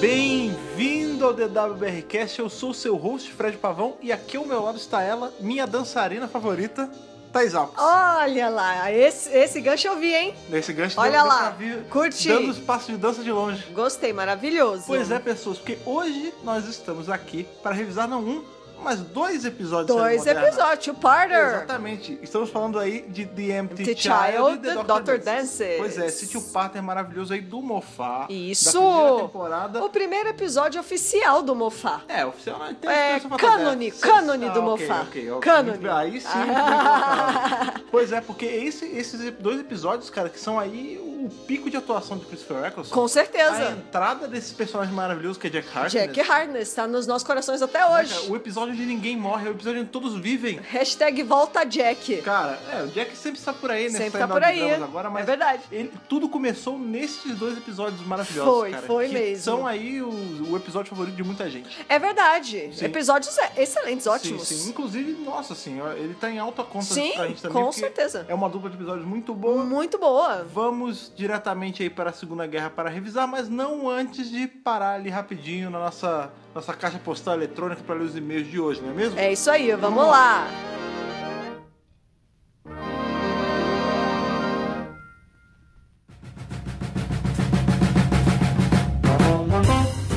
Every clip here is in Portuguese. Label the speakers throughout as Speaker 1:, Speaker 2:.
Speaker 1: Bem-vindo ao DWBRCast, eu sou seu host, Fred Pavão, e aqui ao meu lado está ela, minha dançarina favorita, Thais Alves.
Speaker 2: Olha lá, esse, esse gancho eu vi, hein?
Speaker 1: Nesse gancho
Speaker 2: Olha
Speaker 1: deu- deu
Speaker 2: lá,
Speaker 1: pra vir
Speaker 2: curti.
Speaker 1: dando os passos de dança de longe.
Speaker 2: Gostei, maravilhoso.
Speaker 1: Pois é, pessoas, porque hoje nós estamos aqui para revisar não um, mas dois episódios da série
Speaker 2: Dois
Speaker 1: moderna.
Speaker 2: episódios, o Parter.
Speaker 1: Exatamente. Estamos falando aí de The Empty
Speaker 2: The
Speaker 1: Child,
Speaker 2: Child,
Speaker 1: e The
Speaker 2: The
Speaker 1: Doctor
Speaker 2: Dr. Dances.
Speaker 1: Pois é, City o Pater maravilhoso aí do Mofá.
Speaker 2: Isso.
Speaker 1: Da primeira temporada.
Speaker 2: O primeiro episódio oficial do Mofá.
Speaker 1: É, oficial não tem
Speaker 2: É,
Speaker 1: expressão pra
Speaker 2: cânone,
Speaker 1: fazer.
Speaker 2: cânone do
Speaker 1: Ah, ok,
Speaker 2: Mofá.
Speaker 1: ok, ok.
Speaker 2: Cânone. Ah.
Speaker 1: Aí sim. tem que colocar. pois é, porque esse- esses dois episódios, cara, que são aí o pico de atuação de Christopher Eccleston.
Speaker 2: Com
Speaker 1: A
Speaker 2: certeza.
Speaker 1: entrada desse personagem maravilhoso que é Jack Harkness.
Speaker 2: Jack Harness tá nos nossos corações até hoje.
Speaker 1: O episódio onde ninguém morre, é o episódio onde todos vivem.
Speaker 2: Hashtag volta Jack.
Speaker 1: Cara, é, o Jack sempre está por aí, né?
Speaker 2: Sempre
Speaker 1: Saindo
Speaker 2: tá por
Speaker 1: de
Speaker 2: aí.
Speaker 1: dramas Agora, mas
Speaker 2: É verdade.
Speaker 1: ele- tudo começou nesses dois episódios maravilhosos,
Speaker 2: Foi,
Speaker 1: cara,
Speaker 2: foi
Speaker 1: que
Speaker 2: mesmo.
Speaker 1: são aí o, o episódio favorito de muita gente.
Speaker 2: É verdade.
Speaker 1: Sim.
Speaker 2: Episódios é excelentes, ótimos.
Speaker 1: Sim, sim. Inclusive, nossa senhora, ele tá em alta conta
Speaker 2: Sim,
Speaker 1: pra gente também.
Speaker 2: com
Speaker 1: porque
Speaker 2: certeza.
Speaker 1: É uma dupla de episódios muito boa.
Speaker 2: Muito boa.
Speaker 1: Vamos diretamente aí para a Segunda Guerra para revisar, mas não antes de parar ali rapidinho na nossa, nossa caixa postal eletrônica para ler os e-mails de hoje, não é mesmo?
Speaker 2: É isso aí, vamos lá.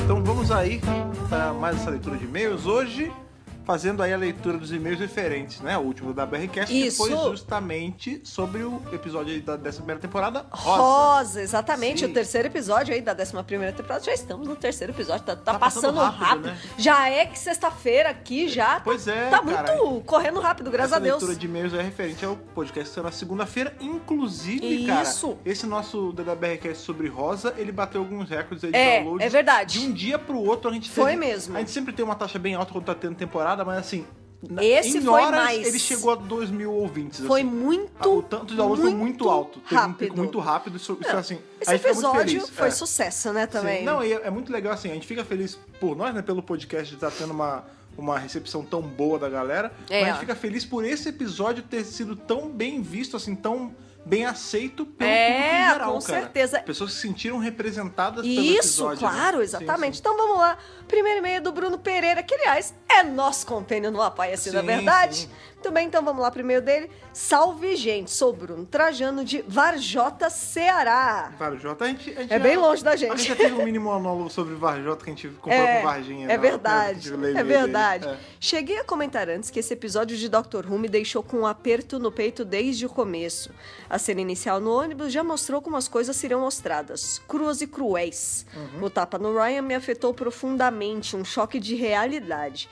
Speaker 1: Então vamos aí para mais essa leitura de e-mails hoje, fazendo aí a leitura dos e-mails referentes, né? O último da BRCast, que
Speaker 2: Isso.
Speaker 1: foi justamente sobre o episódio aí da, dessa primeira temporada,
Speaker 2: Rosa,
Speaker 1: Rosa.
Speaker 2: exatamente.
Speaker 1: Sim.
Speaker 2: O terceiro episódio aí da 11 primeira temporada. Já estamos no terceiro episódio, tá, tá
Speaker 1: Tá passando
Speaker 2: passando,
Speaker 1: rápido,
Speaker 2: rápido.
Speaker 1: né?
Speaker 2: Já é que sexta-feira aqui já.
Speaker 1: Pois é,
Speaker 2: Tá
Speaker 1: cara.
Speaker 2: muito correndo rápido, graças
Speaker 1: Essa
Speaker 2: a Deus.
Speaker 1: leitura de e-mails é referente ao podcast que saiu na segunda-feira. Inclusive, cara,
Speaker 2: Isso.
Speaker 1: esse nosso DWRcast sobre Rosa, ele bateu alguns recordes aí de
Speaker 2: É,
Speaker 1: downloads.
Speaker 2: é verdade.
Speaker 1: De um dia pro outro a gente
Speaker 2: Foi
Speaker 1: teve-
Speaker 2: mesmo.
Speaker 1: A gente sempre tem uma taxa bem alta quando tá tendo temporada, mas assim... na-
Speaker 2: Esse
Speaker 1: em
Speaker 2: foi
Speaker 1: horas,
Speaker 2: mais.
Speaker 1: ele chegou a 2 mil ouvintes.
Speaker 2: Foi
Speaker 1: assim.
Speaker 2: muito.
Speaker 1: O tanto de downloads foi muito alto. Teve um pico
Speaker 2: rápido.
Speaker 1: muito rápido. Isso, isso,
Speaker 2: Não,
Speaker 1: assim,
Speaker 2: Esse
Speaker 1: a gente fica muito
Speaker 2: episódio
Speaker 1: feliz.
Speaker 2: foi
Speaker 1: É.
Speaker 2: sucesso, né, também?
Speaker 1: Sim. Não, e é, é muito legal assim, a gente fica feliz por nós, né, pelo podcast estar tendo uma, uma recepção tão boa da galera,
Speaker 2: É.
Speaker 1: mas a gente fica feliz por esse episódio ter sido tão bem visto, assim, tão bem aceito pelo público em
Speaker 2: É,
Speaker 1: geral,
Speaker 2: com
Speaker 1: cara.
Speaker 2: certeza.
Speaker 1: Pessoas se sentiram representadas pelo
Speaker 2: Isso,
Speaker 1: episódio. né?
Speaker 2: claro,
Speaker 1: Sim,
Speaker 2: exatamente.
Speaker 1: sim.
Speaker 2: Então vamos lá. Primeiro e-mail do Bruno Pereira, que aliás é nosso compênio no Apoia-se, na
Speaker 1: Sim,
Speaker 2: verdade.
Speaker 1: sim.
Speaker 2: Muito bem, então vamos lá primeiro dele. Salve, gente. Sou Bruno Trajano de Varjota, Ceará.
Speaker 1: Varjota, a gente, a gente
Speaker 2: É
Speaker 1: já-
Speaker 2: bem longe da
Speaker 1: A gente
Speaker 2: gente.
Speaker 1: já teve um mini monólogo sobre Varjota que a gente comprou
Speaker 2: É,
Speaker 1: com Varginha. na-
Speaker 2: é
Speaker 1: na- que
Speaker 2: verdade,
Speaker 1: eu lembrei
Speaker 2: é
Speaker 1: dele.
Speaker 2: verdade.
Speaker 1: É.
Speaker 2: Cheguei a comentar antes que esse episódio de Doctor Who me deixou com um aperto no peito desde o começo. A cena inicial no ônibus já mostrou como as coisas seriam mostradas, cruas e cruéis.
Speaker 1: Uhum.
Speaker 2: O tapa no Ryan me afetou profundamente, um choque de realidade.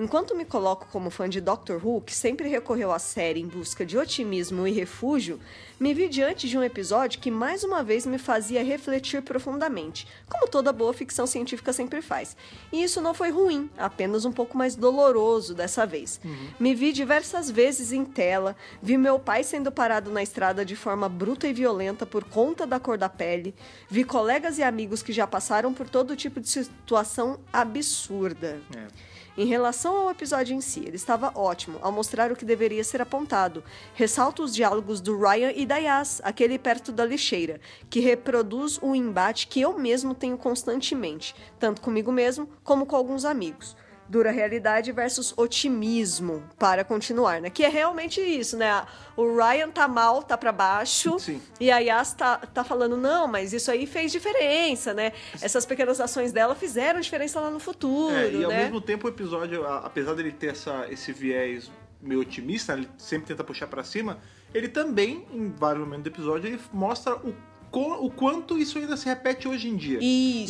Speaker 2: Enquanto me coloco como fã de Doctor Who, que sempre recorreu à série em busca de otimismo e refúgio, me vi diante de um episódio que mais uma vez me fazia refletir profundamente, como toda boa ficção científica sempre faz. E isso não foi ruim, apenas um pouco mais doloroso dessa vez. Me vi diversas vezes em tela, vi meu pai sendo parado na estrada de forma bruta e violenta por conta da cor da pele, vi colegas e amigos que já passaram por todo tipo de situação absurda.
Speaker 1: É.
Speaker 2: Em relação ao episódio em si, ele estava ótimo ao mostrar o que deveria ser apontado. Ressalto os diálogos do Ryan e da Yas, aquele perto da lixeira, que reproduz o embate que eu mesmo tenho constantemente, tanto comigo mesmo como com alguns amigos. Dura realidade versus otimismo para continuar, né? Que é realmente isso, né? O Ryan tá mal, tá pra baixo.
Speaker 1: Sim.
Speaker 2: E a Yas tá, tá falando, não, mas isso aí fez diferença, né? Essas pequenas ações dela fizeram diferença lá no futuro,
Speaker 1: É, e ao
Speaker 2: né?
Speaker 1: mesmo tempo o episódio, a- apesar dele ter essa, esse viés meio otimista, ele sempre tenta puxar pra cima, ele também, em vários momentos do episódio, ele mostra o, co- o quanto isso ainda se repete hoje em dia.
Speaker 2: Isso.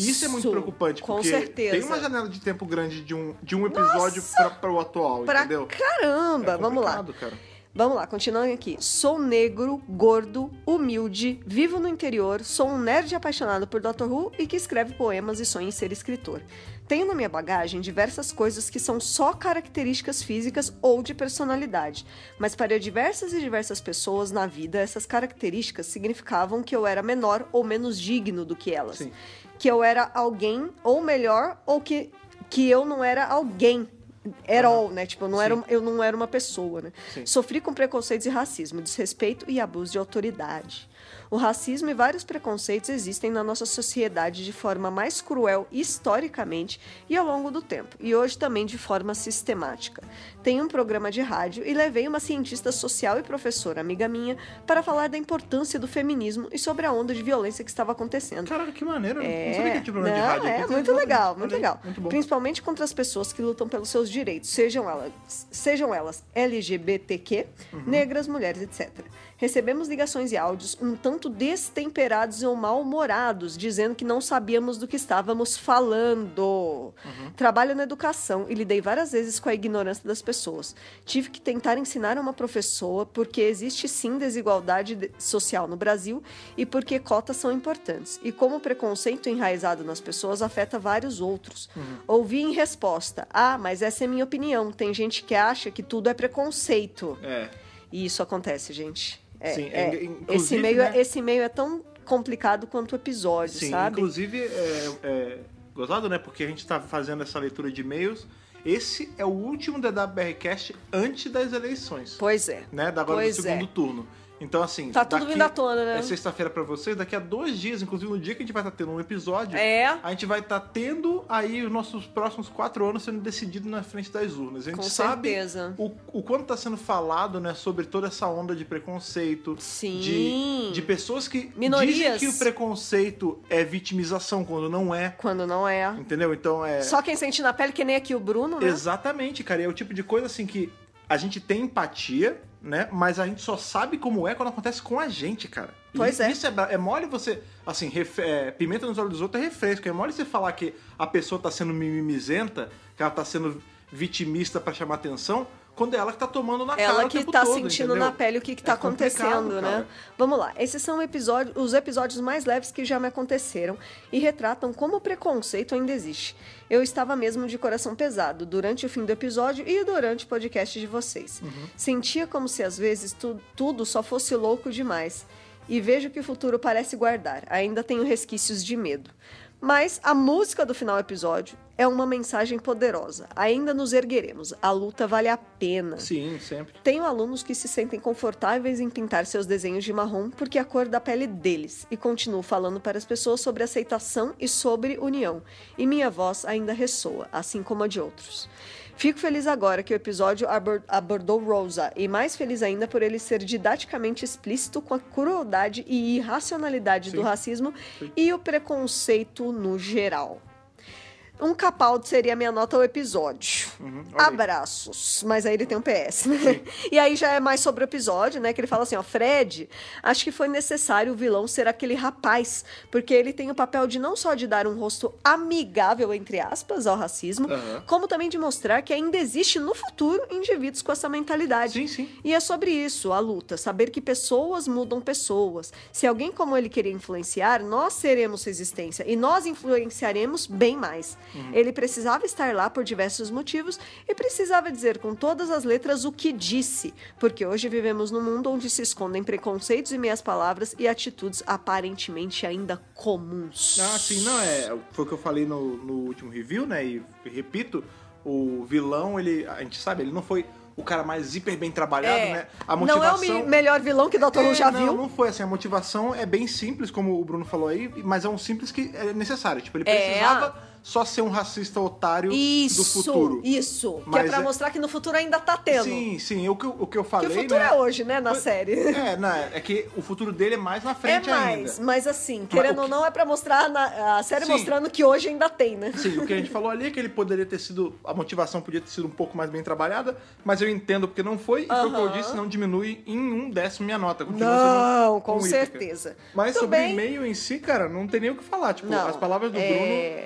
Speaker 1: E isso é muito preocupante,
Speaker 2: com
Speaker 1: porque
Speaker 2: certeza.
Speaker 1: tem uma janela de tempo grande de um, de um episódio pra, pra o atual,
Speaker 2: Pra
Speaker 1: entendeu?
Speaker 2: caramba,
Speaker 1: É
Speaker 2: vamos lá.
Speaker 1: complicado, Cara.
Speaker 2: Vamos lá, continuando aqui. Sou negro, gordo, humilde, vivo no interior, sou um nerd apaixonado por Dr. Who e que escreve poemas e sonha em ser escritor. Tenho na minha bagagem diversas coisas que são só características físicas ou de personalidade, mas para diversas e diversas pessoas na vida, essas características significavam que eu era menor ou menos digno do que elas.
Speaker 1: Sim.
Speaker 2: Que eu era alguém, ou melhor, ou que, que eu não era alguém. Era all, né? Tipo, eu não, era,
Speaker 1: Sim.
Speaker 2: eu não era uma pessoa, né?
Speaker 1: Sim.
Speaker 2: Sofri com preconceitos e racismo, desrespeito e abuso de autoridade. O racismo e vários preconceitos existem na nossa sociedade de forma mais cruel historicamente e ao longo do tempo, e hoje também de forma sistemática. Tenho um programa de rádio e levei uma cientista social e professora, amiga minha, para falar da importância do feminismo e sobre a onda de violência que estava acontecendo.
Speaker 1: Caralho, que maneiro.
Speaker 2: É,
Speaker 1: não sabia que tinha programa de
Speaker 2: não,
Speaker 1: rádio.
Speaker 2: é
Speaker 1: aqui.
Speaker 2: muito
Speaker 1: Olha aí,
Speaker 2: legal, muito
Speaker 1: olha aí,
Speaker 2: legal.
Speaker 1: Muito bom.
Speaker 2: Principalmente contra as pessoas que lutam pelos seus direitos, sejam elas, sejam elas LGBTQ,
Speaker 1: Uhum.
Speaker 2: negras, mulheres, etc. Recebemos ligações e áudios um tanto destemperados ou mal-humorados, dizendo que não sabíamos do que estávamos falando.
Speaker 1: Uhum.
Speaker 2: Trabalho na educação e lidei várias vezes com a ignorância das pessoas. Tive que tentar ensinar uma professora porque existe sim desigualdade de- social no Brasil e porque cotas são importantes. E como o preconceito enraizado nas pessoas afeta vários outros.
Speaker 1: Uhum.
Speaker 2: Ouvi em resposta: Ah, mas essa é minha opinião. Tem gente que acha que tudo é preconceito.
Speaker 1: É.
Speaker 2: E isso acontece, gente. É,
Speaker 1: Sim,
Speaker 2: é.
Speaker 1: in- inclusive,
Speaker 2: esse, meio, é-
Speaker 1: né?
Speaker 2: esse meio é tão complicado quanto o episódio,
Speaker 1: Sim,
Speaker 2: sabe?
Speaker 1: inclusive, é, é gozado, né? Porque a gente tá fazendo essa leitura de e-mails. Esse é o último DWRcast antes das eleições.
Speaker 2: Pois é.
Speaker 1: né? Da agora
Speaker 2: Pois
Speaker 1: do segundo
Speaker 2: é.
Speaker 1: turno. Então, assim.
Speaker 2: Tá tudo
Speaker 1: daqui-
Speaker 2: vindo à tona, né?
Speaker 1: É sexta-feira pra vocês. Daqui a dois dias, inclusive no dia que a gente vai estar tendo um episódio,
Speaker 2: É.
Speaker 1: a gente vai estar tendo aí os nossos próximos quatro anos sendo decididos na frente das urnas. A gente
Speaker 2: Com
Speaker 1: sabe
Speaker 2: certeza.
Speaker 1: o, o quanto tá sendo falado, né, sobre toda essa onda de preconceito.
Speaker 2: Sim.
Speaker 1: De, de pessoas que dizem
Speaker 2: Hum. Minorias.
Speaker 1: que o preconceito é vitimização quando não é.
Speaker 2: Quando não é.
Speaker 1: Entendeu? Então é.
Speaker 2: Só quem sente na pele, que nem aqui o Bruno, né?
Speaker 1: Exatamente, cara. E é o tipo de coisa assim que a gente tem empatia, né? Mas a gente só sabe como é quando acontece com a gente, cara. E
Speaker 2: Pois é.
Speaker 1: Isso é, bra- é mole você. Assim, ref- é, pimenta nos olhos dos outros é refresco. É mole você falar que a pessoa tá sendo mimimizenta, que ela tá sendo vitimista pra chamar atenção, quando é ela que tá tomando na cara
Speaker 2: Ela
Speaker 1: o
Speaker 2: que
Speaker 1: tempo
Speaker 2: tá
Speaker 1: todo,
Speaker 2: sentindo
Speaker 1: entendeu?
Speaker 2: na pele o que, que tá
Speaker 1: É complicado,
Speaker 2: acontecendo, né?
Speaker 1: cara.
Speaker 2: Vamos lá. Esses são episódio- os episódios mais leves que já me aconteceram e retratam como o preconceito ainda existe. Eu estava mesmo de coração pesado durante o fim do episódio e durante o podcast de vocês.
Speaker 1: Uhum.
Speaker 2: Sentia como se às vezes tu- tudo só fosse louco demais. E vejo que o futuro parece guardar. Ainda tenho resquícios de medo. Mas a música do final do episódio é uma mensagem poderosa. Ainda nos ergueremos. A luta vale a pena.
Speaker 1: Sim, sempre.
Speaker 2: Tenho alunos que se sentem confortáveis em pintar seus desenhos de marrom porque é a cor da pele deles, e continuo falando para as pessoas sobre aceitação e sobre união, e minha voz ainda ressoa, assim como a de outros. Fico feliz agora que o episódio abor- abordou Rosa, e mais feliz ainda por ele ser didaticamente explícito com a crueldade e irracionalidade do
Speaker 1: Sim.
Speaker 2: racismo
Speaker 1: Sim.
Speaker 2: e o preconceito no geral. Um capaldo seria minha nota ao episódio.
Speaker 1: Uhum, olha aí.
Speaker 2: Abraços. Mas aí ele tem um PS, né? E aí já é mais sobre o episódio, né? Que ele fala assim, ó, Fred, acho que foi necessário o vilão ser aquele rapaz, porque ele tem o papel de não só de dar um rosto amigável, entre aspas, ao racismo,
Speaker 1: Aham.
Speaker 2: como também de mostrar que ainda existe no futuro indivíduos com essa mentalidade.
Speaker 1: Sim, sim.
Speaker 2: E é sobre isso a luta, saber que pessoas mudam pessoas. Se alguém como ele querer influenciar, nós seremos resistência e nós influenciaremos bem mais.
Speaker 1: Uhum.
Speaker 2: Ele precisava estar lá por diversos motivos e precisava dizer com todas as letras o que disse, porque hoje vivemos num mundo onde se escondem preconceitos e meias palavras e atitudes aparentemente ainda comuns.
Speaker 1: Ah, sim, não, é. Foi o que eu falei no, no último review, né? E repito, o vilão, ele. A gente sabe, ele não foi o cara mais hiper bem trabalhado,
Speaker 2: É,
Speaker 1: né? A
Speaker 2: não é o
Speaker 1: motivação.
Speaker 2: mi- melhor vilão que o Dr. Who
Speaker 1: É,
Speaker 2: já
Speaker 1: não,
Speaker 2: viu.
Speaker 1: Não foi assim. A motivação é bem simples, como o Bruno falou aí, mas é um simples que é necessário. Tipo, ele
Speaker 2: É.
Speaker 1: precisava só ser um racista otário
Speaker 2: Isso,
Speaker 1: do futuro.
Speaker 2: isso. Que é
Speaker 1: Mas
Speaker 2: pra
Speaker 1: é-
Speaker 2: mostrar que no futuro ainda tá tendo.
Speaker 1: Sim, sim. O que, eu- o que eu
Speaker 2: Que
Speaker 1: falei.
Speaker 2: o futuro
Speaker 1: né,
Speaker 2: é hoje, né, na série.
Speaker 1: É, né, é que o futuro dele é mais na
Speaker 2: É
Speaker 1: frente ainda.
Speaker 2: mais, mas assim, querendo
Speaker 1: o
Speaker 2: ou
Speaker 1: que-
Speaker 2: não, é pra mostrar na- a série
Speaker 1: Sim.
Speaker 2: mostrando que hoje ainda tem, né?
Speaker 1: Sim, o que a gente falou ali é que ele poderia ter sido. A motivação podia ter sido um pouco mais bem trabalhada, mas eu entendo porque não foi, e foi o que eu
Speaker 2: Aham.
Speaker 1: disse, não diminui em um décimo minha nota. Continua sendo um-
Speaker 2: Não,
Speaker 1: um
Speaker 2: com
Speaker 1: ípica.
Speaker 2: certeza.
Speaker 1: Mas
Speaker 2: Tudo
Speaker 1: sobre o
Speaker 2: bem.
Speaker 1: e-mail em si, cara, não tem nem o que falar. Tipo,
Speaker 2: Não,
Speaker 1: as palavras do
Speaker 2: é-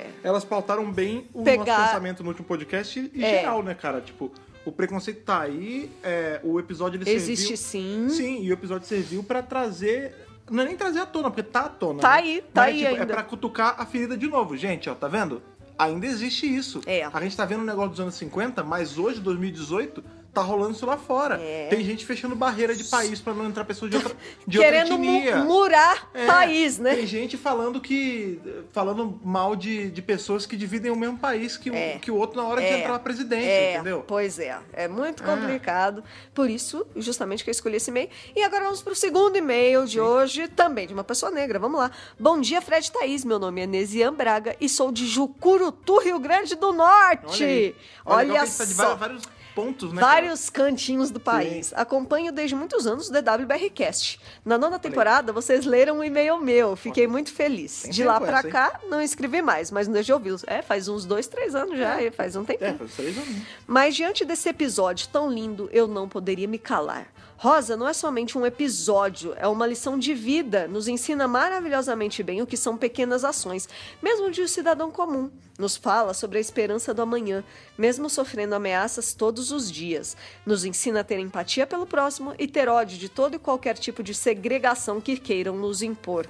Speaker 1: Bruno, elas pautaram bem o nosso
Speaker 2: Pegar-
Speaker 1: pensamento no último podcast e, e
Speaker 2: É.
Speaker 1: geral, né, cara? Tipo, o preconceito tá aí, é, o episódio ele serviu...
Speaker 2: Existe sim.
Speaker 1: Sim, e o episódio serviu pra trazer. Não é nem trazer à tona, porque tá à tona.
Speaker 2: Tá
Speaker 1: né?
Speaker 2: aí, tá aí
Speaker 1: É
Speaker 2: ainda.
Speaker 1: pra cutucar a ferida de novo. Gente, ó, tá vendo? Ainda existe isso.
Speaker 2: É.
Speaker 1: A gente tá vendo um negócio dos anos 50, mas hoje, 2018, tá rolando isso lá fora.
Speaker 2: É.
Speaker 1: Tem gente fechando barreira de país pra não entrar pessoas de outra, de
Speaker 2: Querendo
Speaker 1: outra
Speaker 2: mu-
Speaker 1: etnia.
Speaker 2: murar
Speaker 1: É,
Speaker 2: país, né?
Speaker 1: Tem gente falando que. falando mal de, de pessoas que dividem o mesmo país que, o-
Speaker 2: É.
Speaker 1: que o outro na hora
Speaker 2: É.
Speaker 1: de entrar na presidência,
Speaker 2: É,
Speaker 1: entendeu?
Speaker 2: pois é, é muito
Speaker 1: É.
Speaker 2: complicado. Por isso, justamente que eu escolhi esse e-mail. E agora vamos pro segundo e-mail de hoje, também de uma pessoa negra. Vamos lá. Bom dia, Fred e Thaís. Meu nome é Nesian Braga e sou de Jucurutu, Rio Grande do Norte.
Speaker 1: Olha, aí.
Speaker 2: Olha,
Speaker 1: legal que a gente tá de
Speaker 2: só.
Speaker 1: va- vários pontos, né? cara?
Speaker 2: Vários cantinhos do país. Acompanho desde muitos anos o DWBRcast. Na nona temporada, vocês leram um e-mail meu. Fiquei muito feliz.
Speaker 1: Tem
Speaker 2: De lá
Speaker 1: tempo
Speaker 2: pra
Speaker 1: essa, hein?
Speaker 2: cá, não escrevi mais, mas não deixei ouvi-los. É, faz uns dois, três anos já, é, faz um tempinho.
Speaker 1: É, faz três anos.
Speaker 2: Mas diante desse episódio tão lindo, eu não poderia me calar. Rosa não é somente um episódio, é uma lição de vida. Nos ensina maravilhosamente bem o que são pequenas ações, mesmo de um cidadão comum. Nos fala sobre a esperança do amanhã, mesmo sofrendo ameaças todos os dias. Nos ensina a ter empatia pelo próximo e ter ódio de todo e qualquer tipo de segregação que queiram nos impor.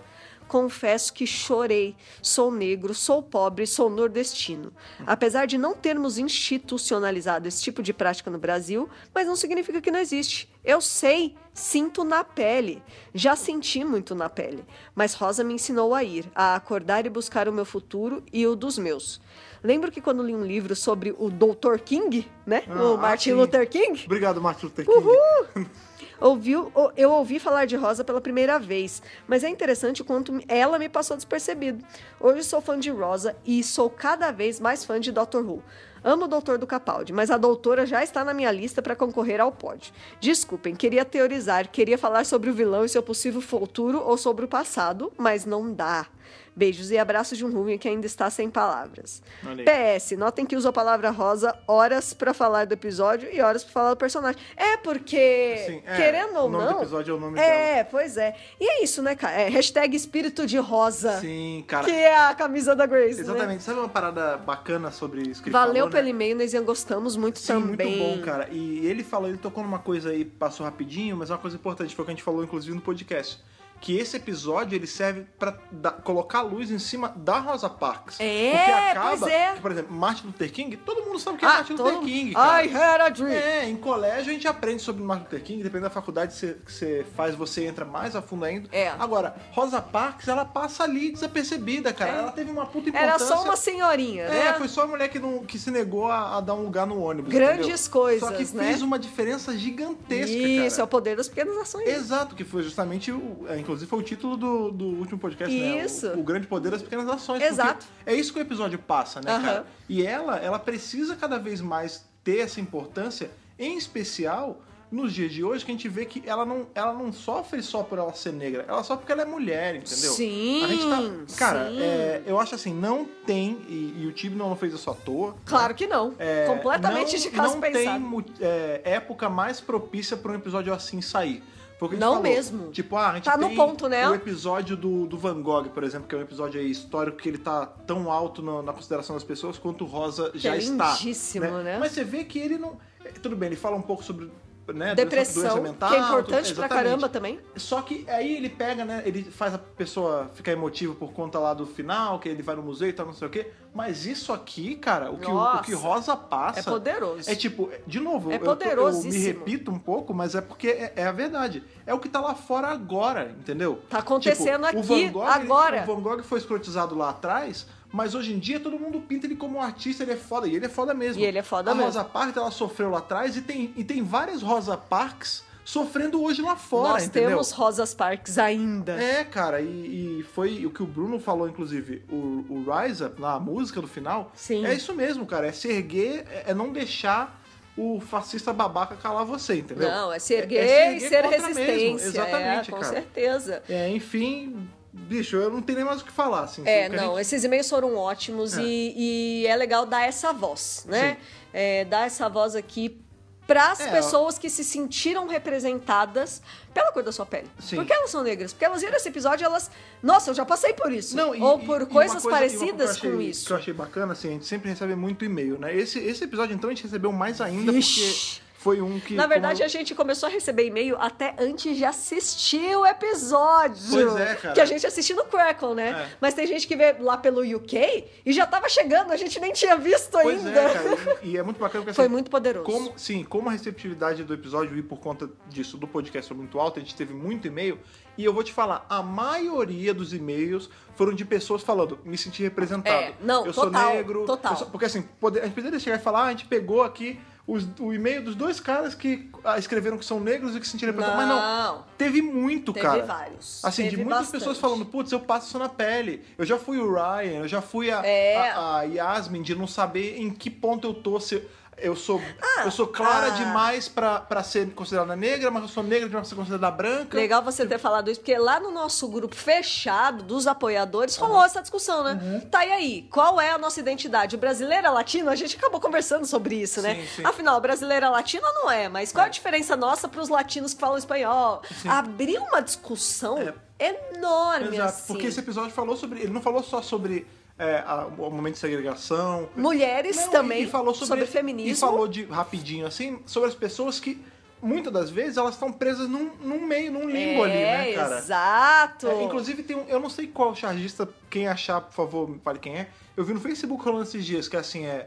Speaker 2: Confesso que chorei. Sou negro, sou pobre, sou nordestino. Apesar de não termos institucionalizado esse tipo de prática no Brasil, mas não significa que não existe. Eu sei, sinto na pele. Já senti muito na pele. Mas Rosa me ensinou a ir, a acordar e buscar o meu futuro e o dos meus. Lembro que quando li um livro sobre o Dr. King, né? o
Speaker 1: Ah,
Speaker 2: Martin
Speaker 1: sim.
Speaker 2: Luther King,
Speaker 1: Obrigado, Martin Luther King.
Speaker 2: Ouviu, ou- eu ouvi falar de Rosa pela primeira vez, mas é interessante o quanto ela me passou despercebido. Hoje sou fã de Rosa e sou cada vez mais fã de Dr. Who. Amo o Doutor do Capaldi, mas a doutora já está na minha lista para concorrer ao pódio. Desculpem, queria teorizar, queria falar sobre o vilão e seu possível futuro ou sobre o passado, mas não dá. Beijos e abraços de um Rubem que ainda está sem palavras.
Speaker 1: Olha aí.
Speaker 2: PS, notem que uso a palavra rosa horas para falar do episódio e horas para falar do personagem. É porque
Speaker 1: Sim, é,
Speaker 2: querendo ou
Speaker 1: o nome
Speaker 2: não.
Speaker 1: do episódio é o nome
Speaker 2: É, pois é. E é isso, né, cara? É, hashtag espírito de rosa.
Speaker 1: Sim, cara.
Speaker 2: Que é a camisa da Grace. né?
Speaker 1: Exatamente. Sabe uma parada bacana sobre isso que ele
Speaker 2: Valeu
Speaker 1: falou, né?
Speaker 2: pelo e-mail, nós Ian gostamos muito
Speaker 1: Sim,
Speaker 2: também.
Speaker 1: muito bom, cara. E ele falou, ele tocou numa coisa aí, passou rapidinho, mas é uma coisa importante, foi o que a gente falou inclusive no podcast. Que esse episódio ele serve pra dar- colocar a luz em cima da Rosa Parks.
Speaker 2: É,
Speaker 1: Porque acaba,
Speaker 2: pois é.
Speaker 1: que, por exemplo, Martin Luther King, todo mundo sabe o que é
Speaker 2: Ah,
Speaker 1: Martin Luther
Speaker 2: todo-
Speaker 1: King. Cara.
Speaker 2: I had a dream.
Speaker 1: É, em colégio a gente aprende sobre Martin Luther King, dependendo da faculdade que você- que você faz, você entra mais a fundo ainda.
Speaker 2: É.
Speaker 1: Agora, Rosa Parks, ela passa ali desapercebida, cara.
Speaker 2: É.
Speaker 1: Ela teve uma puta importância.
Speaker 2: Era só uma senhorinha,
Speaker 1: É,
Speaker 2: né?
Speaker 1: foi só a mulher que, não, que se negou a, a dar um lugar no ônibus.
Speaker 2: Grandes
Speaker 1: entendeu?
Speaker 2: coisas,
Speaker 1: Só que
Speaker 2: né?
Speaker 1: fez uma diferença gigantesca,
Speaker 2: Isso, é o
Speaker 1: cara.
Speaker 2: poder das pequenas ações.
Speaker 1: Exato, que foi justamente o. é, Inclusive foi o título do, do último podcast,
Speaker 2: Isso.
Speaker 1: né? O, o grande poder das pequenas ações.
Speaker 2: Exato.
Speaker 1: porque É isso que o episódio passa, né,
Speaker 2: Aham.
Speaker 1: cara? E ela, ela precisa cada vez mais ter essa importância, em especial nos dias de hoje, que a gente vê que ela não, ela não sofre só por ela ser negra, ela sofre porque ela é mulher, entendeu?
Speaker 2: Sim,
Speaker 1: A gente tá. Cara,
Speaker 2: sim.
Speaker 1: é, eu acho assim, não tem, e, e o time não fez isso à toa.
Speaker 2: Claro que não.
Speaker 1: É,
Speaker 2: Completamente
Speaker 1: não-
Speaker 2: de caso
Speaker 1: não
Speaker 2: pensado.
Speaker 1: tem mu- é, época mais propícia pra um episódio assim sair. Foi o que a gente
Speaker 2: Não
Speaker 1: falou.
Speaker 2: mesmo.
Speaker 1: Tipo, ah, a gente
Speaker 2: Tá no
Speaker 1: tem
Speaker 2: ponto, né?
Speaker 1: o episódio do, do Van Gogh, por exemplo, que é um episódio aí histórico que ele tá tão alto na, na consideração das pessoas quanto o Rosa já
Speaker 2: é
Speaker 1: está.
Speaker 2: lindíssimo, né?
Speaker 1: Mas você vê que ele não... é, Tudo bem, ele fala um pouco sobre... Né, doença-
Speaker 2: Depressão,
Speaker 1: doença mental,
Speaker 2: que é importante
Speaker 1: tudo-
Speaker 2: pra
Speaker 1: exatamente.
Speaker 2: caramba também.
Speaker 1: Só que aí ele pega, né? Ele faz a pessoa ficar emotiva por conta lá do final, que ele vai no museu e tal, não sei o quê. Mas isso aqui, cara, o que, o, o que
Speaker 2: Nossa.
Speaker 1: Rosa passa.
Speaker 2: É poderoso.
Speaker 1: É tipo, de novo,
Speaker 2: É
Speaker 1: eu, tô- eu me
Speaker 2: poderosíssimo.
Speaker 1: repito um pouco, mas é porque é, é a verdade. É o que tá lá fora agora, entendeu?
Speaker 2: Tá acontecendo
Speaker 1: Tipo, o
Speaker 2: aqui,
Speaker 1: Van Gogh,
Speaker 2: agora.
Speaker 1: Ele, o Van Gogh foi escrotizado lá atrás, mas hoje em dia todo mundo pinta ele como um artista, ele é foda, e ele é foda mesmo.
Speaker 2: E ele é foda
Speaker 1: a
Speaker 2: mesmo.
Speaker 1: Rosa Parks, ela sofreu lá atrás e tem, e tem várias Rosa Parks sofrendo hoje lá fora,
Speaker 2: Nós
Speaker 1: entendeu?
Speaker 2: temos Rosas Parks ainda.
Speaker 1: É, cara, e, e foi o que o Bruno falou, inclusive, o, o Rise Up, na música do final,
Speaker 2: Sim.
Speaker 1: é isso mesmo, cara, é se erguer, é é não deixar o fascista babaca calar você, entendeu?
Speaker 2: Não, é ser erguer e ser
Speaker 1: contra mesmo,
Speaker 2: resistência.
Speaker 1: Exatamente,
Speaker 2: é, com
Speaker 1: cara.
Speaker 2: certeza.
Speaker 1: É, enfim, bicho, eu não tenho nem mais o que falar, assim.
Speaker 2: É,
Speaker 1: o que a
Speaker 2: não,
Speaker 1: gente-
Speaker 2: esses e-mails foram ótimos
Speaker 1: É.
Speaker 2: E, e é legal dar essa voz, né? É, dar essa voz aqui para as
Speaker 1: É,
Speaker 2: pessoas que se sentiram representadas pela cor da sua pele.
Speaker 1: Sim.
Speaker 2: Porque elas são negras. Porque elas viram esse episódio e elas... Nossa, eu já passei por isso.
Speaker 1: Não, e-
Speaker 2: Ou
Speaker 1: e- e
Speaker 2: por
Speaker 1: uma
Speaker 2: coisas
Speaker 1: coisa- e uma coisa que eu
Speaker 2: parecidas com
Speaker 1: achei- Que
Speaker 2: isso.
Speaker 1: eu achei bacana, assim, a gente sempre recebe muito e-mail, né? Esse, esse episódio, então, a gente recebeu mais ainda,
Speaker 2: Vixe.
Speaker 1: porque foi um que.
Speaker 2: Na verdade,
Speaker 1: como-
Speaker 2: a gente começou a receber e-mail até antes de assistir o episódio.
Speaker 1: Pois é, cara.
Speaker 2: Que a gente assistiu no Crackle, né?
Speaker 1: É.
Speaker 2: Mas tem gente que vê lá pelo UK e já tava chegando, a gente nem tinha visto
Speaker 1: Pois
Speaker 2: ainda.
Speaker 1: é, cara. E e é muito bacana porque
Speaker 2: Foi
Speaker 1: assim,
Speaker 2: muito poderoso.
Speaker 1: Como, sim, como a receptividade do episódio e por conta disso do podcast foi muito alta, a gente teve muito e-mail. E eu vou te falar, a maioria dos e-mails foram de pessoas falando, me senti representado.
Speaker 2: É, não,
Speaker 1: eu sou
Speaker 2: total,
Speaker 1: negro.
Speaker 2: total.
Speaker 1: eu sou-" porque assim, pode- a gente poderia chegar e falar, ah, a gente pegou aqui os- o e-mail dos dois caras que ah, escreveram que são negros e que se sentiram representados. Mas não,
Speaker 2: Não.
Speaker 1: teve muito,
Speaker 2: Teve
Speaker 1: cara.
Speaker 2: vários.
Speaker 1: Assim, de
Speaker 2: Teve
Speaker 1: muitas
Speaker 2: bastante.
Speaker 1: pessoas falando, putz, eu passo isso na pele. Eu já fui o Ryan, eu já fui a,
Speaker 2: É.
Speaker 1: a, a Yasmin, de não saber em que ponto eu tô. Se eu- eu sou, eu sou clara
Speaker 2: ah.
Speaker 1: demais pra, pra ser considerada negra, mas eu sou negra demais pra ser considerada branca.
Speaker 2: Legal você ter falado isso, porque lá no nosso grupo fechado dos apoiadores rolou essa discussão, né?
Speaker 1: Uhum.
Speaker 2: Tá, e aí? Qual é a nossa identidade? Brasileira, latina? A gente acabou conversando sobre isso, né?
Speaker 1: Sim, sim.
Speaker 2: Afinal, brasileira, latina não é, mas qual é a diferença nossa pros latinos que falam espanhol? Abriu uma discussão enorme,
Speaker 1: É. Exato,
Speaker 2: assim.
Speaker 1: porque esse episódio falou sobre. Ele não falou só sobre é, a- o momento de segregação.
Speaker 2: Mulheres
Speaker 1: Não,
Speaker 2: também,
Speaker 1: e- e falou sobre,
Speaker 2: feminismo.
Speaker 1: E falou de rapidinho, assim, sobre as pessoas que, muitas das vezes, elas estão presas num, num meio, num limbo ali, né,
Speaker 2: É,
Speaker 1: cara?
Speaker 2: Exato.
Speaker 1: É, inclusive, tem um, eu não sei qual chargista, quem achar, por favor, me fale quem é. Eu vi no Facebook rolando esses dias que, assim, é,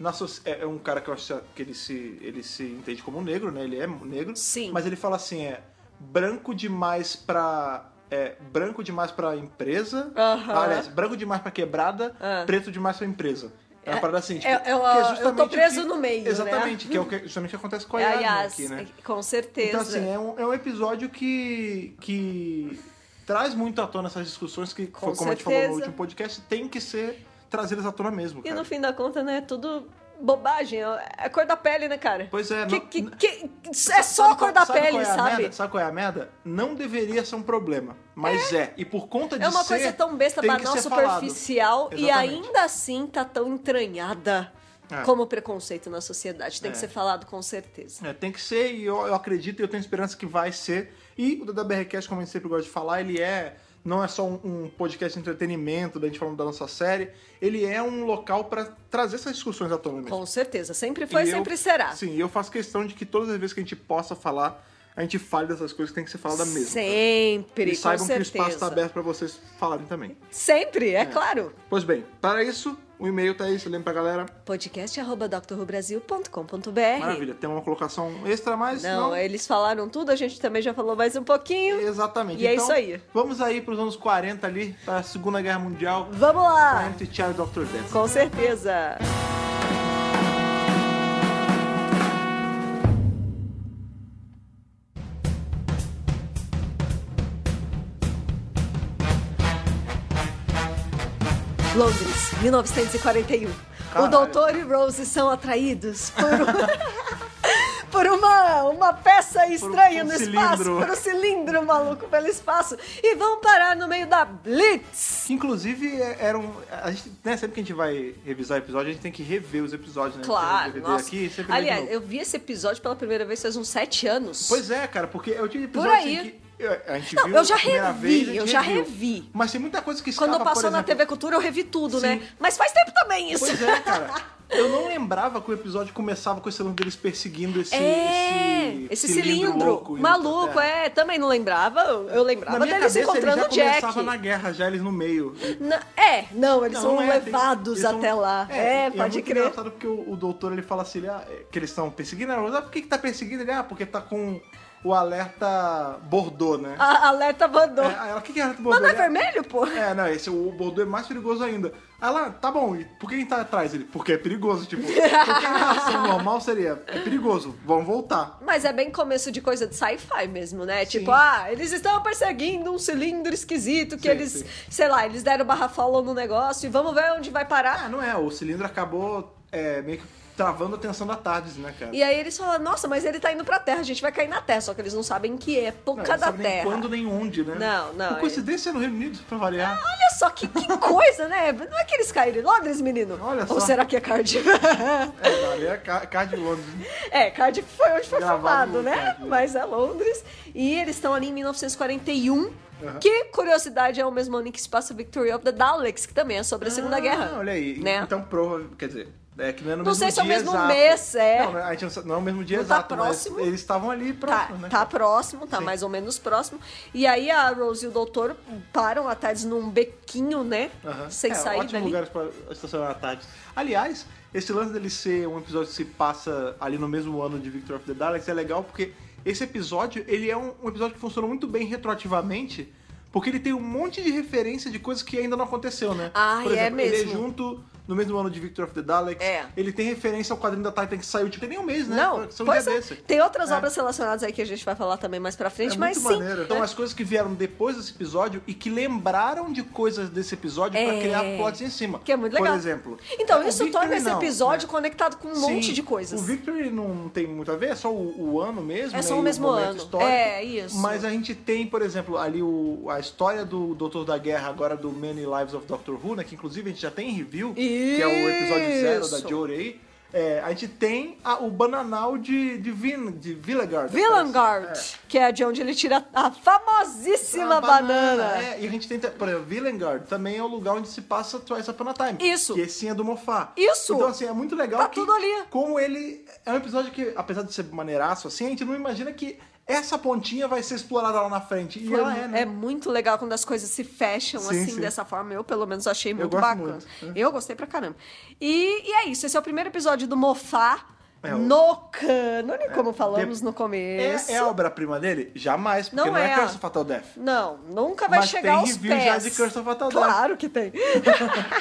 Speaker 1: na so- é, é um cara que, eu acho que ele, se, ele se entende como negro, né? Ele é negro.
Speaker 2: Sim.
Speaker 1: Mas ele fala assim, é branco demais pra... É, branco demais pra empresa.
Speaker 2: Aham.
Speaker 1: Ah, aliás, branco demais pra quebrada,
Speaker 2: Ah.
Speaker 1: preto demais pra empresa. É uma
Speaker 2: É,
Speaker 1: parada assim, tipo,
Speaker 2: é- é
Speaker 1: que
Speaker 2: uma- eu tô
Speaker 1: justamente o
Speaker 2: preso no meio, né?
Speaker 1: Exatamente, que é o que justamente o que acontece com a
Speaker 2: É,
Speaker 1: Yasmin
Speaker 2: Yas,
Speaker 1: aqui, né?
Speaker 2: com certeza.
Speaker 1: Então, assim, é um, é um episódio que, que traz muito à tona essas discussões que,
Speaker 2: Com
Speaker 1: foi como a gente
Speaker 2: certeza.
Speaker 1: falou no último podcast, tem que ser trazidas à tona mesmo,
Speaker 2: E
Speaker 1: cara.
Speaker 2: no fim da conta, né? Tudo bobagem. É a cor da pele, né, cara?
Speaker 1: Pois é,
Speaker 2: Que,
Speaker 1: não-
Speaker 2: que-
Speaker 1: não-
Speaker 2: que- que- é só a cor
Speaker 1: qual-
Speaker 2: da
Speaker 1: sabe qual
Speaker 2: pele,
Speaker 1: é a
Speaker 2: sabe?
Speaker 1: merda? Sabe qual é a merda? Não deveria ser um problema, mas é. E por conta de
Speaker 2: É uma
Speaker 1: ser,
Speaker 2: coisa tão besta,
Speaker 1: tem que
Speaker 2: banal,
Speaker 1: ser falado.
Speaker 2: superficial e
Speaker 1: Exatamente.
Speaker 2: ainda assim tá tão entranhada
Speaker 1: É.
Speaker 2: como preconceito na sociedade. Tem
Speaker 1: É.
Speaker 2: que ser falado com certeza.
Speaker 1: É, tem que ser, e eu, eu acredito e eu tenho esperança que vai ser. E o DWRcast, como a gente sempre gosta de falar, ele é. Não é só um, um podcast de entretenimento, da gente falando da nossa série. Ele é um local pra trazer essas discussões à tona mesmo.
Speaker 2: Com certeza. Sempre foi,
Speaker 1: E eu-
Speaker 2: sempre será.
Speaker 1: Sim, e eu faço questão de que todas as vezes que a gente possa falar, a gente fale dessas coisas que tem que ser falada mesmo. cara.
Speaker 2: Sempre,
Speaker 1: E saibam
Speaker 2: com
Speaker 1: que o
Speaker 2: certeza.
Speaker 1: espaço está aberto pra vocês falarem também.
Speaker 2: Sempre, é, claro.
Speaker 1: Pois bem, para isso, o e-mail tá aí, você lembra pra galera?
Speaker 2: podcast.drrubrasil.com.br
Speaker 1: Maravilha, tem uma colocação extra, mas não...
Speaker 2: É. Não, é eles falaram tudo, a gente também já falou mais um pouquinho.
Speaker 1: Exatamente.
Speaker 2: E é
Speaker 1: Então,
Speaker 2: isso aí.
Speaker 1: Vamos aí pros anos 40 ali, pra Segunda Guerra Mundial,
Speaker 2: Vamos lá!
Speaker 1: entre Charles e Dr. Death.
Speaker 2: Com certeza. Londres, 1941.
Speaker 1: Caralho.
Speaker 2: O doutor e Rose são atraídos por, um- por uma, uma peça estranha
Speaker 1: um
Speaker 2: no espaço,
Speaker 1: cilindro.
Speaker 2: por um cilindro maluco pelo espaço, e vão parar no meio da Blitz.
Speaker 1: Que, inclusive, é- era um... A gente, né, sempre que a gente vai revisar episódio, a gente tem que rever os episódios, né?
Speaker 2: Claro,
Speaker 1: Tem um DVD
Speaker 2: nossa.
Speaker 1: aqui, sempre lê de
Speaker 2: Aliás,
Speaker 1: novo.
Speaker 2: eu vi esse episódio pela primeira vez faz uns sete anos.
Speaker 1: Pois é, cara, porque eu tive
Speaker 2: Por
Speaker 1: episódio
Speaker 2: aí.
Speaker 1: assim que eu- a gente
Speaker 2: Não,
Speaker 1: viu
Speaker 2: eu já
Speaker 1: a primeira
Speaker 2: revi,
Speaker 1: vez, a gente
Speaker 2: eu já
Speaker 1: reviu.
Speaker 2: revi.
Speaker 1: Mas tem muita coisa que escapa,
Speaker 2: Quando
Speaker 1: por
Speaker 2: passou na
Speaker 1: exemplo-
Speaker 2: TV Cultura eu revi tudo,
Speaker 1: Sim.
Speaker 2: né? Mas faz tempo também isso.
Speaker 1: Pois é, cara. Eu não lembrava que o episódio começava com esse lance deles perseguindo esse
Speaker 2: É,
Speaker 1: esse,
Speaker 2: esse cilindro,
Speaker 1: louco,
Speaker 2: maluco, é. também não lembrava. Eu eu
Speaker 1: Na
Speaker 2: lembrava
Speaker 1: minha
Speaker 2: deles
Speaker 1: cabeça,
Speaker 2: encontrando o
Speaker 1: eles já
Speaker 2: Jack.
Speaker 1: começava na guerra, já eles no meio.
Speaker 2: Na- É, não, eles são
Speaker 1: não é, tem-
Speaker 2: levados
Speaker 1: eles são-
Speaker 2: até lá. É,
Speaker 1: e
Speaker 2: pode
Speaker 1: muito
Speaker 2: crer.
Speaker 1: engraçado porque o, o doutor ele fala assim, ele, ah, é, que eles estão perseguindo, ela, ah, por que que tá perseguindo? Ele, ah, porque tá com o alerta bordô, né?
Speaker 2: A alerta
Speaker 1: É,
Speaker 2: mandou.
Speaker 1: aí ela, o que que é alerta bordô?
Speaker 2: Então- Mas não é
Speaker 1: Ele, "Ah,
Speaker 2: vermelho, pô?
Speaker 1: É, não, esse o Bordeaux é mais perigoso ainda. Aí lá, tá bom, e por que a gente tá atrás? Ele, porque é perigoso, tipo, qualquer reação normal seria, é perigoso, vamos voltar.
Speaker 2: Mas é bem começo de coisa de sci-fi mesmo, né?
Speaker 1: Sim.
Speaker 2: Tipo, ah, eles estão perseguindo um cilindro esquisito que
Speaker 1: Sim,
Speaker 2: eles,
Speaker 1: sim.
Speaker 2: sei lá, eles deram barra follow no negócio e vamos ver onde vai parar.
Speaker 1: Ah, não é, o cilindro acabou é, meio que travando a atenção da TARDIS, né, cara?
Speaker 2: E aí eles falam, nossa, mas ele tá indo pra Terra, a gente vai cair na Terra, só que eles não sabem em que
Speaker 1: não,
Speaker 2: época
Speaker 1: não
Speaker 2: da
Speaker 1: sabe nem
Speaker 2: Terra.
Speaker 1: quando nem onde, né?
Speaker 2: Não, não,
Speaker 1: Por coincidência é no Reino Unido, pra variar.
Speaker 2: Olha só que, que coisa, né? Não é que eles caíram em Londres, menino?
Speaker 1: Olha
Speaker 2: Ou
Speaker 1: só.
Speaker 2: será que é Cardiff?
Speaker 1: É, cara, é Ca- Cardiff Londres.
Speaker 2: É, Cardiff foi onde foi
Speaker 1: Gravado
Speaker 2: filmado,
Speaker 1: no
Speaker 2: né?
Speaker 1: Cardiff.
Speaker 2: Mas é Londres. E eles estão ali em 1941. Que, curiosidade, é o mesmo ano em que se passa Victory of the Daleks, que também é sobre a Segunda
Speaker 1: Ah,
Speaker 2: Guerra.
Speaker 1: Olha aí,
Speaker 2: Né?
Speaker 1: então prova, quer dizer, É que não é no
Speaker 2: Não
Speaker 1: mesmo
Speaker 2: sei se é o
Speaker 1: dia
Speaker 2: mesmo
Speaker 1: exato.
Speaker 2: mês, é.
Speaker 1: Não, a gente não, sa- não é o mesmo dia
Speaker 2: Não tá
Speaker 1: exato,
Speaker 2: próximo?
Speaker 1: mas eles estavam ali próximo,
Speaker 2: Tá,
Speaker 1: né?
Speaker 2: tá próximo, tá
Speaker 1: Sim.
Speaker 2: mais ou menos próximo. E aí a Rose e o doutor param à tarde num bequinho, né?
Speaker 1: Aham.
Speaker 2: Sem
Speaker 1: é,
Speaker 2: sair
Speaker 1: ótimo
Speaker 2: dali.
Speaker 1: lugar para estacionar à tarde. Aliás, esse lance dele ser um episódio que se passa ali no mesmo ano de Victor of the Daleks é legal porque esse episódio, ele é um, um episódio que funciona muito bem retroativamente, porque ele tem um monte de referência de coisas que ainda não aconteceu, né?
Speaker 2: Ai,
Speaker 1: Por
Speaker 2: é
Speaker 1: exemplo, ele é
Speaker 2: mesmo.
Speaker 1: junto no mesmo ano de Victor of the Daleks.
Speaker 2: É.
Speaker 1: Ele tem referência ao quadrinho da Titan que saiu, tipo, tem nem um mês, né?
Speaker 2: Não,
Speaker 1: São
Speaker 2: pois
Speaker 1: dia
Speaker 2: é.
Speaker 1: desse.
Speaker 2: Tem outras
Speaker 1: É.
Speaker 2: obras relacionadas aí que a gente vai falar também mais pra frente,
Speaker 1: É
Speaker 2: mas
Speaker 1: muito
Speaker 2: sim. né?
Speaker 1: maneiro. Então, as coisas que vieram depois desse episódio e que lembraram de coisas desse episódio pra
Speaker 2: É.
Speaker 1: criar plots em cima.
Speaker 2: Que é muito legal.
Speaker 1: Por exemplo. é,
Speaker 2: Então,
Speaker 1: o
Speaker 2: isso
Speaker 1: Victory
Speaker 2: torna esse
Speaker 1: não,
Speaker 2: episódio
Speaker 1: né?
Speaker 2: conectado com um monte
Speaker 1: Sim,
Speaker 2: de coisas.
Speaker 1: O Victory não tem muito a ver, é só o, o ano mesmo.
Speaker 2: É só
Speaker 1: né,
Speaker 2: o
Speaker 1: e
Speaker 2: mesmo
Speaker 1: momento
Speaker 2: ano.
Speaker 1: histórico.
Speaker 2: É, isso.
Speaker 1: Mas a gente tem, por exemplo, ali o- a história do Doutor da Guerra, agora do Many Lives of Doctor Who, né? Que inclusive a gente já tem em review, que é o episódio zero da
Speaker 2: Isso.
Speaker 1: Jory aí. É, a gente tem a- o Bananal de, de, Vin, de Villagard.
Speaker 2: Villengard,
Speaker 1: parece. É.
Speaker 2: que é de onde ele tira a famosíssima
Speaker 1: A
Speaker 2: banana.
Speaker 1: É, e a gente tem, por exemplo, Villengard também é o lugar onde se passa Twice Upon a Time.
Speaker 2: Isso.
Speaker 1: Que esse sim é do Mofá.
Speaker 2: Isso.
Speaker 1: Então, assim, é muito legal
Speaker 2: Tá
Speaker 1: que...
Speaker 2: tudo ali.
Speaker 1: Como ele... É um episódio que, apesar de ser maneiraço, assim, a gente não imagina que essa pontinha vai ser explorada lá na frente. E
Speaker 2: Foi-
Speaker 1: ela é, né?
Speaker 2: muito legal quando as coisas se fecham
Speaker 1: Sim,
Speaker 2: assim
Speaker 1: sim.
Speaker 2: dessa forma. Eu, pelo menos, achei muito
Speaker 1: gosto
Speaker 2: bacana.
Speaker 1: muito, né?
Speaker 2: Eu gostei pra caramba. E, e é isso. Esse é o primeiro episódio do Mofá
Speaker 1: É, o-
Speaker 2: no cânone, como falamos no
Speaker 1: É,
Speaker 2: começo.
Speaker 1: é a obra-prima dele? Jamais, porque
Speaker 2: Não
Speaker 1: não,
Speaker 2: é
Speaker 1: é,
Speaker 2: a-
Speaker 1: Curse of Fatal Death.
Speaker 2: Não, nunca vai
Speaker 1: Mas
Speaker 2: chegar
Speaker 1: tem
Speaker 2: aos
Speaker 1: review
Speaker 2: pés.
Speaker 1: já de Curse of Fatal Death.
Speaker 2: Claro que tem.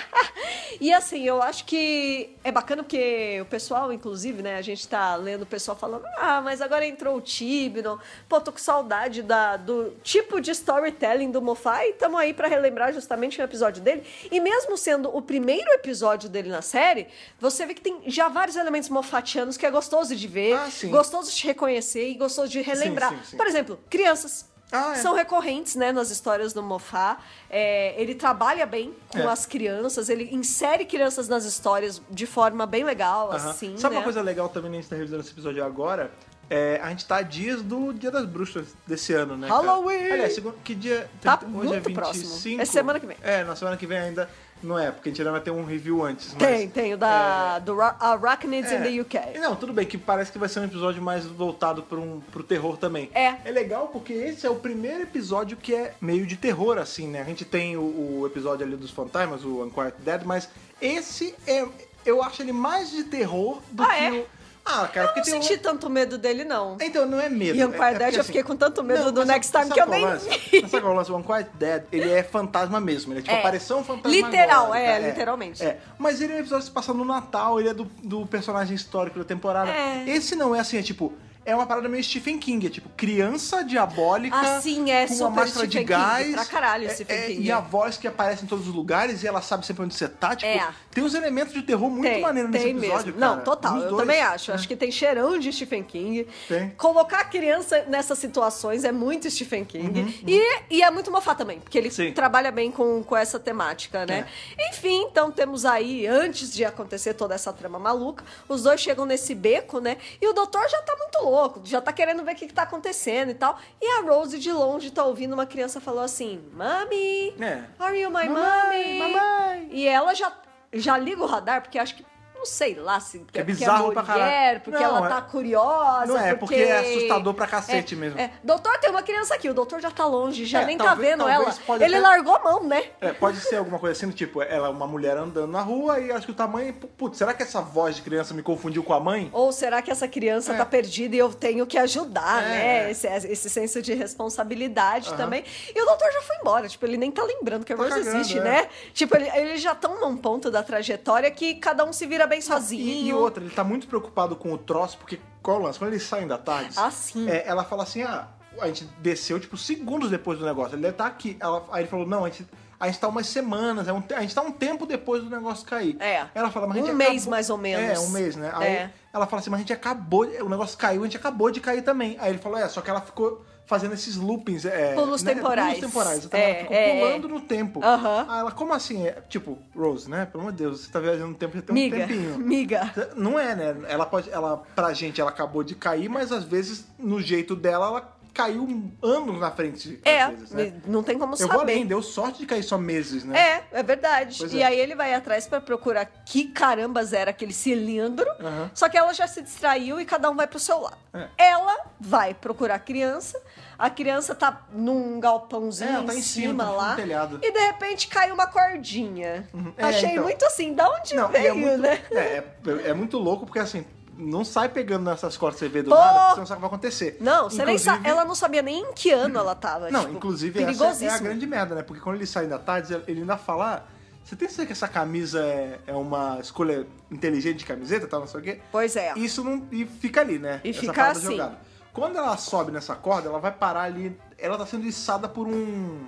Speaker 2: e assim, eu acho que é bacana porque o pessoal, inclusive, né, a gente tá lendo o pessoal falando: "Ah, mas agora entrou o Tibno. Pô, tô com saudade da, do tipo de storytelling do Mofá e tamo aí pra relembrar justamente o episódio dele". E mesmo sendo o primeiro episódio dele na série, você vê que tem já vários elementos mofatianos que é gostoso de ver,
Speaker 1: Ah, sim.
Speaker 2: gostoso de reconhecer e gostoso de relembrar.
Speaker 1: sim, sim.
Speaker 2: Por exemplo, crianças
Speaker 1: Ah, é.
Speaker 2: são recorrentes né, nas histórias do Mofá. É, ele trabalha bem com
Speaker 1: É.
Speaker 2: as crianças, ele insere crianças nas histórias de forma bem legal,
Speaker 1: Aham.
Speaker 2: assim.
Speaker 1: Sabe
Speaker 2: né?
Speaker 1: uma coisa legal também, né? A gente tá revisando esse episódio agora. É, a gente tá a dias do Dia das Bruxas desse ano, né? cara?
Speaker 2: Halloween!
Speaker 1: Aliás, segunda- que dia?
Speaker 2: Tá
Speaker 1: hoje é
Speaker 2: muito
Speaker 1: 25.
Speaker 2: próximo. É semana que vem.
Speaker 1: É, na semana que vem ainda não é, porque a gente ainda vai ter um review antes. mas-
Speaker 2: Tem, tem o da, do Ra- Arachnids in
Speaker 1: é.
Speaker 2: the UK.
Speaker 1: Não, tudo bem, que parece que vai ser um episódio mais voltado para um, pro terror também.
Speaker 2: É.
Speaker 1: É legal porque esse é o primeiro episódio que é meio de terror, assim, né? A gente tem o, o episódio ali dos fantasmas, o Unquiet Dead, mas esse é. Eu acho ele mais de terror do
Speaker 2: Ah,
Speaker 1: que
Speaker 2: é?
Speaker 1: o. Ah, cara,
Speaker 2: Eu
Speaker 1: porque
Speaker 2: não
Speaker 1: tem um-
Speaker 2: senti tanto medo dele, não.
Speaker 1: então, não é medo.
Speaker 2: E Unquiet
Speaker 1: é- é
Speaker 2: Dead
Speaker 1: porque,
Speaker 2: eu fiquei com tanto medo do
Speaker 1: mas
Speaker 2: Next
Speaker 1: sabe-
Speaker 2: Time que eu
Speaker 1: sabe
Speaker 2: nem
Speaker 1: qual é o lance? Mas Sabe qual é o lance? O Unquiet Dead, ele é fantasma mesmo. Ele é tipo,
Speaker 2: É.
Speaker 1: apareceu um fantasma
Speaker 2: Literal,
Speaker 1: agora,
Speaker 2: é,
Speaker 1: cara,
Speaker 2: literalmente.
Speaker 1: É. Mas ele é um episódio que se passa no Natal, ele é do, do personagem histórico da temporada.
Speaker 2: É.
Speaker 1: Esse não é assim, é tipo... É uma parada meio Stephen King, é tipo, criança diabólica
Speaker 2: Ah, sim, é
Speaker 1: com
Speaker 2: super
Speaker 1: uma máscara
Speaker 2: Stephen
Speaker 1: de
Speaker 2: King,
Speaker 1: gás.
Speaker 2: pra caralho,
Speaker 1: é,
Speaker 2: Stephen
Speaker 1: é,
Speaker 2: King.
Speaker 1: E a voz que aparece em todos os lugares e ela sabe sempre onde você tá. Tipo,
Speaker 2: É.
Speaker 1: tem uns elementos de terror muito
Speaker 2: tem,
Speaker 1: maneiro nesse
Speaker 2: tem
Speaker 1: episódio,
Speaker 2: mesmo.
Speaker 1: cara.
Speaker 2: Não, total,
Speaker 1: Nos
Speaker 2: eu
Speaker 1: dois. É.
Speaker 2: também acho. Acho que tem cheirão de Stephen King.
Speaker 1: Tem.
Speaker 2: Colocar a criança nessas situações é muito Stephen King. E, e é muito Mofá também, porque ele
Speaker 1: Uhum, Sim. É.
Speaker 2: trabalha bem com, com essa temática, né? Enfim, então temos aí, antes de acontecer toda essa trama maluca, os dois chegam nesse beco, né? E o doutor já tá muito louco, já tá querendo ver o que, que tá acontecendo e tal. E a Rose de longe tá ouvindo uma criança falou assim: Mami,
Speaker 1: É.
Speaker 2: are you my
Speaker 1: Mamãe,
Speaker 2: mommy?
Speaker 1: mamãe.
Speaker 2: E ela já, já liga o radar, porque acho que. Não sei lá se porque é
Speaker 1: bizarro pra
Speaker 2: mulher,
Speaker 1: caralho.
Speaker 2: porque
Speaker 1: Não,
Speaker 2: ela
Speaker 1: é-
Speaker 2: tá curiosa.
Speaker 1: Não é, porque é assustador pra cacete
Speaker 2: É,
Speaker 1: mesmo.
Speaker 2: é. Doutor, tem uma criança aqui, o doutor já tá longe, já
Speaker 1: É,
Speaker 2: nem
Speaker 1: talvez-
Speaker 2: tá vendo
Speaker 1: talvez
Speaker 2: ela.
Speaker 1: pode
Speaker 2: Ele
Speaker 1: até-
Speaker 2: largou a mão, né?
Speaker 1: É, pode ser alguma coisa assim, do tipo, ela é uma mulher andando na rua e acho que o tamanho. pu- Putz, será que essa voz de criança me confundiu com a mãe?
Speaker 2: Ou será que essa criança
Speaker 1: É.
Speaker 2: tá perdida e eu tenho que ajudar,
Speaker 1: É,
Speaker 2: né?
Speaker 1: é.
Speaker 2: Esse, esse senso de responsabilidade
Speaker 1: Aham.
Speaker 2: também. E o doutor já foi embora, tipo, ele nem tá lembrando que a
Speaker 1: Tá
Speaker 2: Rose
Speaker 1: cagando,
Speaker 2: existe,
Speaker 1: é.
Speaker 2: né? Tipo, ele- eles já estão num ponto da trajetória que cada um se vira bem sozinho.
Speaker 1: E, e outra, ele tá muito preocupado com o troço, porque qual o lance? Quando eles saem da tarde,
Speaker 2: Ah, sim.
Speaker 1: é, ela fala assim: ah, a gente desceu, tipo, segundos depois do negócio. Ele deve tá aqui. Ela- aí ele falou: não, a gente, a gente tá umas semanas, é um te- a gente tá um tempo depois do negócio cair.
Speaker 2: É.
Speaker 1: Ela fala, mas a gente
Speaker 2: Um
Speaker 1: acabou-
Speaker 2: mês, mais ou menos.
Speaker 1: É, um mês, né? Aí
Speaker 2: É.
Speaker 1: ela fala assim, mas a gente acabou, o negócio caiu, a gente acabou de cair também. Aí ele falou, é, só que ela ficou fazendo esses loopings. É,
Speaker 2: Pulos
Speaker 1: né?
Speaker 2: temporais.
Speaker 1: Pulos temporais. Então
Speaker 2: É,
Speaker 1: ela ficou
Speaker 2: é,
Speaker 1: pulando no tempo.
Speaker 2: Aham.
Speaker 1: Aí ela, como assim? É, tipo, Rose, né? Pelo amor de Deus, você tá viajando no tempo já tem um
Speaker 2: Miga,
Speaker 1: tempinho.
Speaker 2: miga.
Speaker 1: Não é, né? Ela pode. Ela, pra gente, ela acabou de cair, mas às vezes, no jeito dela, ela caiu anos na frente às
Speaker 2: É,
Speaker 1: vezes, né?
Speaker 2: não tem como
Speaker 1: Eu vou
Speaker 2: saber.
Speaker 1: além, deu sorte de cair só meses, né?
Speaker 2: É, é verdade.
Speaker 1: Pois
Speaker 2: e
Speaker 1: é.
Speaker 2: aí ele vai atrás pra procurar que carambas era aquele cilindro.
Speaker 1: Aham.
Speaker 2: Só que ela já se distraiu e cada um vai pro seu lado.
Speaker 1: É.
Speaker 2: Ela vai procurar a criança. A criança tá num
Speaker 1: É,
Speaker 2: galpãozinho
Speaker 1: ela tá
Speaker 2: em
Speaker 1: em cima,
Speaker 2: cima
Speaker 1: tá no
Speaker 2: lá.
Speaker 1: telhado.
Speaker 2: E de repente cai uma cordinha.
Speaker 1: É,
Speaker 2: Achei
Speaker 1: então.
Speaker 2: muito assim, da onde
Speaker 1: Não, e
Speaker 2: veio,
Speaker 1: é muito,
Speaker 2: né?
Speaker 1: É, é- é muito louco porque assim, não sai pegando nessas cordas que você vê do
Speaker 2: Pô!
Speaker 1: nada, porque você não sabe o que vai acontecer.
Speaker 2: Não, você nem sa-
Speaker 1: Inclusive-
Speaker 2: ela não sabia nem em que ano ela tava.
Speaker 1: Não,
Speaker 2: tipo,
Speaker 1: inclusive essa é
Speaker 2: perigosíssimo.
Speaker 1: a grande merda, né? Porque quando ele sai da tarde, ele ainda fala. "Ah, Você tem certeza que essa camisa é, é uma escolha inteligente de camiseta, tal, não sei o quê?
Speaker 2: Pois é.
Speaker 1: Isso não. E fica ali, né?
Speaker 2: E
Speaker 1: Essa
Speaker 2: fica
Speaker 1: parada
Speaker 2: assim.
Speaker 1: jogada. Quando ela sobe nessa corda, ela vai parar ali. Ela tá sendo içada por um.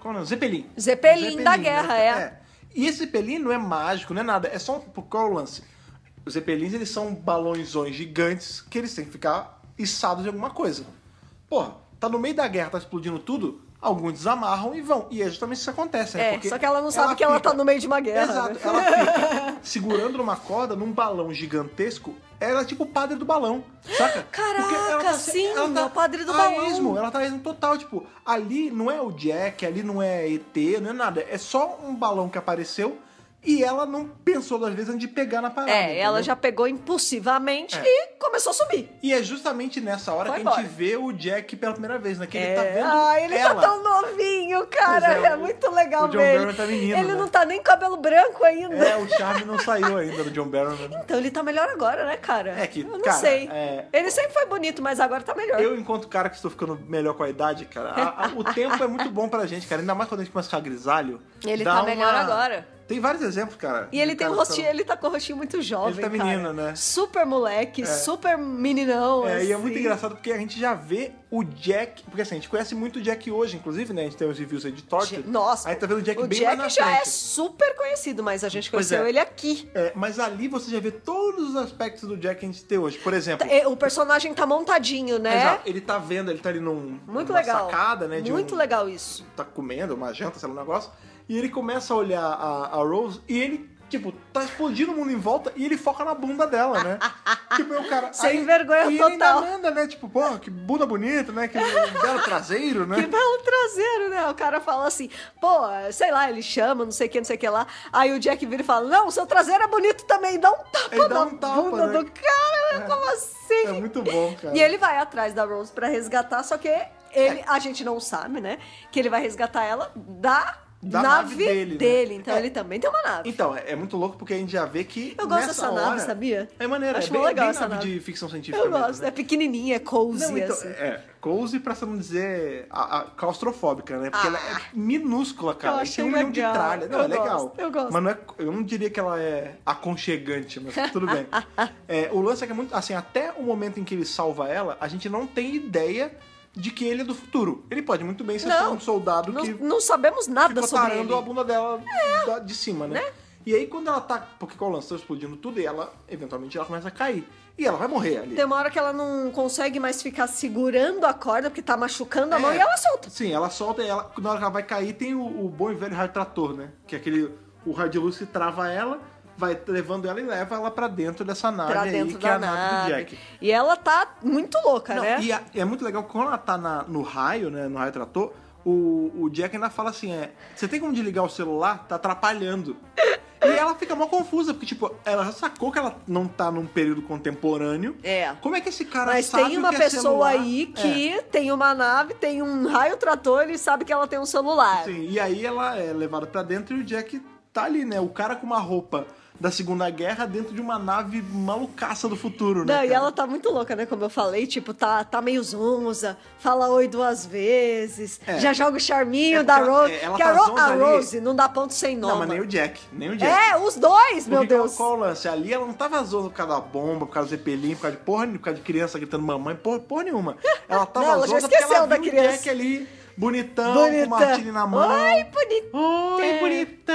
Speaker 1: Qual é o nome? Zeppelin. né?
Speaker 2: Zeppelin da guerra, é.
Speaker 1: E esse Zeppelin não é mágico, não é nada. É só um. Qual é o lance? Os Zeppelins, eles são balõezões gigantes que eles têm que ficar içados de alguma coisa. Porra, tá no meio da guerra, tá explodindo tudo, alguns desamarram e vão. E é justamente isso que acontece, né?
Speaker 2: É,
Speaker 1: Porque
Speaker 2: só que ela não sabe que ela
Speaker 1: fica-
Speaker 2: tá no meio de uma guerra.
Speaker 1: Exato,
Speaker 2: né?
Speaker 1: ela fica segurando numa corda num balão gigantesco. Ela é tipo o padre do balão, saca?
Speaker 2: Caraca,
Speaker 1: Porque tá se- tá
Speaker 2: sim, é o padre do
Speaker 1: aísmo,
Speaker 2: balão.
Speaker 1: Ela tá no total, tipo, ali não é o Jack, ali não é ET, não é nada. É só um balão que apareceu e ela não pensou duas vezes antes de pegar na parada.
Speaker 2: É, ela
Speaker 1: entendeu?
Speaker 2: já pegou impulsivamente
Speaker 1: É.
Speaker 2: e começou a subir.
Speaker 1: E é justamente nessa hora
Speaker 2: Foi
Speaker 1: que a gente
Speaker 2: embora.
Speaker 1: vê o Jack pela primeira vez, né? Que ele
Speaker 2: É.
Speaker 1: tá vendo
Speaker 2: Ah, ele
Speaker 1: ela.
Speaker 2: tá tão novinho, cara.
Speaker 1: Pois
Speaker 2: É,
Speaker 1: é, o-
Speaker 2: muito legal
Speaker 1: o John
Speaker 2: ver.
Speaker 1: Barron tá menino,
Speaker 2: ele
Speaker 1: né?
Speaker 2: não tá nem com cabelo branco ainda.
Speaker 1: É, o charme não saiu ainda do John Barron. né?
Speaker 2: Então ele tá melhor agora, né, cara?
Speaker 1: É que,
Speaker 2: Eu não
Speaker 1: cara,
Speaker 2: sei.
Speaker 1: é-
Speaker 2: Ele sempre foi bonito, mas agora tá melhor.
Speaker 1: Eu, enquanto cara que estou ficando melhor com a idade, cara, a- a- o tempo é muito bom pra gente, cara. Ainda mais quando a gente começa a ficar grisalho.
Speaker 2: Ele
Speaker 1: dá
Speaker 2: tá
Speaker 1: uma-
Speaker 2: melhor agora.
Speaker 1: Tem vários exemplos, cara.
Speaker 2: E ele
Speaker 1: de
Speaker 2: tem um
Speaker 1: cara
Speaker 2: rostinho, ele tá com o rostinho muito jovem,
Speaker 1: tá
Speaker 2: cara.
Speaker 1: menino, né?
Speaker 2: Super moleque, super meninão,
Speaker 1: ficando- É, e é
Speaker 2: assim.
Speaker 1: muito engraçado porque a gente já vê o Jack. Porque assim, a gente conhece muito o Jack hoje, inclusive, né? A gente tem os reviews aí de Torture.
Speaker 2: Gente, Nossa,
Speaker 1: Aí a gente tá vendo o Jack
Speaker 2: o
Speaker 1: bem
Speaker 2: Jack
Speaker 1: mais na
Speaker 2: já é
Speaker 1: frente.
Speaker 2: super conhecido, mas a gente
Speaker 1: Pois
Speaker 2: conheceu
Speaker 1: é.
Speaker 2: ele aqui.
Speaker 1: É, mas ali você já vê todos os aspectos do Jack que a gente tem hoje. Por exemplo,
Speaker 2: É, O personagem tá montadinho, né?
Speaker 1: exato, ele tá vendo, ele tá ali num,
Speaker 2: Muito
Speaker 1: numa
Speaker 2: legal.
Speaker 1: sacada, né? De
Speaker 2: muito
Speaker 1: um,
Speaker 2: legal isso.
Speaker 1: tá comendo uma janta, sei lá, um negócio. E ele começa a olhar a, a Rose e ele, tipo, tá explodindo o mundo em volta e ele foca na bunda dela, né? tipo, aí o cara.
Speaker 2: Sem vergonha
Speaker 1: e
Speaker 2: total.
Speaker 1: Ele ainda manda, né? Tipo, pô, que bunda bonita, né? Que belo traseiro,
Speaker 2: Que
Speaker 1: né?
Speaker 2: belo traseiro, né? O cara fala assim, pô, sei lá, ele chama, não sei o que, não sei o que lá. Aí o Jack vira e fala, não, seu traseiro é bonito também, dá um tapa
Speaker 1: Ele dá
Speaker 2: na
Speaker 1: um tapa,
Speaker 2: bunda
Speaker 1: né?
Speaker 2: do cara,
Speaker 1: É.
Speaker 2: como assim?
Speaker 1: É muito bom, cara.
Speaker 2: E ele vai atrás da Rose pra resgatar, só que ele, a gente não sabe, né? Que ele vai resgatar ela da,
Speaker 1: Da
Speaker 2: nave,
Speaker 1: nave dele, né?
Speaker 2: Então
Speaker 1: É.
Speaker 2: ele também tem uma nave.
Speaker 1: Então, é é muito louco porque a gente já vê que.
Speaker 2: Eu gosto
Speaker 1: nessa
Speaker 2: dessa nave,
Speaker 1: hora-
Speaker 2: sabia?
Speaker 1: É maneiro,
Speaker 2: Acho
Speaker 1: é bem,
Speaker 2: legal
Speaker 1: é bem
Speaker 2: essa
Speaker 1: nave
Speaker 2: nave.
Speaker 1: de ficção científica.
Speaker 2: Eu
Speaker 1: mesmo,
Speaker 2: gosto,
Speaker 1: né?
Speaker 2: é pequenininha, é cozy,
Speaker 1: Não, então,
Speaker 2: assim.
Speaker 1: é, cozy pra você não dizer a, a claustrofóbica, né? Porque
Speaker 2: Ah.
Speaker 1: ela é minúscula, cara.
Speaker 2: Eu
Speaker 1: e
Speaker 2: achei
Speaker 1: tem um milhão de
Speaker 2: legal.
Speaker 1: tralha. Não,
Speaker 2: Eu
Speaker 1: é legal.
Speaker 2: gosto, eu gosto.
Speaker 1: Mas não é, eu não diria que ela é aconchegante, mas tudo bem. É, o lance é que é muito. Assim, até o momento em que ele salva ela, a gente não tem ideia de que ele é do futuro. Ele pode muito bem ser
Speaker 2: Não.
Speaker 1: só um soldado
Speaker 2: Não,
Speaker 1: que
Speaker 2: não sabemos nada
Speaker 1: ficou
Speaker 2: sobre
Speaker 1: tarando
Speaker 2: ele. É.
Speaker 1: a bunda dela da- de cima, né? E aí quando ela tá. Porque com o lance tá explodindo tudo e ela, eventualmente, ela começa a cair. E ela vai morrer ali.
Speaker 2: Tem uma hora que ela não consegue mais ficar segurando a corda, porque tá machucando a mão,
Speaker 1: É.
Speaker 2: e ela solta.
Speaker 1: Sim, ela solta e ela, na hora que ela vai cair, tem o, o bom e velho raio trator, né? Que é aquele. O raio de luz que trava ela, vai levando ela e leva ela pra dentro dessa nave
Speaker 2: Pra
Speaker 1: aí,
Speaker 2: dentro
Speaker 1: que é
Speaker 2: da
Speaker 1: a nave,
Speaker 2: nave.
Speaker 1: do Jack.
Speaker 2: E ela tá muito louca,
Speaker 1: Não,
Speaker 2: né?
Speaker 1: E a- é muito legal que quando ela tá na- no raio, né? No raio trator, o, o Jack ainda fala assim: é, você tem como desligar o celular? Tá atrapalhando. E ela fica mó confusa, porque, tipo, ela já sacou que ela não tá num período contemporâneo.
Speaker 2: É.
Speaker 1: Como é que esse cara
Speaker 2: Mas
Speaker 1: sabe
Speaker 2: tem
Speaker 1: o
Speaker 2: uma
Speaker 1: que é
Speaker 2: pessoa
Speaker 1: celular?
Speaker 2: aí
Speaker 1: É.
Speaker 2: que tem uma nave, tem um raio trator, ele sabe que ela tem um celular.
Speaker 1: Sim, e aí ela é levada pra dentro e o Jack tá ali, né? O cara com uma roupa da Segunda Guerra dentro de uma nave malucaça do futuro, né?
Speaker 2: Não, e
Speaker 1: cara?
Speaker 2: ela tá muito louca, né? Como eu falei, tipo, tá, tá meio zonza, fala oi duas vezes,
Speaker 1: É.
Speaker 2: já joga o charminho
Speaker 1: É
Speaker 2: da
Speaker 1: porque ela-
Speaker 2: Rose.
Speaker 1: é, ela
Speaker 2: que a,
Speaker 1: tá
Speaker 2: Ro-
Speaker 1: zonza
Speaker 2: a
Speaker 1: ali.
Speaker 2: Rose não dá ponto sem
Speaker 1: Não,
Speaker 2: nome.
Speaker 1: mas nem o Jack, nem o Jack.
Speaker 2: É, os dois, meu
Speaker 1: Porque qual-
Speaker 2: Deus.
Speaker 1: Qual o lance? assim? Ali ela não tava vazando por causa da bomba, por causa do zeppelin, por causa de porra, por causa de criança gritando mamãe, porra, porra nenhuma. Ela tava
Speaker 2: Não, ela já
Speaker 1: zonza porque
Speaker 2: esqueceu
Speaker 1: ela
Speaker 2: da
Speaker 1: viu
Speaker 2: criança.
Speaker 1: o Jack ali, bonitão,
Speaker 2: Bonita.
Speaker 1: com o martini na mão.
Speaker 2: Ai, é. bonita.
Speaker 1: Oi, bonitão!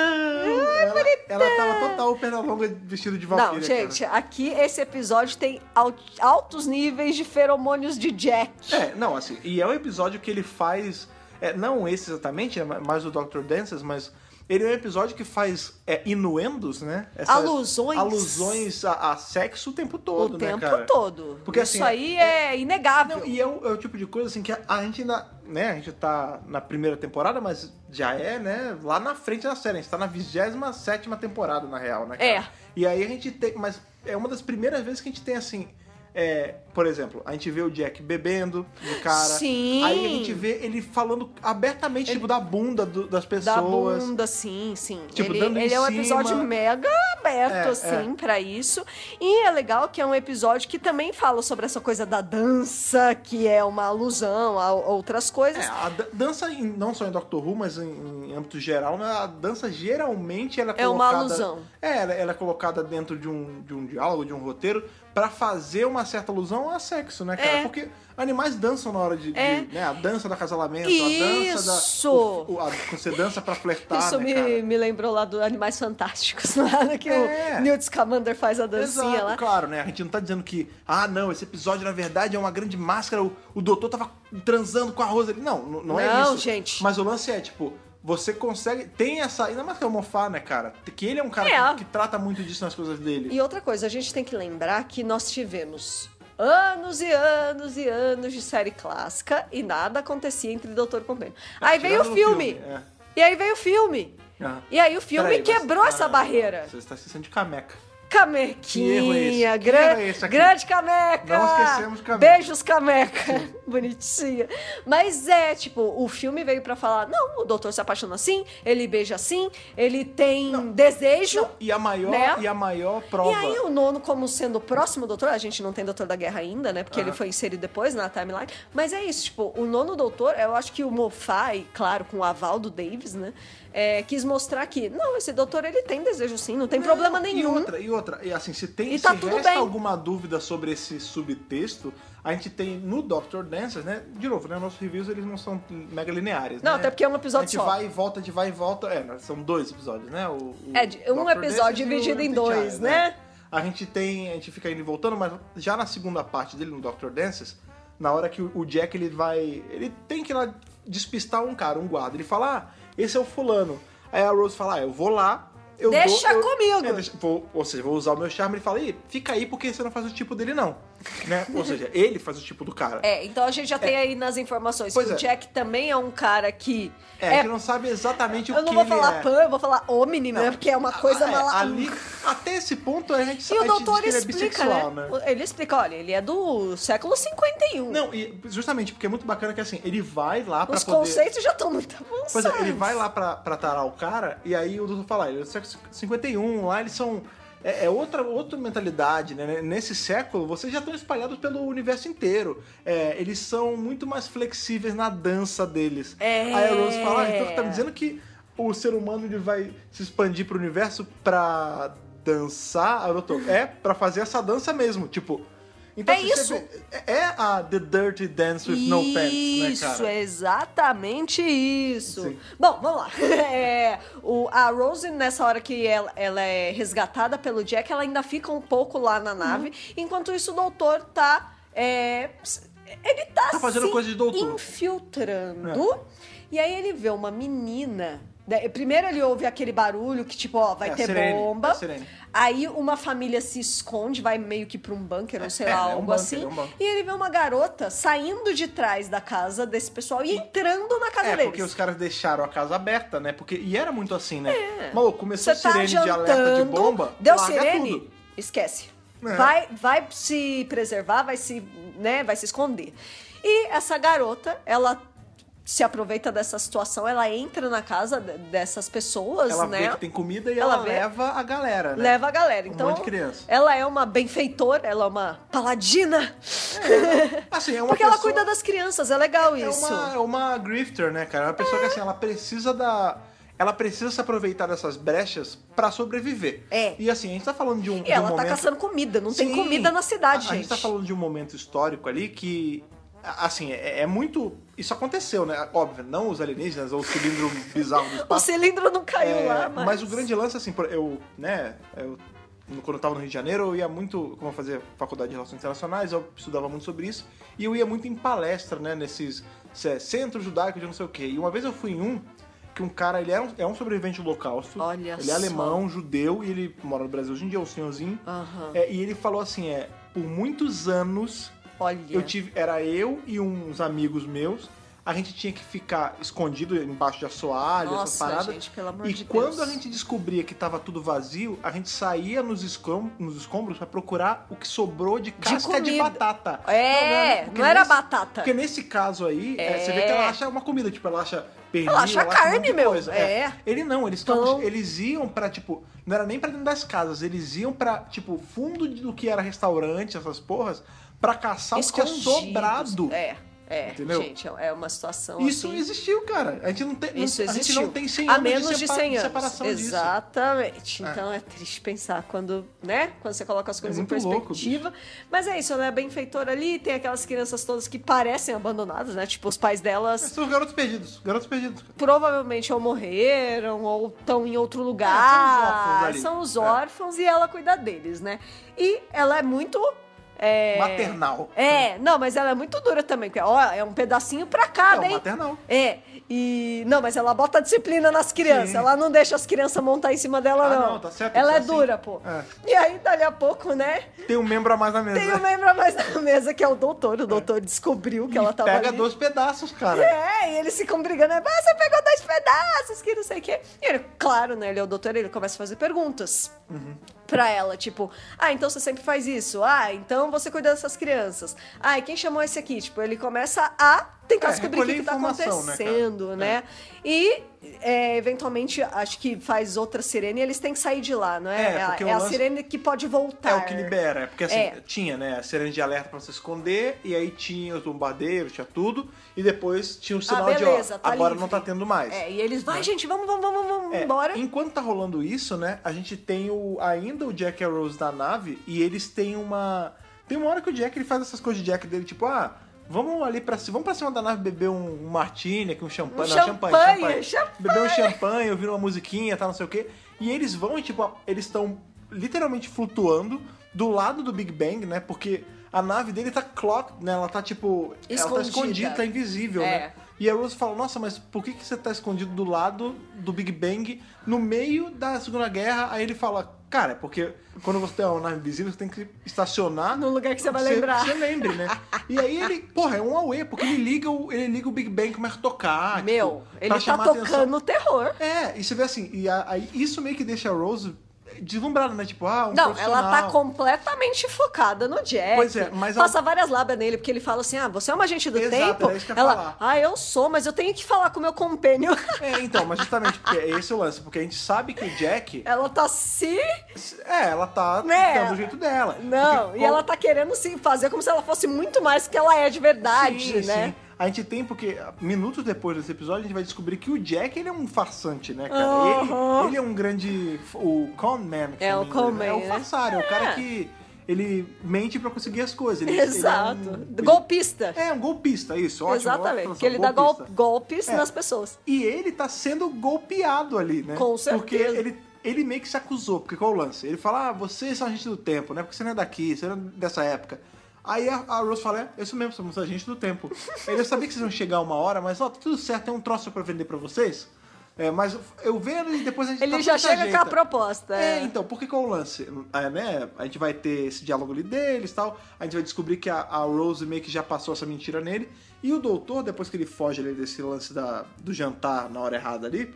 Speaker 1: ela, ela tava total perna longa vestido de valkyria.
Speaker 2: Não,
Speaker 1: cara.
Speaker 2: gente, aqui esse episódio tem al- altos níveis de feromônios de Jack.
Speaker 1: É, não, assim, e é um episódio que ele faz. é, não esse exatamente, é ma- mais o Dr. Dances, mas Ele é um episódio que faz é, inuendos, né? Essas
Speaker 2: Alusões.
Speaker 1: Alusões a, a sexo o tempo todo,
Speaker 2: o
Speaker 1: né,
Speaker 2: tempo
Speaker 1: cara?
Speaker 2: todo.
Speaker 1: Porque,
Speaker 2: Isso
Speaker 1: assim,
Speaker 2: aí é, inegável.
Speaker 1: Não, e é o, é o tipo de coisa assim que a, a gente ainda, né? A gente tá na primeira temporada, mas já é, né? Lá na frente da série. A gente tá na 27 temporada, na real, né? cara?
Speaker 2: É.
Speaker 1: E aí a gente tem. Mas é uma das primeiras vezes que a gente tem assim. é, por exemplo, a gente vê o Jack bebendo de cara.
Speaker 2: Sim.
Speaker 1: Aí a gente vê ele falando abertamente, tipo, da bunda do- das
Speaker 2: da
Speaker 1: pessoas.
Speaker 2: bunda, sim, sim.
Speaker 1: Tipo,
Speaker 2: ele
Speaker 1: dando em
Speaker 2: ele é um
Speaker 1: cima.
Speaker 2: episódio mega aberto,
Speaker 1: É,
Speaker 2: assim, pra isso. E é legal que é um episódio que também fala sobre essa coisa da dança, que é uma alusão a outras coisas.
Speaker 1: É, a da- dança, em- não só em Doctor Who, mas em, em âmbito geral, né, a dança geralmente ela é
Speaker 2: É uma
Speaker 1: colocada...
Speaker 2: alusão.
Speaker 1: É, ela, ela é colocada dentro de um, de um diálogo, de um roteiro, pra fazer uma certa alusão a sexo, né, cara?
Speaker 2: É.
Speaker 1: Porque animais dançam na hora de... de,
Speaker 2: É.
Speaker 1: né, a dança do acasalamento, a dança da...
Speaker 2: Isso!
Speaker 1: o- o- a- quando você dança pra flertar,
Speaker 2: Isso
Speaker 1: né,
Speaker 2: me,
Speaker 1: cara?
Speaker 2: me lembrou lá do Animais Fantásticos, lá né, que
Speaker 1: É.
Speaker 2: o Newt Scamander faz a dancinha
Speaker 1: Exato,
Speaker 2: lá.
Speaker 1: claro, né? A gente não tá dizendo que, ah, não, esse episódio na verdade é uma grande máscara, o, o doutor tava transando com a Rosa. ali. Não, não, não é isso.
Speaker 2: Não, gente.
Speaker 1: Mas o lance é, tipo, você consegue. Tem essa. Ainda mais que é o Mofá, né, cara? Que ele é um cara
Speaker 2: É.
Speaker 1: que, que trata muito disso nas coisas dele.
Speaker 2: E outra coisa, a gente tem que lembrar que nós tivemos anos e anos e anos de série clássica e nada acontecia entre Doutor Companion. aí veio o
Speaker 1: É, tirando no
Speaker 2: filme.
Speaker 1: filme, é.
Speaker 2: E aí veio o filme.
Speaker 1: Ah.
Speaker 2: E aí o filme
Speaker 1: Peraí, mas-
Speaker 2: quebrou
Speaker 1: ah,
Speaker 2: essa
Speaker 1: não,
Speaker 2: barreira.
Speaker 1: Você está esquecendo de cameca. Que erro é esse?
Speaker 2: Camequinha,
Speaker 1: Que
Speaker 2: gran-
Speaker 1: erro é esse aqui?
Speaker 2: grande cameca!
Speaker 1: Não esquecemos cameca.
Speaker 2: Beijos, cameca! Bonitinha. Mas é, tipo, o filme veio pra falar: não, o doutor se apaixona assim, ele beija assim, ele tem desejo.
Speaker 1: E a maior,
Speaker 2: Né?
Speaker 1: e a maior prova.
Speaker 2: E aí o nono como sendo o próximo doutor, a gente não tem doutor da guerra ainda, né? Porque
Speaker 1: Aham.
Speaker 2: ele foi inserido depois na timeline. Mas é isso, tipo, o nono doutor, eu acho que o Mofai, claro, com o aval do Davis, né? é, quis mostrar que, não, esse doutor ele tem desejo sim, não tem problema
Speaker 1: E
Speaker 2: nenhum.
Speaker 1: outra, e outra, e assim, se tem
Speaker 2: E
Speaker 1: se
Speaker 2: tá tudo
Speaker 1: resta
Speaker 2: bem.
Speaker 1: alguma dúvida sobre esse subtexto, a gente tem no Dr. Dancers, né? De novo, né? Nossos reviews eles não são mega lineares.
Speaker 2: Não,
Speaker 1: né?
Speaker 2: até porque é um episódio
Speaker 1: A gente
Speaker 2: só.
Speaker 1: vai e volta, de vai e volta. É, né, são dois episódios, né? O, o
Speaker 2: É, de- um
Speaker 1: Dr.
Speaker 2: episódio
Speaker 1: Dances e o
Speaker 2: dividido em
Speaker 1: Empty
Speaker 2: dois,
Speaker 1: Eye,
Speaker 2: né?
Speaker 1: A gente tem. A gente fica indo e voltando, mas já na segunda parte dele, no Dr. Dances, na hora que o o Jack ele vai. Ele tem que ir lá despistar um cara, um guarda. Ele fala: Ah, esse é o fulano. Aí a Rose fala: Ah, eu vou lá. Eu
Speaker 2: Deixa
Speaker 1: dou- eu-
Speaker 2: comigo.
Speaker 1: É, deixa- vou- ou seja, vou usar o meu charme. Ele fala, Ih, fica aí porque você não faz o tipo dele, não. Né? Ou seja, ele faz o tipo do cara.
Speaker 2: É, então a gente já tem aí nas informações
Speaker 1: Pois
Speaker 2: que
Speaker 1: é.
Speaker 2: o Jack também é um cara que.
Speaker 1: É,
Speaker 2: é-
Speaker 1: que não sabe exatamente o
Speaker 2: eu
Speaker 1: que
Speaker 2: não vou
Speaker 1: ele
Speaker 2: falar
Speaker 1: é.
Speaker 2: pan, eu vou falar omni, né? Porque é uma coisa
Speaker 1: Ah, é,
Speaker 2: mala.
Speaker 1: ali, até esse ponto a gente
Speaker 2: E
Speaker 1: sabe
Speaker 2: o doutor
Speaker 1: que ele é
Speaker 2: explica,
Speaker 1: bissexual, né?
Speaker 2: né? Ele explica, olha, ele é do século 51.
Speaker 1: Não, e justamente porque é muito bacana que assim, ele vai lá pra
Speaker 2: Os
Speaker 1: poder.
Speaker 2: conceitos já estão muito avançados.
Speaker 1: Pois é, ele vai lá pra, pra tarar o cara, e aí o doutor fala, "Ah, ele é do século 51, lá eles são. É, é outra, outra mentalidade, né? Nesse século, vocês já estão espalhados pelo universo inteiro. É, eles são muito mais flexíveis na dança deles. Aí
Speaker 2: É.
Speaker 1: a Rose fala, "Ah, então você tá me dizendo que o ser humano ele vai se expandir pro universo pra dançar? Aí o doutor, é, pra fazer essa dança mesmo. Tipo. Então,
Speaker 2: Uhum. É
Speaker 1: se você
Speaker 2: isso.
Speaker 1: vê- É a The Dirty Dance with No Pants, né, cara?
Speaker 2: Isso, é exatamente isso.
Speaker 1: Sim.
Speaker 2: Bom, vamos lá. É, o, a Rose, nessa hora que ela, ela é resgatada pelo Jack, ela ainda fica um pouco lá na nave.
Speaker 1: Uhum.
Speaker 2: Enquanto isso, o doutor tá. é, ele tá,
Speaker 1: Tá fazendo
Speaker 2: se
Speaker 1: coisa de doutor. É.
Speaker 2: infiltrando. E aí ele vê uma menina. né, Primeiro ele ouve aquele barulho que, tipo, ó, vai
Speaker 1: É, a
Speaker 2: ter
Speaker 1: sirene, é
Speaker 2: bomba.
Speaker 1: a sirene.
Speaker 2: Aí uma família se esconde, vai meio que pra um bunker, ou sei
Speaker 1: é, é
Speaker 2: lá,
Speaker 1: um
Speaker 2: algo
Speaker 1: bunker,
Speaker 2: assim.
Speaker 1: é um bunker.
Speaker 2: E ele vê uma garota saindo de trás da casa desse pessoal e entrando na casa
Speaker 1: É,
Speaker 2: deles.
Speaker 1: porque os caras deixaram a casa aberta, né? Porque, e era muito assim, né? Maluco, começou
Speaker 2: Você
Speaker 1: a
Speaker 2: tá
Speaker 1: sirene de
Speaker 2: jantando,
Speaker 1: alerta de bomba,
Speaker 2: deu
Speaker 1: larga
Speaker 2: sirene,
Speaker 1: tudo.
Speaker 2: esquece.
Speaker 1: É.
Speaker 2: Vai, vai se preservar, vai se, né, vai se esconder. E essa garota, ela se aproveita dessa situação, ela entra na casa de- dessas pessoas,
Speaker 1: Ela
Speaker 2: né?
Speaker 1: vê que tem comida e ela,
Speaker 2: Ela vê-
Speaker 1: leva a galera, né?
Speaker 2: Leva a galera.
Speaker 1: Um
Speaker 2: Então,
Speaker 1: monte de criança.
Speaker 2: ela é uma benfeitora, ela é uma paladina.
Speaker 1: Assim, é uma
Speaker 2: Porque ela
Speaker 1: pessoa-
Speaker 2: cuida das crianças, é legal
Speaker 1: é
Speaker 2: isso.
Speaker 1: Uma, é uma grifter, né, cara? É uma pessoa que, assim, ela precisa da... Ela precisa se aproveitar dessas brechas pra sobreviver.
Speaker 2: É.
Speaker 1: E assim, a gente tá falando de um,
Speaker 2: E
Speaker 1: de um
Speaker 2: ela tá
Speaker 1: momento...
Speaker 2: caçando comida, não tem
Speaker 1: Sim.
Speaker 2: comida na cidade,
Speaker 1: a,
Speaker 2: gente.
Speaker 1: A gente tá falando de um momento histórico ali que, a- assim, é, é muito... Isso aconteceu, né? Óbvio, não os alienígenas ou o cilindro bizarro do
Speaker 2: O
Speaker 1: espaço.
Speaker 2: cilindro não caiu
Speaker 1: É,
Speaker 2: lá, mas...
Speaker 1: o grande lance, assim, por- eu, né, eu, no- quando eu tava no Rio de Janeiro, eu ia muito, como eu fazia faculdade de Relações Internacionais, eu estudava muito sobre isso, e eu ia muito em palestra, né, nesses é, centros judaicos de não sei o quê. E uma vez eu fui em um, que Porque um cara, ele é um, é um sobrevivente do holocausto.
Speaker 2: Olha
Speaker 1: ele
Speaker 2: só.
Speaker 1: é alemão, judeu, e ele mora no Brasil hoje em dia, é um senhorzinho.
Speaker 2: Aham.
Speaker 1: É, e ele falou assim, é, por muitos anos,
Speaker 2: Olha.
Speaker 1: eu tive, era eu e uns amigos meus, a gente tinha que ficar escondido embaixo de assoalho, essas
Speaker 2: Nossa,
Speaker 1: paradas.
Speaker 2: gente, pelo amor
Speaker 1: E
Speaker 2: de
Speaker 1: quando
Speaker 2: Deus.
Speaker 1: a gente descobria que tava tudo vazio, a gente saía nos, escom nos escombros pra procurar o que sobrou de casca de,
Speaker 2: comida.
Speaker 1: batata.
Speaker 2: É,
Speaker 1: porque
Speaker 2: não era
Speaker 1: nesse-
Speaker 2: batata.
Speaker 1: Porque nesse caso aí, é,
Speaker 2: É.
Speaker 1: você vê que ela acha uma comida, tipo, ela acha pernil,
Speaker 2: Ela acha
Speaker 1: um monte
Speaker 2: carne,
Speaker 1: de
Speaker 2: meu,
Speaker 1: coisa.
Speaker 2: é.
Speaker 1: Ele não, eles,
Speaker 2: Pão.
Speaker 1: tavam- eles iam pra, tipo, não era nem pra dentro das casas, eles iam pra, tipo, fundo de- do que era restaurante, essas porras, pra caçar o que
Speaker 2: Escondidos.
Speaker 1: é sobrado.
Speaker 2: É, é.
Speaker 1: Entendeu?
Speaker 2: Gente, é uma situação
Speaker 1: Isso
Speaker 2: assim.
Speaker 1: existiu, cara. A gente não tem, não-
Speaker 2: Isso
Speaker 1: a gente
Speaker 2: existiu.
Speaker 1: não tem 100
Speaker 2: Há
Speaker 1: anos
Speaker 2: menos
Speaker 1: de,
Speaker 2: de,
Speaker 1: sepa-
Speaker 2: 100 anos.
Speaker 1: separação disso.
Speaker 2: Exatamente.
Speaker 1: É.
Speaker 2: Então é triste pensar quando, né? Quando você coloca as coisas em
Speaker 1: muito louco,
Speaker 2: perspectiva. Mas é isso, ela é benfeitora ali, tem aquelas crianças todas que parecem abandonadas, né? Tipo, os pais delas
Speaker 1: São os garotos perdidos, garotos perdidos.
Speaker 2: provavelmente ou morreram ou estão em outro
Speaker 1: É, são os órfãos
Speaker 2: lugar.
Speaker 1: ali.
Speaker 2: são os
Speaker 1: É.
Speaker 2: órfãos e ela cuida deles, né? E ela é muito. é,
Speaker 1: Maternal.
Speaker 2: É, não, mas ela é muito dura também, porque ó, é um pedacinho pra
Speaker 1: Não,
Speaker 2: cada, hein?
Speaker 1: maternal.
Speaker 2: É, e. Não, mas ela bota disciplina nas crianças.
Speaker 1: Sim.
Speaker 2: Ela não deixa as crianças montar em cima dela,
Speaker 1: Ah,
Speaker 2: não.
Speaker 1: não, tá certo, tem
Speaker 2: ela
Speaker 1: que
Speaker 2: é
Speaker 1: ser
Speaker 2: dura,
Speaker 1: assim.
Speaker 2: pô.
Speaker 1: É.
Speaker 2: E aí, dali a pouco, né?
Speaker 1: Tem um membro a mais na mesa.
Speaker 2: Tem um membro a mais na mesa que é o doutor. O doutor descobriu que ela tava.
Speaker 1: Pega
Speaker 2: ali.
Speaker 1: dois pedaços, cara.
Speaker 2: É, e eles ficam brigando, né? Ah, você pegou dois pedaços, que não sei o quê. E ele, claro, né? Ele é o doutor, ele começa a fazer perguntas.
Speaker 1: Uhum.
Speaker 2: Pra ela, tipo, ah, então você sempre faz isso. Ah, então você cuida dessas crianças. Ah, e quem chamou esse aqui? Tipo, ele começa a tentar
Speaker 1: É,
Speaker 2: descobrir o que,
Speaker 1: recolher
Speaker 2: que tá
Speaker 1: informação, né, cara?
Speaker 2: acontecendo, né? E, é, eventualmente, acho que faz outra sirene e eles têm que sair de lá, não é?
Speaker 1: É,
Speaker 2: a-
Speaker 1: porque o
Speaker 2: a
Speaker 1: lance-
Speaker 2: sirene que pode voltar.
Speaker 1: É o que libera, é porque assim,
Speaker 2: É.
Speaker 1: tinha, né, a sirene de alerta pra se esconder, e aí tinha os bombardeiros, tinha tudo, e depois tinha o sinal
Speaker 2: ah,
Speaker 1: de, ó,
Speaker 2: beleza, tá
Speaker 1: agora
Speaker 2: livre.
Speaker 1: não tá tendo mais.
Speaker 2: É, e eles, vai, gente, vamos, vamos, vamos, vamos
Speaker 1: É,
Speaker 2: embora.
Speaker 1: Enquanto tá rolando isso, né, a gente tem o, ainda o Jack e a Rose na nave, e eles têm uma... Tem uma hora que o Jack, ele faz essas coisas de Jack dele, tipo, ah, vamos ali pra, ci- vamos pra cima da nave beber um, um martini, aqui, um champanhe,
Speaker 2: Um
Speaker 1: não, champanhe,
Speaker 2: champanhe,
Speaker 1: champanhe.
Speaker 2: champanhe.
Speaker 1: Beber um champanhe, ouvir uma musiquinha, tal, não sei o quê. E eles vão e, tipo, eles estão literalmente flutuando do lado do Big Bang, né, porque... A nave dele tá clock, né? Ela tá tipo. Ela tá
Speaker 2: Escondida.
Speaker 1: escondida, tá invisível,
Speaker 2: É.
Speaker 1: né? E a Rose fala, nossa, mas por que, que você tá escondido do lado do Big Bang no meio da Segunda Guerra? Aí ele fala, cara, é porque quando você tem uma nave invisível, você tem que estacionar...
Speaker 2: No lugar que você vai
Speaker 1: que
Speaker 2: lembrar.
Speaker 1: que Você lembre, né? E aí ele, porra, é um auê, porque ele liga o, ele liga o Big Bang começa a tocar.
Speaker 2: Meu,
Speaker 1: tipo, pra
Speaker 2: ele tá
Speaker 1: chamar a atenção.
Speaker 2: tocando o terror.
Speaker 1: É, e você vê assim, e a- aí isso meio que deixa a Rose deslumbrada, né? Tipo, ah, um
Speaker 2: Não, ela tá
Speaker 1: profissional.
Speaker 2: completamente focada no Jack.
Speaker 1: Pois é, mas ela-
Speaker 2: Passa várias lábias nele, porque ele fala assim: ah, você é uma agente do
Speaker 1: Exato,
Speaker 2: tempo?
Speaker 1: era isso que eu ia
Speaker 2: ela,
Speaker 1: falar.
Speaker 2: ah, eu sou, mas eu tenho que falar com o meu compênio.
Speaker 1: É, então, mas justamente, porque é esse o lance, porque a gente sabe que o Jack...
Speaker 2: ela tá se.
Speaker 1: É, ela tá
Speaker 2: Né?
Speaker 1: dando o jeito dela.
Speaker 2: Não,
Speaker 1: Porque
Speaker 2: e
Speaker 1: qual-
Speaker 2: ela tá querendo se fazer como se ela fosse muito mais que ela é de verdade,
Speaker 1: Sim,
Speaker 2: né?
Speaker 1: sim. A gente tem, porque minutos depois desse episódio, a gente vai descobrir que o Jack, ele é um farsante, né, cara?
Speaker 2: Aham.
Speaker 1: Ele, ele é um grande... O con man. que
Speaker 2: É,
Speaker 1: chama
Speaker 2: o
Speaker 1: em
Speaker 2: con
Speaker 1: inglês, né? É
Speaker 2: man,
Speaker 1: o
Speaker 2: né?
Speaker 1: farsário, é o
Speaker 2: É.
Speaker 1: cara que... Ele mente pra conseguir as coisas. Ele,
Speaker 2: Exato.
Speaker 1: Ele é, um,
Speaker 2: golpista.
Speaker 1: ele- é, um golpista, isso. Ótimo, ótima
Speaker 2: Exatamente. Porque ele
Speaker 1: tradução,
Speaker 2: dá gol-
Speaker 1: golpista.
Speaker 2: golpes
Speaker 1: É.
Speaker 2: nas pessoas.
Speaker 1: E ele tá sendo golpeado ali, né?
Speaker 2: Com certeza.
Speaker 1: Porque ele, ele meio que se acusou, porque qual é o lance? Ele fala, ah, vocês são agente do tempo, né? Porque você não é daqui, você não é dessa época. Aí a, a Rose fala, é, eu sou mesmo, somos agente do tempo. ele, eu sabia que vocês iam chegar uma hora, mas ó, tá tudo certo, tem um troço pra vender pra vocês. É, mas eu vendo e depois a gente
Speaker 2: Ele
Speaker 1: tá
Speaker 2: já
Speaker 1: tudo se
Speaker 2: chega com a
Speaker 1: ajeita."
Speaker 2: proposta.
Speaker 1: É, então, por que qual é o lance? É, né, a gente vai ter esse diálogo ali deles e tal. A gente vai descobrir que a, a Rose meio que já passou essa mentira nele. E o doutor, depois que ele foge ali desse lance da, do jantar na hora errada ali,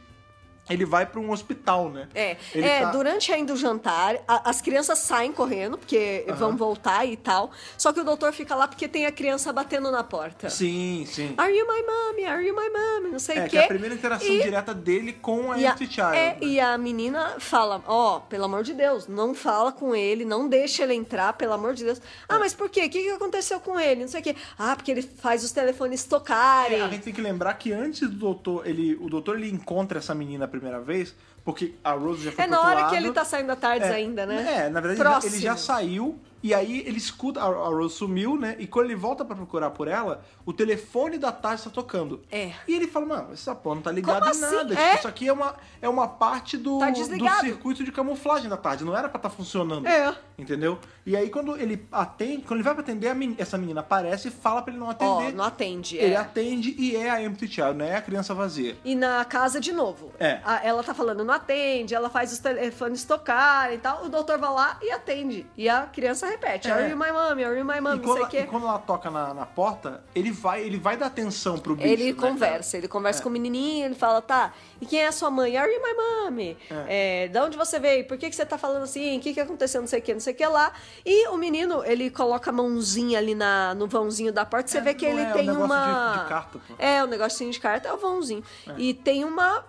Speaker 1: ele vai pra um hospital, né?
Speaker 2: É,
Speaker 1: Ele
Speaker 2: é
Speaker 1: tá-
Speaker 2: durante ainda o jantar, a- as crianças saem correndo, porque
Speaker 1: Aham.
Speaker 2: vão voltar e tal. Só que o doutor fica lá porque tem a criança batendo na porta.
Speaker 1: Sim, sim.
Speaker 2: Are you my mommy? Are you my mommy? Não Ah, sei o
Speaker 1: É,
Speaker 2: quê.
Speaker 1: que é a primeira interação
Speaker 2: E-
Speaker 1: direta dele com a
Speaker 2: e a,
Speaker 1: Empty Child.
Speaker 2: é,
Speaker 1: né?
Speaker 2: e a menina fala, ó, pelo amor de Deus, não fala com ele, não deixa ele entrar, pelo amor de Deus.
Speaker 1: É.
Speaker 2: Ah, mas por quê? O que, que aconteceu com ele? Não sei o quê. Ah, porque ele faz os telefones tocarem.
Speaker 1: É, a gente tem que lembrar que antes do doutor, ele, o doutor ele encontra essa menina a primeira vez, porque a Rose já foi
Speaker 2: É
Speaker 1: pro
Speaker 2: na
Speaker 1: outro
Speaker 2: hora que
Speaker 1: lado.
Speaker 2: ele tá saindo à tarde ainda, né?
Speaker 1: É, na verdade ele já- ele já
Speaker 2: Próximo.
Speaker 1: saiu E aí ele escuta, a a Rose sumiu, né? E quando ele volta pra procurar por ela, o telefone da Tati tá tocando.
Speaker 2: É.
Speaker 1: E ele fala, mano, essa porra não tá ligada
Speaker 2: Como
Speaker 1: em
Speaker 2: assim?
Speaker 1: nada.
Speaker 2: É?
Speaker 1: Tipo, isso aqui é uma, é uma parte do,
Speaker 2: Tá
Speaker 1: do
Speaker 2: desligado.
Speaker 1: circuito de camuflagem da Tati. Não era pra estar tá funcionando.
Speaker 2: É.
Speaker 1: Entendeu? E aí quando ele atende, quando ele vai pra atender, a meni- essa menina aparece e fala pra ele não
Speaker 2: Ó,
Speaker 1: atender.
Speaker 2: não atende.
Speaker 1: Ele
Speaker 2: é.
Speaker 1: atende e é a Empty Child, né? É a criança vazia.
Speaker 2: E na casa de novo.
Speaker 1: É.
Speaker 2: A- ela tá falando, não atende, ela faz os telefones tocarem e tal. O doutor vai lá e atende. E a criança repete:
Speaker 1: É.
Speaker 2: Are you my mommy? Are you my
Speaker 1: E
Speaker 2: mommy? Não
Speaker 1: quando,
Speaker 2: sei o
Speaker 1: ela, e
Speaker 2: quê.
Speaker 1: quando ela toca na, na porta, ele vai, ele vai dar atenção pro bicho.
Speaker 2: Ele
Speaker 1: né, cara?
Speaker 2: conversa, ele conversa com o menininho, ele fala, tá, e quem é a sua mãe? Are you my mommy? É, da onde você veio? Por que, que você tá falando assim? O que que aconteceu? Não sei o que, não sei o que lá. E o menino, ele coloca a mãozinha ali na, no vãozinho da porta, você
Speaker 1: É,
Speaker 2: vê que
Speaker 1: não
Speaker 2: ele
Speaker 1: é, é um
Speaker 2: tem
Speaker 1: negócio
Speaker 2: uma...
Speaker 1: de- de carta, pô.
Speaker 2: É, o negocinho de carta é o vãozinho. E tem uma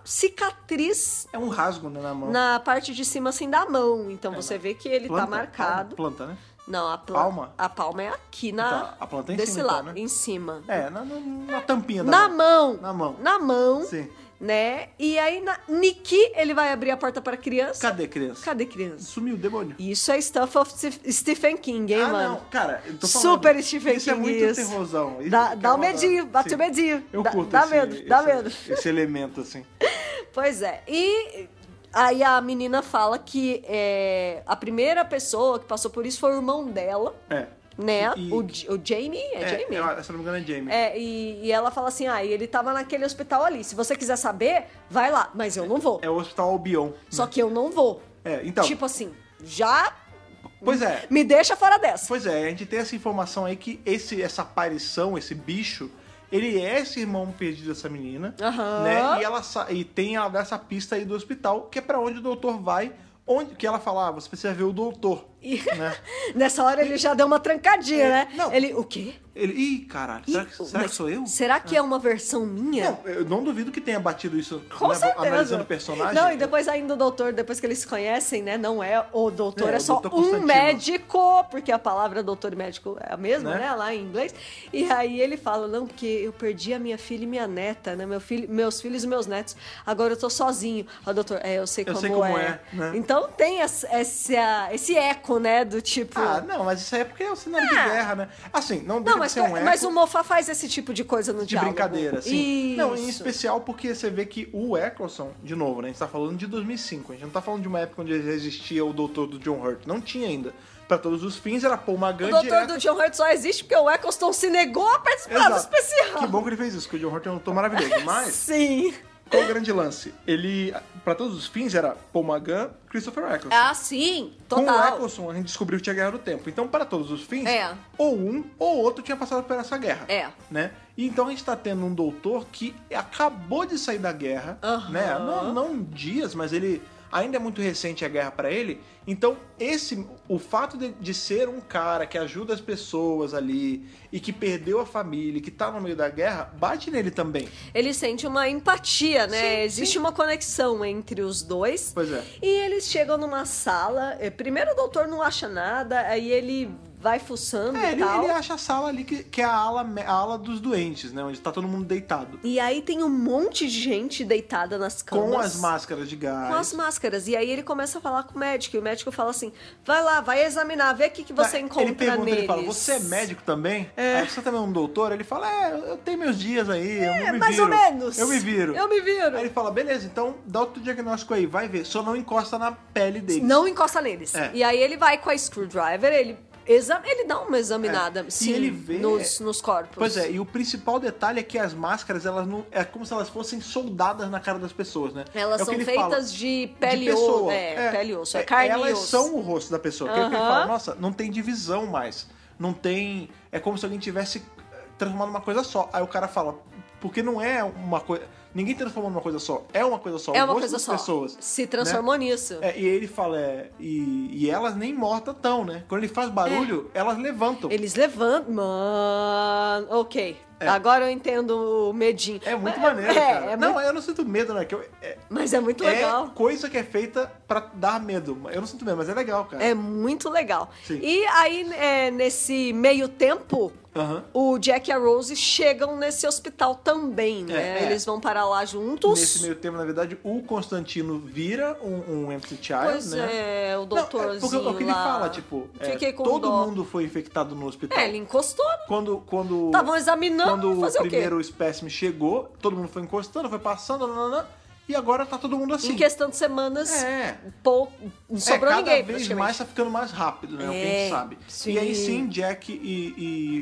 Speaker 2: cicatriz
Speaker 1: É um rasgo né, na mão.
Speaker 2: na parte de cima, assim, da mão. Então você vê que ele
Speaker 1: É, né? Planta,
Speaker 2: tá marcado.
Speaker 1: Planta, né?
Speaker 2: Não, a pla-
Speaker 1: Palma?
Speaker 2: A palma é aqui, na...
Speaker 1: Então, a planta é em
Speaker 2: desse
Speaker 1: cima, então,
Speaker 2: lado,
Speaker 1: né?
Speaker 2: em cima.
Speaker 1: É, na, na, na tampinha da
Speaker 2: Na mão.
Speaker 1: Na mão.
Speaker 2: Na mão.
Speaker 1: Sim.
Speaker 2: Né? E aí, na... Niki, ele vai abrir a porta para criança.
Speaker 1: Cadê, criança?
Speaker 2: Cadê criança?
Speaker 1: Sumiu o demônio.
Speaker 2: Isso é stuff of Stif- Stephen King, hein,
Speaker 1: ah,
Speaker 2: mano?
Speaker 1: não, cara, eu tô falando.
Speaker 2: Super Stephen
Speaker 1: isso
Speaker 2: King.
Speaker 1: é muito terrorzão. Isso
Speaker 2: Dá,
Speaker 1: que
Speaker 2: dá
Speaker 1: eu
Speaker 2: o medinho,
Speaker 1: adoro.
Speaker 2: bate
Speaker 1: Sim.
Speaker 2: o medinho.
Speaker 1: Eu
Speaker 2: dá,
Speaker 1: curto
Speaker 2: Dá
Speaker 1: esse,
Speaker 2: medo, dá
Speaker 1: esse-
Speaker 2: medo.
Speaker 1: Esse elemento, assim.
Speaker 2: Pois é. E aí a menina fala que é, a primeira pessoa que passou por isso foi o irmão dela,
Speaker 1: É.
Speaker 2: né?
Speaker 1: E-
Speaker 2: O, J- o Jamie? É, Jamie?
Speaker 1: eu- se eu não me engano, é Jamie.
Speaker 2: É, e, e ela fala assim: ah, e ele tava naquele hospital ali. Se você quiser saber, vai lá. Mas eu não vou.
Speaker 1: É o Hospital Albion.
Speaker 2: Só que eu não vou.
Speaker 1: É, então.
Speaker 2: Tipo assim, já
Speaker 1: Pois é.
Speaker 2: me deixa fora dessa.
Speaker 1: Pois é, a gente tem essa informação aí que esse, essa aparição, esse bicho, ele é esse irmão perdido dessa menina,
Speaker 2: Aham.
Speaker 1: né? E ela sa- e tem ela dá essa pista aí do hospital, que é pra onde o doutor vai, onde que ela fala, ah, você precisa ver o doutor,
Speaker 2: E-
Speaker 1: né?
Speaker 2: Nessa hora ele já deu uma trancadinha,
Speaker 1: É,
Speaker 2: né?
Speaker 1: não.
Speaker 2: Ele, o quê?
Speaker 1: Ele, ih, caralho, será, que,
Speaker 2: Ih,
Speaker 1: será que
Speaker 2: mas
Speaker 1: sou eu? Ah.
Speaker 2: Será que é uma versão minha?
Speaker 1: Não, eu não duvido que tenha batido isso
Speaker 2: Com
Speaker 1: né,
Speaker 2: certeza.
Speaker 1: analisando o personagem.
Speaker 2: Não, e depois ainda o doutor, depois que eles se conhecem, né? Não é o doutor,
Speaker 1: É,
Speaker 2: é,
Speaker 1: o
Speaker 2: só
Speaker 1: doutor
Speaker 2: um
Speaker 1: Constantino.
Speaker 2: médico, porque a palavra doutor e médico é a mesma,
Speaker 1: Né?
Speaker 2: né? Lá em inglês. E aí ele fala, não, porque eu perdi a minha filha e minha neta, né? Meu filho, meus filhos e meus netos. Agora eu tô sozinho. Ah, doutor, é, eu sei
Speaker 1: Eu
Speaker 2: como,
Speaker 1: sei como
Speaker 2: é.
Speaker 1: é, né?
Speaker 2: Então tem essa, essa- esse eco, né? Do tipo.
Speaker 1: Ah, não, mas isso aí é porque é o cenário de guerra, né? Assim, não deve
Speaker 2: Ah. não, mas, é,
Speaker 1: ser um eco.
Speaker 2: mas o Mofá faz esse tipo de coisa no
Speaker 1: de
Speaker 2: diálogo.
Speaker 1: brincadeira, assim.
Speaker 2: Isso.
Speaker 1: Não, em especial porque você vê que o Eccleston, de novo, né? A gente tá falando de 2005. A gente não tá falando de uma época onde já existia o doutor do John Hurt. Não tinha ainda. Pra todos os fins era Paul
Speaker 2: O
Speaker 1: Magan
Speaker 2: doutor
Speaker 1: direto.
Speaker 2: do John Hurt só existe porque o Eccleston se negou a participar do
Speaker 1: Exato.
Speaker 2: especial.
Speaker 1: Que bom que ele fez isso, que o John Hurt é um doutor maravilhoso. Mas,
Speaker 2: Sim.
Speaker 1: qual o grande lance? Ele, pra todos os fins, era Paul Magan, Christopher Eccleston.
Speaker 2: Ah, sim.
Speaker 1: Com o
Speaker 2: Total.
Speaker 1: Eccleston, a gente descobriu que tinha Guerra do Tempo. Então, para todos os fins,
Speaker 2: É.
Speaker 1: ou um ou outro tinha passado por essa guerra.
Speaker 2: É.
Speaker 1: Né? E Então, a gente tá tendo um doutor que acabou de sair da guerra,
Speaker 2: Aham.
Speaker 1: né? Não, não dias, mas ele... Ainda é muito recente a guerra pra ele, então esse o fato de, de ser um cara que ajuda as pessoas ali e que perdeu a família, e que tá no meio da guerra, bate nele também.
Speaker 2: Ele sente uma empatia, né?
Speaker 1: Sim,
Speaker 2: Existe uma conexão entre os dois.
Speaker 1: Pois é.
Speaker 2: E eles chegam numa sala. eh, Primeiro o doutor não acha nada, aí ele vai fuçando
Speaker 1: É,
Speaker 2: e
Speaker 1: ele,
Speaker 2: tal.
Speaker 1: ele acha a sala ali que, que é a ala, me- a ala dos doentes, né, onde tá todo mundo deitado.
Speaker 2: E aí tem um monte de gente deitada nas camas.
Speaker 1: Com as máscaras de gás.
Speaker 2: com as máscaras. E aí ele começa a falar com o médico. E o médico fala assim: vai lá, vai examinar, vê o que, que você
Speaker 1: Tá,
Speaker 2: encontra
Speaker 1: Ele pergunta,
Speaker 2: neles.
Speaker 1: ele fala, você é médico também? É. você também é um doutor? Ele fala, é, eu tenho meus dias aí, eu
Speaker 2: É,
Speaker 1: me
Speaker 2: mais
Speaker 1: viro.
Speaker 2: ou menos.
Speaker 1: Eu me viro.
Speaker 2: Eu me viro.
Speaker 1: Aí ele fala, beleza, então dá outro diagnóstico aí, vai ver. Só não encosta na pele dele.
Speaker 2: Não encosta neles.
Speaker 1: É.
Speaker 2: E aí ele vai com a screwdriver, ele, exa ele dá uma examinada,
Speaker 1: É. E
Speaker 2: sim,
Speaker 1: ele vê-
Speaker 2: nos, nos corpos.
Speaker 1: Pois é, e o principal detalhe é que as máscaras, elas não. É como se elas fossem soldadas na cara das pessoas, né?
Speaker 2: Elas
Speaker 1: É o que
Speaker 2: são
Speaker 1: ele
Speaker 2: feitas
Speaker 1: fala.
Speaker 2: de
Speaker 1: de
Speaker 2: pele e osso.
Speaker 1: pessoa.
Speaker 2: É, pele e osso. É, carne e
Speaker 1: Elas
Speaker 2: osso.
Speaker 1: são o rosto da pessoa. Que é o que ele
Speaker 2: Aham.
Speaker 1: fala, nossa, não tem divisão mais. Não tem. É como se alguém tivesse eh, transformado numa coisa só. Aí o cara fala, porque não é uma coisa. Ninguém transformou numa coisa só. É uma coisa só.
Speaker 2: É
Speaker 1: o
Speaker 2: uma
Speaker 1: rosto
Speaker 2: coisa
Speaker 1: das
Speaker 2: só.
Speaker 1: pessoas. né?
Speaker 2: Se transformou nisso.
Speaker 1: É, e ele fala, é, e, e elas nem morta tão, né? Quando ele faz barulho,
Speaker 2: É.
Speaker 1: elas levantam.
Speaker 2: Eles levantam. Mano. Ok.
Speaker 1: É.
Speaker 2: Agora eu entendo o medinho.
Speaker 1: É muito
Speaker 2: Mas-
Speaker 1: maneiro,
Speaker 2: é,
Speaker 1: cara.
Speaker 2: é
Speaker 1: não,
Speaker 2: muito-
Speaker 1: eu não sinto medo, né? Que eu- é,
Speaker 2: Mas é muito
Speaker 1: É
Speaker 2: legal.
Speaker 1: coisa que é feita pra dar medo. é Eu não sinto medo, mas é legal, cara.
Speaker 2: É muito legal.
Speaker 1: Sim.
Speaker 2: E aí, é, nesse meio tempo,
Speaker 1: Aham.
Speaker 2: o Jack e a Rose chegam nesse hospital também, né?
Speaker 1: É, é.
Speaker 2: Eles vão parar lá juntos.
Speaker 1: Nesse meio tempo, na verdade, o Constantino vira um, um empty child,
Speaker 2: Pois
Speaker 1: né?
Speaker 2: é, o
Speaker 1: Não, é porque
Speaker 2: doutorzinho
Speaker 1: é o que ele
Speaker 2: lá.
Speaker 1: fala, tipo, é,
Speaker 2: Fiquei com
Speaker 1: todo
Speaker 2: dó.
Speaker 1: mundo foi infectado no hospital.
Speaker 2: É, ele encostou.
Speaker 1: Quando, quando,
Speaker 2: Estavam examinando,
Speaker 1: quando
Speaker 2: fazer
Speaker 1: o
Speaker 2: o quê?
Speaker 1: primeiro espécime chegou, todo mundo foi encostando, foi passando, nananã, e agora tá todo mundo assim.
Speaker 2: Em questão de semanas,
Speaker 1: É.
Speaker 2: pou- não sobrou
Speaker 1: é, cada
Speaker 2: ninguém,
Speaker 1: vez
Speaker 2: praticamente.
Speaker 1: mais tá ficando mais rápido, né? É, o que a
Speaker 2: É,
Speaker 1: gente sabe.
Speaker 2: sim.
Speaker 1: E aí sim, Jack e,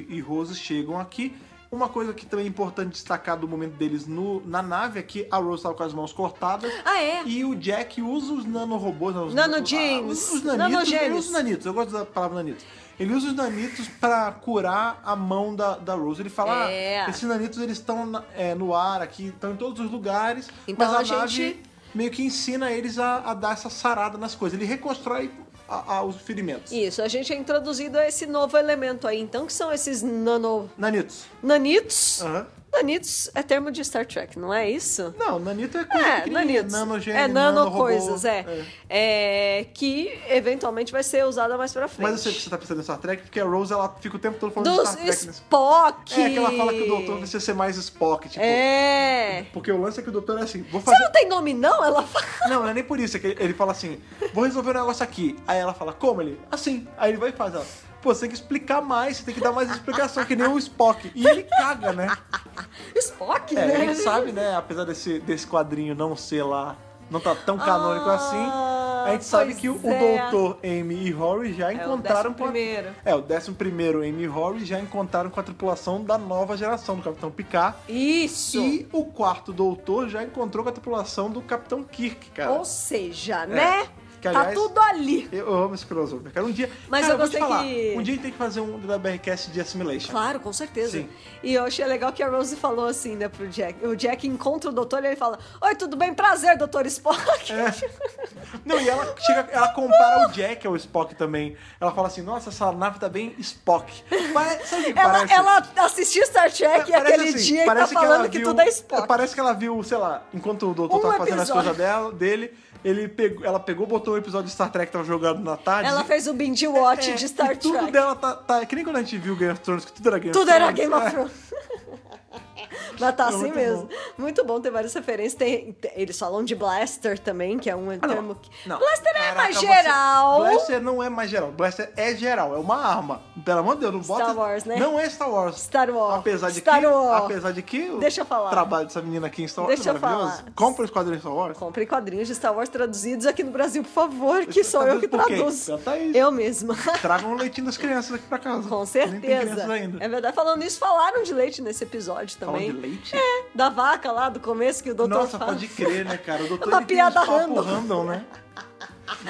Speaker 1: e, e Rose chegam aqui. Uma coisa que também é importante destacar do momento deles no, na nave é que a Rose tava com as mãos cortadas.
Speaker 2: Ah, é?
Speaker 1: E o Jack usa os nanorobôs. não, Os
Speaker 2: Nanojeans.
Speaker 1: ah, Os, os nanitos. Ele
Speaker 2: Nanogênios.
Speaker 1: usa os nanitos. Eu gosto da palavra nanitos. Ele usa os nanitos pra curar a mão da, da Rose. Ele fala,
Speaker 2: É.
Speaker 1: ah, esses nanitos eles estão na- é, no ar aqui, estão em todos os lugares.
Speaker 2: Então
Speaker 1: mas a,
Speaker 2: a
Speaker 1: nave
Speaker 2: gente-
Speaker 1: meio que ensina eles a, a dar essa sarada nas coisas. Ele reconstrói a- a- os ferimentos.
Speaker 2: Isso, a gente é introduzido a esse novo elemento aí, então, que são esses nano...
Speaker 1: Nanitos.
Speaker 2: nanitos.
Speaker 1: Aham.
Speaker 2: Nanitos é termo de Star Trek, não é isso?
Speaker 1: Não, nanito é coisa
Speaker 2: É,
Speaker 1: pequenininha,
Speaker 2: nanitos.
Speaker 1: nanogênio,
Speaker 2: é, nano
Speaker 1: nanorobô.
Speaker 2: coisas, é. É, Que eventualmente vai ser usada mais pra frente.
Speaker 1: Mas eu sei que você tá pensando em Star Trek, porque a Rose ela fica o tempo todo falando de
Speaker 2: Dos
Speaker 1: Star Trek. nesse-
Speaker 2: Spock!
Speaker 1: É, que ela fala que o doutor precisa ser mais Spock, tipo.
Speaker 2: É.
Speaker 1: Porque o lance é que o doutor é assim, vou
Speaker 2: Você
Speaker 1: fazer.
Speaker 2: não tem nome, não? Ela fala.
Speaker 1: Não, não é nem por isso, é que ele fala assim, vou resolver um negócio aqui. Aí ela fala, como ele? Assim. Aí ele vai e faz ela. Pô, você tem que explicar mais, você tem que dar mais explicação, que nem o Spock. E ele caga, né?
Speaker 2: Spock,
Speaker 1: É,
Speaker 2: né?
Speaker 1: a gente sabe, né? Apesar desse, desse quadrinho não ser lá, não tá tão canônico
Speaker 2: Ah,
Speaker 1: assim, a gente sabe
Speaker 2: pois
Speaker 1: que o
Speaker 2: é.
Speaker 1: doutor Amy e Rory já
Speaker 2: o
Speaker 1: encontraram
Speaker 2: décimo
Speaker 1: com a-
Speaker 2: primeiro.
Speaker 1: É, o décimo primeiro Amy e Rory já encontraram com a tripulação da nova geração, do Capitão Picard.
Speaker 2: Isso.
Speaker 1: E o quarto doutor já encontrou com a tripulação do Capitão Kirk, cara.
Speaker 2: Ou seja, né?
Speaker 1: É. Que,
Speaker 2: tá
Speaker 1: aliás,
Speaker 2: tudo ali.
Speaker 1: Eu eu amo esse crossover, cara. Um dia.
Speaker 2: Mas
Speaker 1: cara,
Speaker 2: eu
Speaker 1: vou te
Speaker 2: gostei
Speaker 1: falar,
Speaker 2: que-
Speaker 1: Um dia a gente tem que fazer um DWRcast de Assimilation.
Speaker 2: Claro, com certeza.
Speaker 1: Sim.
Speaker 2: E eu achei legal que a Rose falou assim, né, pro Jack. O Jack encontra o doutor e ele fala: Oi, tudo bem? Prazer, doutor Spock.
Speaker 1: É, Não, e ela chega, ela compara o Jack ao Spock também. Ela fala assim: nossa, essa nave tá bem Spock. Pare- Sabe o que
Speaker 2: Ela,
Speaker 1: parece?
Speaker 2: ela assistiu Star Trek
Speaker 1: Parece
Speaker 2: aquele
Speaker 1: assim,
Speaker 2: dia e tá
Speaker 1: parece
Speaker 2: falando
Speaker 1: ela
Speaker 2: que,
Speaker 1: viu-
Speaker 2: tudo é Spock.
Speaker 1: Parece que ela viu, sei lá, enquanto o doutor
Speaker 2: Um
Speaker 1: tava fazendo
Speaker 2: episódio.
Speaker 1: as coisas dela, dele, ele pegou, ela pegou, botou o episódio de Star Trek que tava jogando na tarde.
Speaker 2: Ela fez o binge watch
Speaker 1: É,
Speaker 2: de Star
Speaker 1: e tudo
Speaker 2: Trek.
Speaker 1: dela tá, tá- é Que nem quando a gente viu Game of Thrones, que tudo era Game of
Speaker 2: Tudo
Speaker 1: Thrones.
Speaker 2: era Game of
Speaker 1: É.
Speaker 2: Thrones. Mas tá
Speaker 1: É
Speaker 2: assim
Speaker 1: muito
Speaker 2: mesmo. Muito bom ter várias referências. Tem- tem- eles falam de Blaster também, que é um
Speaker 1: Ah, não.
Speaker 2: termo que.
Speaker 1: Não.
Speaker 2: Blaster é
Speaker 1: Caraca,
Speaker 2: mais
Speaker 1: você-
Speaker 2: geral.
Speaker 1: Blaster não é mais geral. Blaster é geral, é uma arma. Pelo amor de Deus, não
Speaker 2: Star
Speaker 1: bota.
Speaker 2: Wars, né?
Speaker 1: Não é Star Wars.
Speaker 2: Star Wars.
Speaker 1: Apesar de
Speaker 2: Star
Speaker 1: que.
Speaker 2: Wars.
Speaker 1: Apesar de que. o
Speaker 2: Deixa eu falar.
Speaker 1: trabalho dessa menina aqui em Star Wars
Speaker 2: Deixa
Speaker 1: é
Speaker 2: eu
Speaker 1: maravilhoso.
Speaker 2: falar.
Speaker 1: Compra os quadrinhos Star Wars.
Speaker 2: Comprei quadrinhos de Star Wars traduzidos aqui no Brasil, por favor,
Speaker 1: Você
Speaker 2: que sou eu que
Speaker 1: traduz por quê?
Speaker 2: traduzo.
Speaker 1: Já tá aí.
Speaker 2: Eu mesma.
Speaker 1: Tragam o um leitinho das crianças aqui pra casa.
Speaker 2: Com
Speaker 1: Nem tem crianças
Speaker 2: certeza.
Speaker 1: ainda.
Speaker 2: É verdade. Falando nisso, falaram de leite nesse episódio
Speaker 1: Falam
Speaker 2: também.
Speaker 1: de leite?
Speaker 2: É, da vaca lá do começo que o doutor
Speaker 1: Nossa,
Speaker 2: fala.
Speaker 1: pode crer, né, cara? O doutor
Speaker 2: Uma
Speaker 1: ele tem
Speaker 2: piada
Speaker 1: uns papo
Speaker 2: random.
Speaker 1: random, né?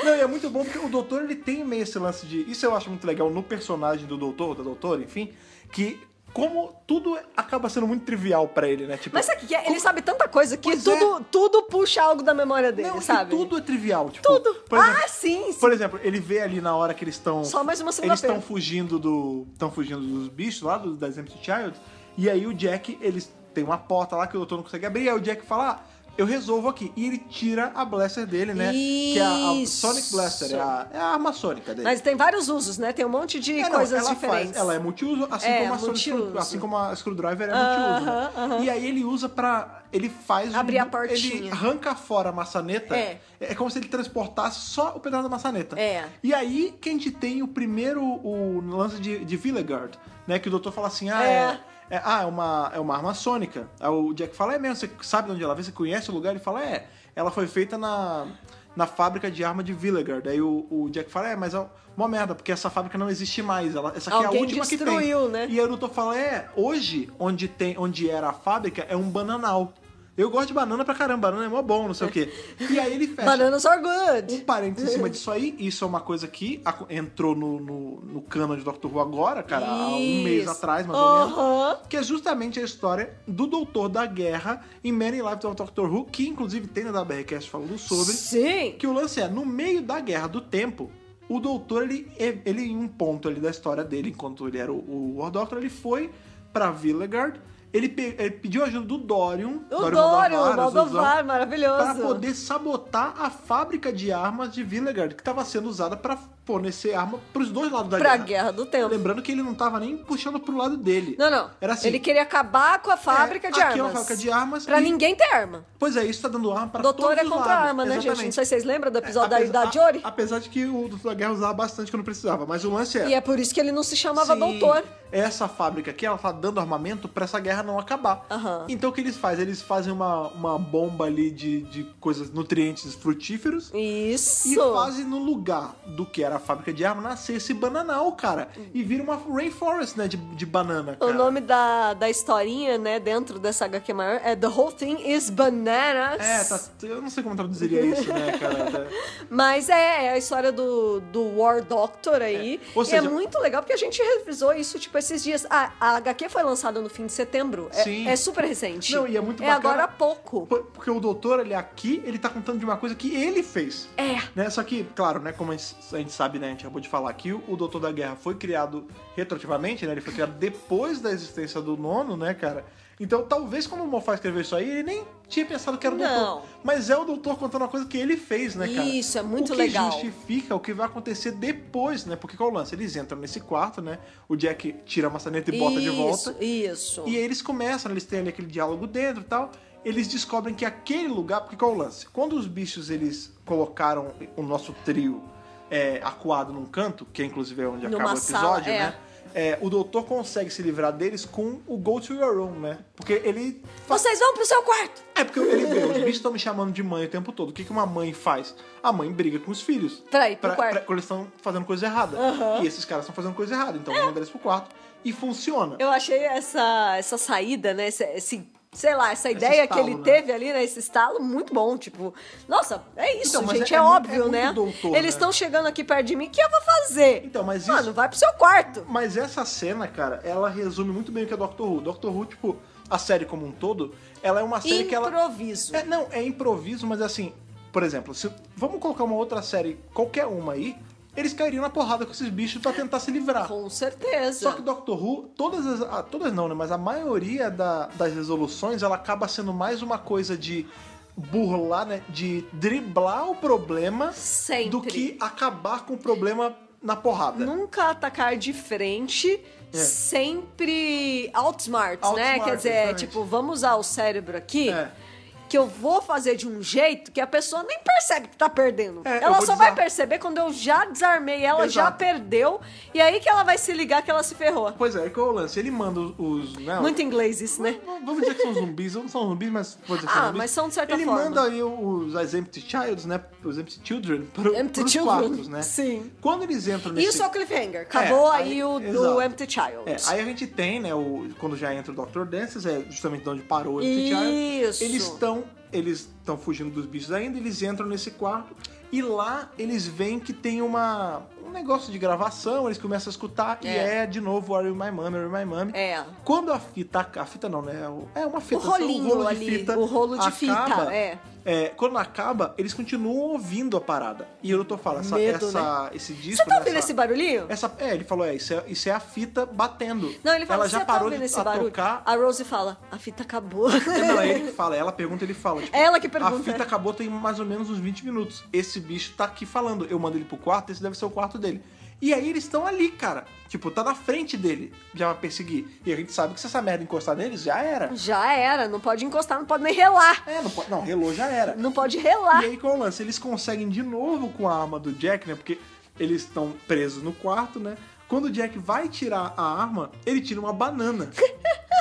Speaker 1: Não, e é muito bom porque o doutor ele tem meio esse lance de. Isso eu acho muito legal no personagem do doutor, da doutora, enfim, que como tudo acaba sendo muito trivial pra ele, né? Tipo,
Speaker 2: Mas sabe o que é? Ele sabe tanta coisa que
Speaker 1: Pois
Speaker 2: tudo, tudo puxa algo da memória dele,
Speaker 1: não, e
Speaker 2: sabe?
Speaker 1: tudo é trivial, tipo.
Speaker 2: Tudo.
Speaker 1: Por exemplo,
Speaker 2: ah, sim, sim.
Speaker 1: por exemplo, ele vê ali na hora que eles estão.
Speaker 2: Só mais uma
Speaker 1: Eles
Speaker 2: segunda-feira.
Speaker 1: estão fugindo do. estão fugindo dos bichos lá, do, das Empty Child. E aí o Jack, eles tem uma porta lá que o doutor não consegue abrir. Aí o Jack fala, ah, eu resolvo aqui. E ele tira a blaster dele, né? Que é a, a
Speaker 2: Isso.
Speaker 1: Sonic Blaster, é a, é a arma sônica dele.
Speaker 2: Mas tem vários usos, né? Tem um monte de
Speaker 1: É, não,
Speaker 2: coisas
Speaker 1: ela
Speaker 2: diferentes.
Speaker 1: Faz, ela é multiuso, assim,
Speaker 2: É,
Speaker 1: como a Sonic
Speaker 2: multiuso.
Speaker 1: Screw- assim como a Screwdriver é
Speaker 2: Aham,
Speaker 1: multiuso, né?
Speaker 2: aham.
Speaker 1: E aí ele usa pra... Ele faz... um
Speaker 2: Abrir a
Speaker 1: Ele
Speaker 2: portinha.
Speaker 1: arranca fora a maçaneta.
Speaker 2: É.
Speaker 1: É como se ele transportasse só o pedaço da maçaneta.
Speaker 2: É.
Speaker 1: E aí que a gente tem o primeiro o lance de, de Villegard, né? Que o doutor fala assim, ah,
Speaker 2: É.
Speaker 1: é... é- ah, é uma, é uma arma sônica. Aí o Jack fala, é mesmo, você sabe de onde ela veio, você conhece o lugar? Ele fala, é, ela foi feita na, na fábrica de arma de Villegard. Aí o, o Jack fala, é, mas é uma merda, porque essa fábrica não existe mais. Ela, essa aqui é a
Speaker 2: Alguém
Speaker 1: última que
Speaker 2: destruiu,
Speaker 1: tem.
Speaker 2: né?
Speaker 1: E aí o doutor fala, é, hoje, onde, tem, onde era a fábrica, é um bananal. Eu gosto de banana pra caramba, banana é mó bom, não sei o quê. E aí ele fecha
Speaker 2: Bananas are
Speaker 1: um
Speaker 2: good.
Speaker 1: parênteses em cima disso aí, isso é uma coisa que ac- entrou no, no, no canon de Doctor Who agora, cara, há um mês
Speaker 2: Isso.
Speaker 1: atrás, mais ou menos.
Speaker 2: Aham.
Speaker 1: Que é justamente a história do Doutor da Guerra em Many Lives of Doctor Who, que inclusive tem na WRCast falando sobre.
Speaker 2: Sim.
Speaker 1: Que o lance é, no meio da Guerra do Tempo, o Doutor, ele, ele em um ponto ali da história dele, enquanto ele era o, o War Doctor, ele foi pra Villegard Ele, pe- ele pediu ajuda do Dorion.
Speaker 2: O Dório, o
Speaker 1: Zuzão,
Speaker 2: Baldovar,
Speaker 1: Pra
Speaker 2: maravilhoso.
Speaker 1: poder sabotar a fábrica de armas de Villegard, que estava sendo usada para fornecer arma pros dois lados da
Speaker 2: Pra
Speaker 1: guerra.
Speaker 2: Guerra do Tempo.
Speaker 1: Lembrando que ele não tava nem puxando pro lado dele.
Speaker 2: Não, não.
Speaker 1: Era assim.
Speaker 2: Ele queria acabar com a fábrica
Speaker 1: é,
Speaker 2: de
Speaker 1: aqui
Speaker 2: armas.
Speaker 1: é uma fábrica de armas
Speaker 2: Pra
Speaker 1: e-
Speaker 2: ninguém ter arma.
Speaker 1: Pois é, isso tá dando arma pra
Speaker 2: Doutor
Speaker 1: todos
Speaker 2: é
Speaker 1: os
Speaker 2: contra
Speaker 1: lados.
Speaker 2: a arma, né, gente? Não
Speaker 1: Exatamente.
Speaker 2: sei se vocês lembram do episódio da-
Speaker 1: Apesar-
Speaker 2: da Jory.
Speaker 1: a- Apesar de que o Doutor da Guerra usava bastante quando precisava, mas o lance é...
Speaker 2: E é por isso que ele não se chamava
Speaker 1: Sim,
Speaker 2: doutor.
Speaker 1: Essa fábrica aqui, ela tá dando armamento pra essa guerra não acabar.
Speaker 2: Aham.
Speaker 1: Então o que eles fazem? Eles fazem uma, uma bomba ali de, de coisas, nutrientes frutíferos. E
Speaker 2: Isso.
Speaker 1: fazem no lugar do que era a fábrica de arma nascer esse bananal, cara. E vira uma rainforest, né? De, de banana,
Speaker 2: O
Speaker 1: cara.
Speaker 2: nome da, da historinha, né, dentro dessa HQ maior é The Whole Thing is Bananas.
Speaker 1: É, tá, eu não sei como traduziria isso, né, cara? Tá-
Speaker 2: Mas é, é a história do, do War Doctor aí.
Speaker 1: É. Ou
Speaker 2: E
Speaker 1: seja-
Speaker 2: é muito legal porque a gente revisou isso, tipo, esses dias. Ah, a HQ foi lançada no fim de setembro. É,
Speaker 1: Sim.
Speaker 2: é super recente.
Speaker 1: Não, e é muito
Speaker 2: É
Speaker 1: bacana.
Speaker 2: agora há pouco.
Speaker 1: Por- Porque o doutor, ele aqui, ele tá contando de uma coisa que ele fez.
Speaker 2: É.
Speaker 1: Né? Só que, claro, né, como a gente, a gente sabe, né, a gente acabou de falar aqui, o Doutor da Guerra foi criado retroativamente, né? Ele foi criado depois da existência do nono, né, cara? Então, talvez quando o Moffat escreveu isso aí, ele nem tinha pensado que era o
Speaker 2: Não.
Speaker 1: doutor. Mas é o doutor contando uma coisa que ele fez, né, cara?
Speaker 2: Isso, é muito
Speaker 1: o que
Speaker 2: legal.
Speaker 1: justifica o que vai acontecer depois, né? Porque qual é o lance? Eles entram nesse quarto, né? O Jack tira a maçaneta e bota de volta.
Speaker 2: Isso, isso.
Speaker 1: E aí eles começam, eles têm ali aquele diálogo dentro e tal. Eles descobrem que aquele lugar, porque qual é o lance? Quando os bichos eles colocaram o nosso trio é, acuado num canto, que é inclusive é onde
Speaker 2: Numa
Speaker 1: acaba o
Speaker 2: sala,
Speaker 1: episódio,
Speaker 2: é.
Speaker 1: né? É, o doutor consegue se livrar deles com o Go to Your Room, né? Porque ele. fa-
Speaker 2: Vocês vão pro seu quarto!
Speaker 1: É porque ele vê, os bichos estão me chamando de mãe o tempo todo. O que, que uma mãe faz? A mãe briga com os filhos.
Speaker 2: Pra ir pro quarto.
Speaker 1: quando eles estão fazendo coisa errada. E esses caras estão fazendo coisa errada. Então manda eles pro quarto e funciona.
Speaker 2: É. Eu achei essa, essa saída, né? Esse, esse- sei lá, essa ideia
Speaker 1: estalo,
Speaker 2: que ele
Speaker 1: né?
Speaker 2: teve ali, né? Esse estalo, muito bom. Tipo, nossa, é isso,
Speaker 1: Então, mas
Speaker 2: gente.
Speaker 1: é-
Speaker 2: É,
Speaker 1: é mu- é
Speaker 2: óbvio,
Speaker 1: muito
Speaker 2: né?
Speaker 1: doutor,
Speaker 2: Eles
Speaker 1: né?
Speaker 2: estão chegando aqui perto de mim. O que eu vou fazer?
Speaker 1: Então, mas
Speaker 2: Mano,
Speaker 1: isso-
Speaker 2: vai pro seu quarto.
Speaker 1: Mas essa cena, cara, ela resume muito bem o que é Doctor Who. Doctor Who, tipo, a série como um todo, ela é uma série que ela.
Speaker 2: Improviso.
Speaker 1: É, não, é improviso, mas assim, por exemplo, se vamos colocar uma outra série, qualquer uma aí, eles cairiam na porrada com esses bichos pra tentar se livrar.
Speaker 2: Com certeza.
Speaker 1: Só que Doctor Who, todas as. ah, Todas não, né? Mas a maioria da- das resoluções, ela acaba sendo mais uma coisa de burlar, né? De driblar o problema
Speaker 2: Sempre.
Speaker 1: do que acabar com o problema na porrada.
Speaker 2: Nunca atacar de frente,
Speaker 1: É.
Speaker 2: sempre outsmart, né?
Speaker 1: Outsmart,
Speaker 2: Quer dizer,
Speaker 1: exatamente.
Speaker 2: tipo, vamos usar o cérebro aqui,
Speaker 1: É.
Speaker 2: que eu vou fazer de um jeito que a pessoa nem percebe que tá perdendo.
Speaker 1: É, eu
Speaker 2: ela
Speaker 1: vou
Speaker 2: só
Speaker 1: desar-
Speaker 2: vai perceber quando eu já desarmei ela, já
Speaker 1: Exato.
Speaker 2: perdeu, e aí que ela vai se ligar que ela se ferrou.
Speaker 1: Pois é, qual é o lance? Ele manda os. os né,
Speaker 2: Muito inglês isso, né?
Speaker 1: Vamos vamos dizer que são zumbis, não são zumbis, mas vou dizer que
Speaker 2: Ah,
Speaker 1: zumbis.
Speaker 2: mas são de certa
Speaker 1: Ele
Speaker 2: forma.
Speaker 1: manda aí os as Empty Childs, né? Os Empty Children pro,
Speaker 2: Empty
Speaker 1: pros
Speaker 2: Children,
Speaker 1: quartos, né?
Speaker 2: sim.
Speaker 1: Quando eles entram nesse...
Speaker 2: Isso é o cliffhanger. Acabou
Speaker 1: É,
Speaker 2: aí, o
Speaker 1: exato.
Speaker 2: do Empty Child.
Speaker 1: É, aí a gente tem, né, o, quando já entra o Dr. Dances, é justamente de onde parou o Empty
Speaker 2: Isso.
Speaker 1: Child. Eles estão eles estão fugindo dos bichos ainda, eles entram nesse quarto e lá eles veem que tem uma um negócio de gravação, eles começam a escutar e
Speaker 2: É.
Speaker 1: é de novo Are You My Mommy, Are You My Mommy.
Speaker 2: É.
Speaker 1: Quando a fita, a fita não, né, o- é uma fita,
Speaker 2: O rolinho
Speaker 1: só um rolo
Speaker 2: ali,
Speaker 1: de fita,
Speaker 2: o rolo de fita,
Speaker 1: acaba,
Speaker 2: é.
Speaker 1: Quando acaba, eles continuam ouvindo a parada. E eu tô falando, essa,
Speaker 2: Medo,
Speaker 1: essa- esse disco...
Speaker 2: Você tá
Speaker 1: né,
Speaker 2: ouvindo
Speaker 1: essa-
Speaker 2: esse barulhinho?
Speaker 1: essa, é, ele falou, é, isso é, isso é a fita batendo.
Speaker 2: Não, ele fala,
Speaker 1: ela já
Speaker 2: você tá
Speaker 1: parou
Speaker 2: ouvindo
Speaker 1: de
Speaker 2: esse
Speaker 1: a
Speaker 2: barulho?
Speaker 1: tocar.
Speaker 2: A Rose fala, a fita acabou.
Speaker 1: Não, é ele que fala, ela pergunta, ele fala. Tipo,
Speaker 2: Ela que pergunta.
Speaker 1: A fita acabou tem mais ou menos uns 20 minutos. Esse bicho tá aqui falando. Eu mando ele pro quarto, esse deve ser o quarto dele. E aí eles estão ali, cara. Tipo, tá na frente dele, já vai perseguir. E a gente sabe que se essa merda encostar neles, já era.
Speaker 2: Já era, não pode encostar, não pode nem relar.
Speaker 1: É, não, pode- não relou, já era.
Speaker 2: Não pode relar.
Speaker 1: E aí qual é o lance? Eles conseguem de novo com a arma do Jack, né? Porque eles estão presos no quarto, né? Quando o Jack vai tirar a arma, ele tira uma banana.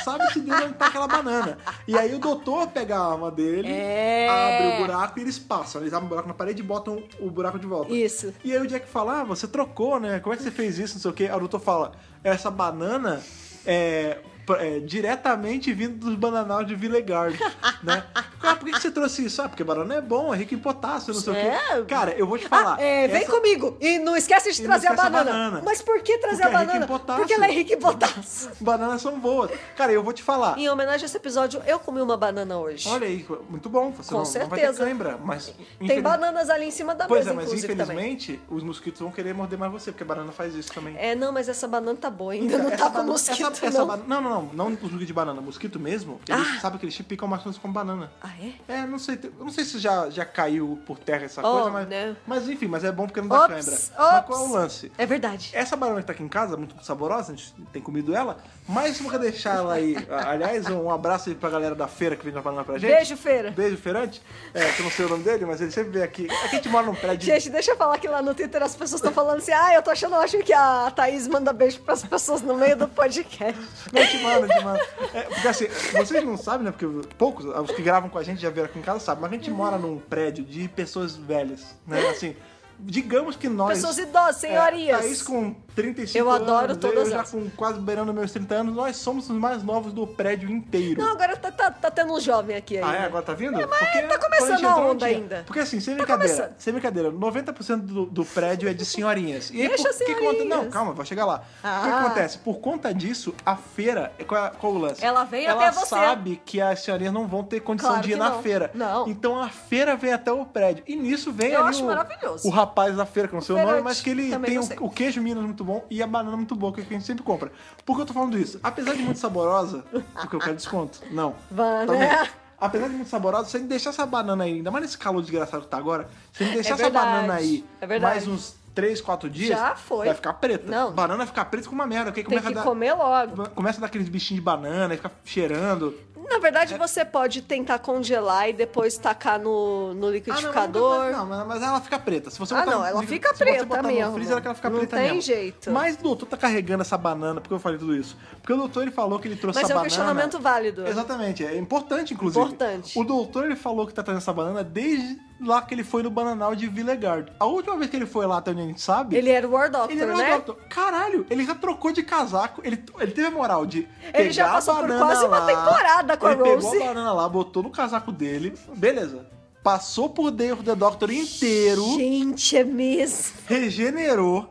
Speaker 1: Sabe-se Deus onde tá aquela banana. E aí o doutor pega a arma dele,
Speaker 2: É.
Speaker 1: abre o buraco e eles passam. Eles abrem o buraco na parede e botam o buraco de volta.
Speaker 2: Isso.
Speaker 1: E aí o Jack fala, ah, você trocou, né? Como é que você fez isso? Não sei o quê. A doutor fala, essa banana é, pr- é diretamente vindo dos bananal de Villegard, né? Ah, por que que você trouxe isso? Ah, porque banana é bom, é rico em potássio, não sei
Speaker 2: É.
Speaker 1: o quê. Cara, eu vou te falar.
Speaker 2: Ah, é, vem
Speaker 1: essa-
Speaker 2: comigo e não esquece de
Speaker 1: E não
Speaker 2: trazer
Speaker 1: esquece
Speaker 2: a
Speaker 1: a
Speaker 2: banana.
Speaker 1: banana.
Speaker 2: Mas por que trazer
Speaker 1: Porque é
Speaker 2: a
Speaker 1: rica em
Speaker 2: banana?
Speaker 1: potássio.
Speaker 2: Porque ela é rica em potássio.
Speaker 1: Bananas são boas. Cara, eu vou te falar.
Speaker 2: Em homenagem a esse episódio, eu comi uma banana hoje.
Speaker 1: Olha aí, muito bom. Você
Speaker 2: Com
Speaker 1: não, não vai
Speaker 2: certeza.
Speaker 1: ter cãibra, mas...
Speaker 2: Tem
Speaker 1: infeliz-
Speaker 2: bananas ali em cima da
Speaker 1: Pois
Speaker 2: mesa,
Speaker 1: é, mas
Speaker 2: inclusive, também.
Speaker 1: infelizmente os mosquitos vão querer morder mais você, porque a banana faz isso também.
Speaker 2: É, não, mas essa banana tá boa ainda, não tá
Speaker 1: Essa
Speaker 2: com
Speaker 1: banana-
Speaker 2: mosquito,
Speaker 1: essa-
Speaker 2: não.
Speaker 1: essa banana- não, não, não. Não, não o zumbi de banana, mosquito mesmo, ele sabe que eles te picam mais com banana.
Speaker 2: Ah, é?
Speaker 1: É, não sei, eu não sei se já, já caiu por terra essa
Speaker 2: Oh,
Speaker 1: coisa, mas,
Speaker 2: né?
Speaker 1: mas enfim, mas é bom porque não dá
Speaker 2: Ops,
Speaker 1: cãibra.
Speaker 2: ops.
Speaker 1: Mas qual é o lance?
Speaker 2: É verdade.
Speaker 1: Essa banana que tá aqui em casa, muito saborosa, a gente tem comido ela, mas vou deixar ela aí. Aliás, um abraço aí pra galera da feira que vende a banana pra gente.
Speaker 2: Beijo, Feira.
Speaker 1: Beijo, Ferante. É, que eu não sei o nome dele, mas ele sempre vem aqui. Aqui a gente mora num prédio.
Speaker 2: Gente, deixa eu falar que lá no Twitter as pessoas estão falando assim, ah, eu tô achando ótimo que a Thaís manda beijo pras pessoas no meio do podcast.
Speaker 1: Não, te manda, te manda. É, porque assim, vocês não sabem, né? Porque poucos, os que gravam com a gente já vieram aqui em casa, sabem. Mas a gente
Speaker 2: Uhum.
Speaker 1: mora num prédio de pessoas velhas, né? Assim, digamos que nós...
Speaker 2: Pessoas idosas, senhorias.
Speaker 1: É, Thaís com 35
Speaker 2: Eu
Speaker 1: anos,
Speaker 2: adoro todas
Speaker 1: eu já
Speaker 2: elas.
Speaker 1: com quase beirando meus 30 anos, nós somos os mais novos do prédio inteiro.
Speaker 2: Não, agora tá, tá, tá tendo um jovem aqui ainda.
Speaker 1: Ah, é? Agora tá vindo?
Speaker 2: mas
Speaker 1: Porque
Speaker 2: tá começando
Speaker 1: quando gente entrou,
Speaker 2: a
Speaker 1: não
Speaker 2: onda
Speaker 1: tinha.
Speaker 2: ainda.
Speaker 1: Porque assim, sem
Speaker 2: Tá
Speaker 1: brincadeira,
Speaker 2: começando.
Speaker 1: sem brincadeira, 90% do, do prédio é de senhorinhas. E aí,
Speaker 2: Deixa
Speaker 1: por
Speaker 2: as
Speaker 1: que que acontece? Não,
Speaker 2: senhorinhas.
Speaker 1: calma, vai chegar lá. O que
Speaker 2: Ah.
Speaker 1: que acontece? Por conta disso, a feira, é qual, é- qual é o lance?
Speaker 2: Ela veio
Speaker 1: Ela
Speaker 2: até você.
Speaker 1: sabe que as senhorinhas não vão ter condição
Speaker 2: Claro
Speaker 1: de ir
Speaker 2: que
Speaker 1: na
Speaker 2: não.
Speaker 1: feira.
Speaker 2: Não.
Speaker 1: Então a feira vem até o prédio. E nisso vem
Speaker 2: Eu
Speaker 1: ali
Speaker 2: acho
Speaker 1: o,
Speaker 2: maravilhoso.
Speaker 1: o rapaz da feira, que eu não sei o nome,
Speaker 2: Feirante,
Speaker 1: mas que ele
Speaker 2: também
Speaker 1: tem um
Speaker 2: não
Speaker 1: o-
Speaker 2: sei.
Speaker 1: o queijo Minas é muito bom e a banana muito boa, que a gente sempre compra. Por que eu tô falando isso? Apesar de muito saborosa, porque eu quero desconto. Não.
Speaker 2: Vá,
Speaker 1: Também.
Speaker 2: né?
Speaker 1: Apesar de muito saborosa, se a gente deixar essa banana aí, ainda mais nesse calor desgraçado que tá agora, se a gente
Speaker 2: É
Speaker 1: deixar essa
Speaker 2: verdade,
Speaker 1: banana aí
Speaker 2: é verdade.
Speaker 1: mais uns 3, 4 dias,
Speaker 2: Já foi.
Speaker 1: vai ficar preta.
Speaker 2: Não.
Speaker 1: Banana vai ficar preta com uma merda, porque
Speaker 2: Tem
Speaker 1: começa a,
Speaker 2: que
Speaker 1: dar,
Speaker 2: comer logo.
Speaker 1: começa a dar aqueles bichinhos de banana e fica cheirando.
Speaker 2: Na
Speaker 1: É-
Speaker 2: verdade, você pode tentar congelar e depois tacar no, no liquidificador.
Speaker 1: Ah, não, mas- mas- não, mas ela fica preta. Se você
Speaker 2: Ah,
Speaker 1: botar
Speaker 2: não,
Speaker 1: no-
Speaker 2: ela
Speaker 1: se
Speaker 2: fica
Speaker 1: você
Speaker 2: preta
Speaker 1: botar no
Speaker 2: mesmo.
Speaker 1: freezer, ela fica
Speaker 2: Não
Speaker 1: preta
Speaker 2: tem
Speaker 1: mesmo.
Speaker 2: jeito.
Speaker 1: Mas o doutor tá carregando essa banana, porque eu falei tudo isso. Porque o doutor ele falou que ele trouxe
Speaker 2: Mas
Speaker 1: essa
Speaker 2: é um
Speaker 1: banana.
Speaker 2: questionamento válido.
Speaker 1: Exatamente, é importante, inclusive.
Speaker 2: Importante.
Speaker 1: O doutor ele falou que tá trazendo essa banana desde lá que ele foi no Bananal de Villegard. A última vez que ele foi lá, até onde a gente sabe.
Speaker 2: Ele era o War Doctor,
Speaker 1: ele era um
Speaker 2: né?
Speaker 1: doutor. Caralho, ele já trocou de casaco. Ele, ele teve a moral de.
Speaker 2: Ele já
Speaker 1: pegar a
Speaker 2: passou por
Speaker 1: banana
Speaker 2: quase uma
Speaker 1: lá,
Speaker 2: temporada com a
Speaker 1: ele
Speaker 2: Rose.
Speaker 1: Pegou a banana lá, botou no casaco dele. Beleza. Passou por dentro do Doctor inteiro
Speaker 2: Gente, é mesmo.
Speaker 1: regenerou,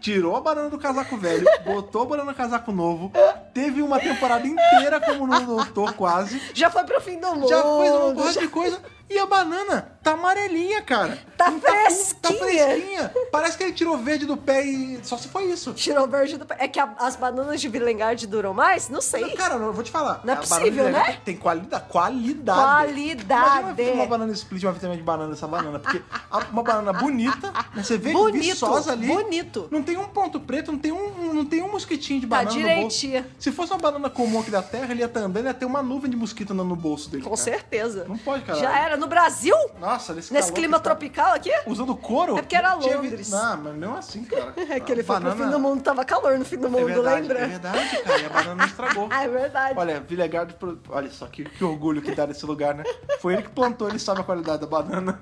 Speaker 1: tirou a banana do casaco velho, botou a banana no casaco novo, teve uma temporada inteira como no doutor quase,
Speaker 2: Já foi pro fim do mundo.
Speaker 1: já fez uma porra
Speaker 2: já-
Speaker 1: de coisa. E a banana tá amarelinha, cara.
Speaker 2: Tá
Speaker 1: Não tá,
Speaker 2: fresquinha.
Speaker 1: tá fresquinha. Parece que ele tirou verde do pé e só se foi isso.
Speaker 2: Tirou o verde do... É que a- as bananas de Vilengard duram mais? Não sei.
Speaker 1: Cara, eu vou te falar.
Speaker 2: Não é
Speaker 1: a banana
Speaker 2: possível,
Speaker 1: de
Speaker 2: né?
Speaker 1: Tem, tem qualidade. Qualidade.
Speaker 2: Qualidade.
Speaker 1: Imagina uma banana split, uma vitamina de banana, essa banana. Porque a- uma banana bonita, né, você vê
Speaker 2: Bonito,
Speaker 1: viçosa ali.
Speaker 2: bonito.
Speaker 1: Não tem um ponto preto, não tem um, um- não tem um mosquitinho de
Speaker 2: Tá
Speaker 1: banana no bolso.
Speaker 2: direitinha.
Speaker 1: Se fosse uma banana comum aqui da terra, ele ia estar andando e ia ter uma nuvem de mosquito andando no bolso dele.
Speaker 2: Com
Speaker 1: cara.
Speaker 2: certeza.
Speaker 1: Não pode, cara.
Speaker 2: Já era. No Brasil?
Speaker 1: Nossa, tá nesse,
Speaker 2: Nesse
Speaker 1: calor que
Speaker 2: clima
Speaker 1: tá-
Speaker 2: tropical aqui?
Speaker 1: Usando couro?
Speaker 2: É porque era
Speaker 1: não tinha
Speaker 2: Londres.
Speaker 1: vi- Não, mas mesmo assim, cara.
Speaker 2: É que ele
Speaker 1: A
Speaker 2: foi pro fim do mundo, tava calor no fim do
Speaker 1: É
Speaker 2: mundo,
Speaker 1: verdade,
Speaker 2: lembra?
Speaker 1: é verdade, cara. E a banana não estragou.
Speaker 2: Ah, é verdade.
Speaker 1: Olha, Vilegard. pro- Olha só que, que orgulho que dá nesse lugar, né? Foi ele que plantou, ele sabe a qualidade da banana.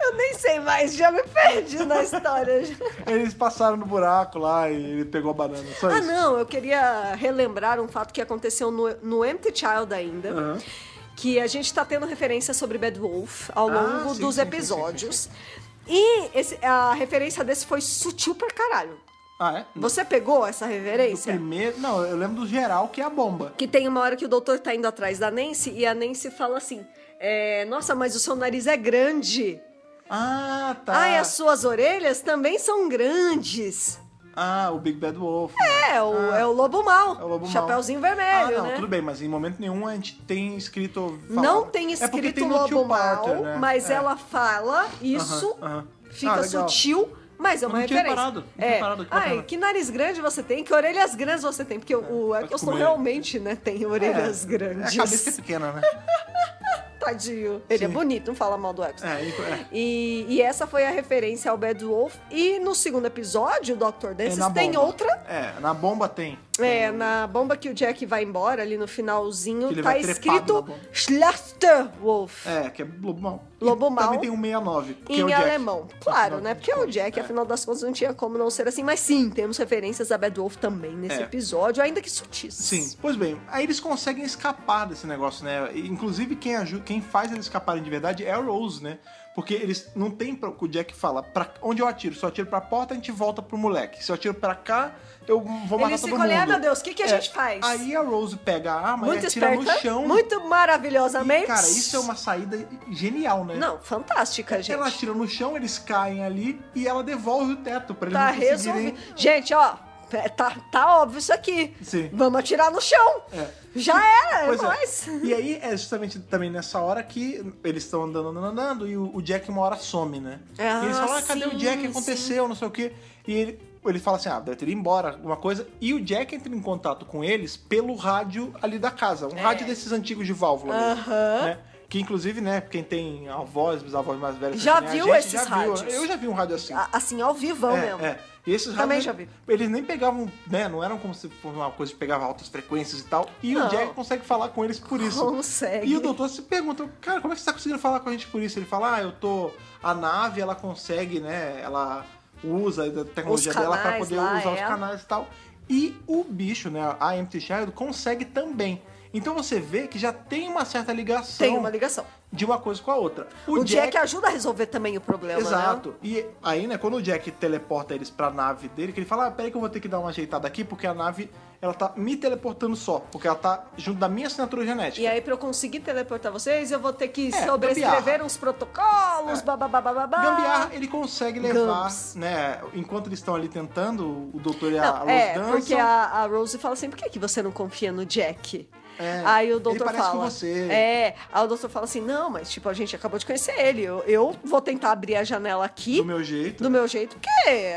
Speaker 2: Eu nem sei mais, já me perdi na história. já.
Speaker 1: Eles passaram no buraco lá e ele pegou a banana. Só
Speaker 2: Ah,
Speaker 1: isso.
Speaker 2: não, eu queria relembrar um fato que aconteceu no, no Empty Child ainda.
Speaker 1: Aham.
Speaker 2: Que a gente tá tendo referência sobre Bad Wolf ao
Speaker 1: Ah,
Speaker 2: longo
Speaker 1: sim,
Speaker 2: dos
Speaker 1: sim, sim,
Speaker 2: episódios. E esse- a referência desse foi sutil pra caralho.
Speaker 1: Ah, é?
Speaker 2: Você pegou essa
Speaker 1: Do
Speaker 2: referência?
Speaker 1: primeiro. Não, eu lembro do geral que é a bomba.
Speaker 2: Que tem uma hora que o doutor tá indo atrás da Nancy e a Nancy fala assim: é, Nossa, mas o seu nariz é grande.
Speaker 1: Ah, tá.
Speaker 2: Ai, é as suas orelhas também são grandes.
Speaker 1: Ah, o Big Bad Wolf.
Speaker 2: É, o,
Speaker 1: Ah.
Speaker 2: é o lobo mal.
Speaker 1: É o lobo mau.
Speaker 2: Chapeuzinho
Speaker 1: Ah,
Speaker 2: vermelho,
Speaker 1: não,
Speaker 2: né?
Speaker 1: tudo bem, mas em momento nenhum a gente tem escrito. falar.
Speaker 2: Não tem
Speaker 1: É porque
Speaker 2: escrito
Speaker 1: tem no
Speaker 2: lobo
Speaker 1: Tio
Speaker 2: mal,
Speaker 1: Barter, né?
Speaker 2: mas
Speaker 1: É.
Speaker 2: ela fala isso,
Speaker 1: Aham, aham.
Speaker 2: fica
Speaker 1: Ah, legal.
Speaker 2: sutil, mas é uma
Speaker 1: Eu não tinha
Speaker 2: referência.
Speaker 1: reparado, não tinha
Speaker 2: é.
Speaker 1: reparado, que
Speaker 2: Ai,
Speaker 1: bacana.
Speaker 2: que nariz grande você tem, que orelhas grandes você tem, porque o é
Speaker 1: pode
Speaker 2: Eccleston
Speaker 1: É, comer.
Speaker 2: realmente, né, tem orelhas
Speaker 1: É,
Speaker 2: grandes.
Speaker 1: A cabeça é pequena, né?
Speaker 2: Tadinho. Ele é
Speaker 1: Sim.
Speaker 2: bonito, não fala mal do Eccleston.
Speaker 1: É, e- é.
Speaker 2: E, e essa foi a referência ao Bad Wolf. E no segundo episódio, o Dr.
Speaker 1: É
Speaker 2: Dances
Speaker 1: na
Speaker 2: tem
Speaker 1: bomba.
Speaker 2: outra
Speaker 1: É, na bomba tem.
Speaker 2: É, na bomba que o Jack vai embora, ali no finalzinho,
Speaker 1: Que ele
Speaker 2: tá
Speaker 1: vai trepado na
Speaker 2: escrito
Speaker 1: bomba.
Speaker 2: Schlachterwolf.
Speaker 1: É, que é Lobo Mal.
Speaker 2: Lobo
Speaker 1: E
Speaker 2: Mau.
Speaker 1: Também tem o 69, que
Speaker 2: Em
Speaker 1: é o Jack.
Speaker 2: alemão, claro, né? Porque é o Jack, afinal das contas, não tinha como não ser assim. Mas sim, temos referências a Bad Wolf também nesse
Speaker 1: É.
Speaker 2: episódio, ainda que sutis.
Speaker 1: Sim, pois bem, aí eles conseguem escapar desse negócio, né? E, Inclusive, quem ajuda, quem faz eles escaparem de verdade é a Rose, né? Porque eles não tem. pra- O Jack fala, pra onde eu atiro? Se eu atiro pra porta, a gente volta pro moleque. Se eu atiro pra cá, eu vou matar
Speaker 2: Eles
Speaker 1: todo
Speaker 2: ficam
Speaker 1: mundo.
Speaker 2: ali, "Ah, meu Deus, o que que a
Speaker 1: É,
Speaker 2: gente faz?"
Speaker 1: Aí a Rose pega a arma
Speaker 2: Muito
Speaker 1: e atira
Speaker 2: esperta,
Speaker 1: no chão.
Speaker 2: muito maravilhosamente.
Speaker 1: E, cara, isso é uma saída genial, né?
Speaker 2: Não, fantástica, gente.
Speaker 1: Ela atira no chão, eles caem ali e ela devolve o teto pra eles
Speaker 2: Tá
Speaker 1: não conseguirem.
Speaker 2: resolvido. Gente, ó, pé, tá, tá óbvio isso aqui.
Speaker 1: Sim.
Speaker 2: Vamos atirar no chão.
Speaker 1: É.
Speaker 2: Já era,
Speaker 1: Pois
Speaker 2: é
Speaker 1: é.
Speaker 2: nóis.
Speaker 1: E aí é justamente também nessa hora que eles estão andando, andando, andando, e o, o Jack uma hora some, né?
Speaker 2: Ah,
Speaker 1: e eles falam, ah, cadê
Speaker 2: sim,
Speaker 1: o Jack? Aconteceu, não sei o quê. E ele, ele fala assim, ah, deve ter ido embora, alguma coisa. E o Jack entra em contato com eles pelo rádio ali da casa. Um rádio desses antigos de válvula. mesmo,
Speaker 2: É. Aham.
Speaker 1: né? Que inclusive, né, quem tem avós, bisavós mais velhos...
Speaker 2: Já
Speaker 1: que nem a
Speaker 2: viu
Speaker 1: gente,
Speaker 2: esses
Speaker 1: já viu.
Speaker 2: rádios?
Speaker 1: Eu já vi um rádio assim.
Speaker 2: A- Assim, ao vivão
Speaker 1: É,
Speaker 2: mesmo.
Speaker 1: é. E esses
Speaker 2: Também
Speaker 1: rádios,
Speaker 2: já vi.
Speaker 1: Eles nem pegavam, né? Não eram como se fosse uma coisa que pegava altas frequências e tal. E
Speaker 2: Não.
Speaker 1: o Jack consegue falar com eles por isso.
Speaker 2: Consegue.
Speaker 1: E o doutor se pergunta, cara, como é que você tá conseguindo falar com a gente por isso? Ele fala, ah, eu tô. A nave, ela consegue, né? Ela usa a tecnologia
Speaker 2: Os
Speaker 1: dela pra
Speaker 2: canais
Speaker 1: poder
Speaker 2: lá,
Speaker 1: usar os
Speaker 2: é.
Speaker 1: canais e tal. E o bicho, né? A Empty Child consegue também. Então você vê que já tem uma certa ligação
Speaker 2: Tem uma ligação.
Speaker 1: de uma coisa com a outra.
Speaker 2: O, Jack... ajuda a resolver também o problema, né?
Speaker 1: Exato. E aí, né, quando o Jack teleporta eles pra nave dele, que ele fala, ah, peraí que eu vou ter que dar uma ajeitada aqui, porque a nave, ela tá me teleportando só, porque ela tá junto da minha assinatura genética.
Speaker 2: E aí, pra eu conseguir teleportar vocês, eu vou ter que
Speaker 1: É,
Speaker 2: sobrescrever
Speaker 1: gambiarra.
Speaker 2: uns protocolos,
Speaker 1: É.
Speaker 2: babá, babá, babá.
Speaker 1: Gambiarra, ele consegue levar,
Speaker 2: ah, Gumps.
Speaker 1: né, enquanto eles estão ali tentando, o doutor e a
Speaker 2: Não,
Speaker 1: Rose
Speaker 2: é,
Speaker 1: dançam.
Speaker 2: porque a, a Rose fala assim, por que, que você não confia no Jack?
Speaker 1: É,
Speaker 2: aí o
Speaker 1: ele
Speaker 2: doutor
Speaker 1: parece
Speaker 2: fala.
Speaker 1: com você.
Speaker 2: É, aí o doutor fala assim: não, mas tipo, a gente acabou de conhecer ele. Eu, eu vou tentar abrir a janela aqui.
Speaker 1: Do meu jeito. né?
Speaker 2: do meu jeito, porque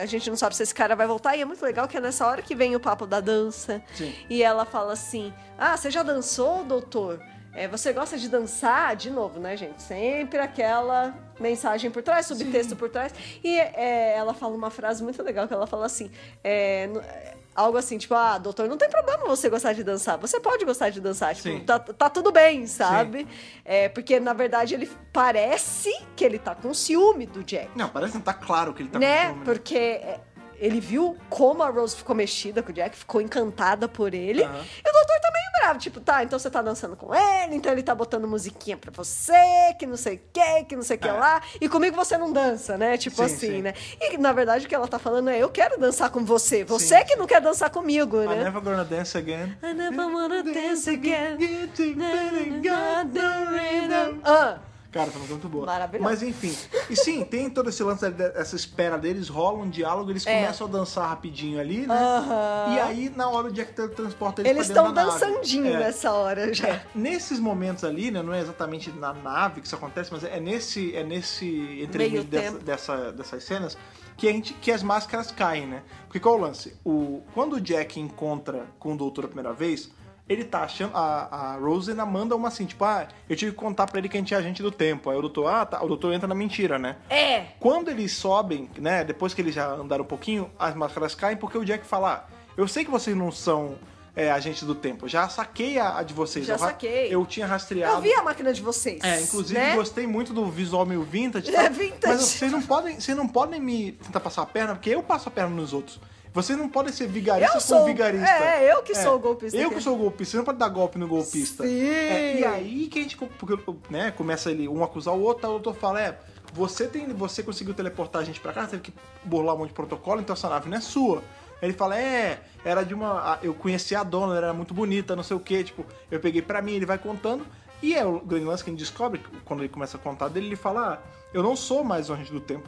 Speaker 2: a gente não sabe se esse cara vai voltar. E é muito legal que é nessa hora que vem o papo da dança.
Speaker 1: Sim.
Speaker 2: E ela fala assim: Ah, você já dançou, doutor? É, você gosta de dançar? De novo, né, gente? Sempre aquela mensagem por trás, subtexto por trás. E é, ela fala uma frase muito legal que ela fala assim. é, n- é, Algo assim, tipo, ah, doutor, não tem problema você gostar de dançar. Você pode gostar de dançar, tipo,
Speaker 1: Sim.
Speaker 2: tá, tá tudo bem, sabe? É, porque, na verdade, ele parece que ele tá com ciúme do Jack
Speaker 1: Não, parece que não tá claro que ele tá
Speaker 2: né?
Speaker 1: com ciúme, né?
Speaker 2: Porque é, ele viu como a Rose ficou mexida com o Jack, ficou encantada por ele.
Speaker 1: Aham.
Speaker 2: E o doutor tá meio bravo, tipo, tá, então você tá dançando com ele, então ele tá botando musiquinha pra você, que não sei o que, que não sei o que
Speaker 1: É.
Speaker 2: lá. E comigo você não dança, né? Tipo
Speaker 1: Sim,
Speaker 2: assim,
Speaker 1: sim.
Speaker 2: né? E na verdade o que ela tá falando é, eu quero dançar com você, você
Speaker 1: Sim, é
Speaker 2: que não quer dançar comigo,
Speaker 1: I
Speaker 2: né?
Speaker 1: never gonna dance again.
Speaker 2: I never wanna dance again.
Speaker 1: Get you better, got the rhythm.
Speaker 2: Ah,
Speaker 1: Cara, tá muito boa.
Speaker 2: Maravilhosa.
Speaker 1: Mas enfim. E sim, tem todo esse lance, ali, essa espera deles, rola um diálogo, eles
Speaker 2: É.
Speaker 1: começam a dançar rapidinho ali, né?
Speaker 2: Aham.
Speaker 1: E aí, na hora, o Jack transporta eles
Speaker 2: eles
Speaker 1: pra dentro
Speaker 2: estão
Speaker 1: da nave.
Speaker 2: dançandinho
Speaker 1: É.
Speaker 2: nessa hora já.
Speaker 1: É, nesses momentos ali, né, não é exatamente na nave que isso acontece, mas é nesse, é nesse entremeio
Speaker 2: Meio
Speaker 1: dessa,
Speaker 2: tempo.
Speaker 1: dessa- dessas cenas que, a gente, que as máscaras caem, né? Porque qual é o lance? O, quando o Jack encontra com o doutor a primeira vez, ele tá achando. A, a Rose ainda manda uma assim, tipo, ah, eu tive que contar pra ele que a gente é agente do tempo. Aí o doutor, ah, tá, o doutor entra na mentira, né?
Speaker 2: É.
Speaker 1: Quando eles sobem, né? Depois que eles já andaram um pouquinho, as máscaras caem, porque o Jack fala: "Ah, Eu sei que vocês não são é, agentes do tempo, já saquei a, a de vocês.
Speaker 2: Já
Speaker 1: eu ra-
Speaker 2: saquei.
Speaker 1: Eu tinha rastreado.
Speaker 2: É. Eu vi a máquina de vocês.
Speaker 1: É, inclusive
Speaker 2: né?
Speaker 1: gostei muito do visual meio vintage. e
Speaker 2: É,
Speaker 1: tal,
Speaker 2: vintage.
Speaker 1: Mas vocês não podem, vocês não podem me tentar passar a perna, porque eu passo a perna nos outros. Vocês não podem ser
Speaker 2: Eu
Speaker 1: vigaristas
Speaker 2: sou-
Speaker 1: com vigarista.
Speaker 2: é, eu que sou o golpista
Speaker 1: Eu
Speaker 2: aqui.
Speaker 1: que sou o golpista, você não pode dar golpe no golpista.
Speaker 2: Sim.
Speaker 1: É, e aí que a gente porque, né, começa ele um acusar o outro, aí o doutor fala, é, você tem, você conseguiu teleportar a gente pra cá, teve que burlar um monte de protocolo, então essa nave não é sua. Aí Ele fala, é, era de uma. a- Eu conheci a dona, ela era muito bonita, não sei o que, tipo, eu peguei pra mim, ele vai contando. E é o grande lance que a gente descobre, quando ele começa a contar dele, ele fala, ah, eu não sou mais o agente do tempo.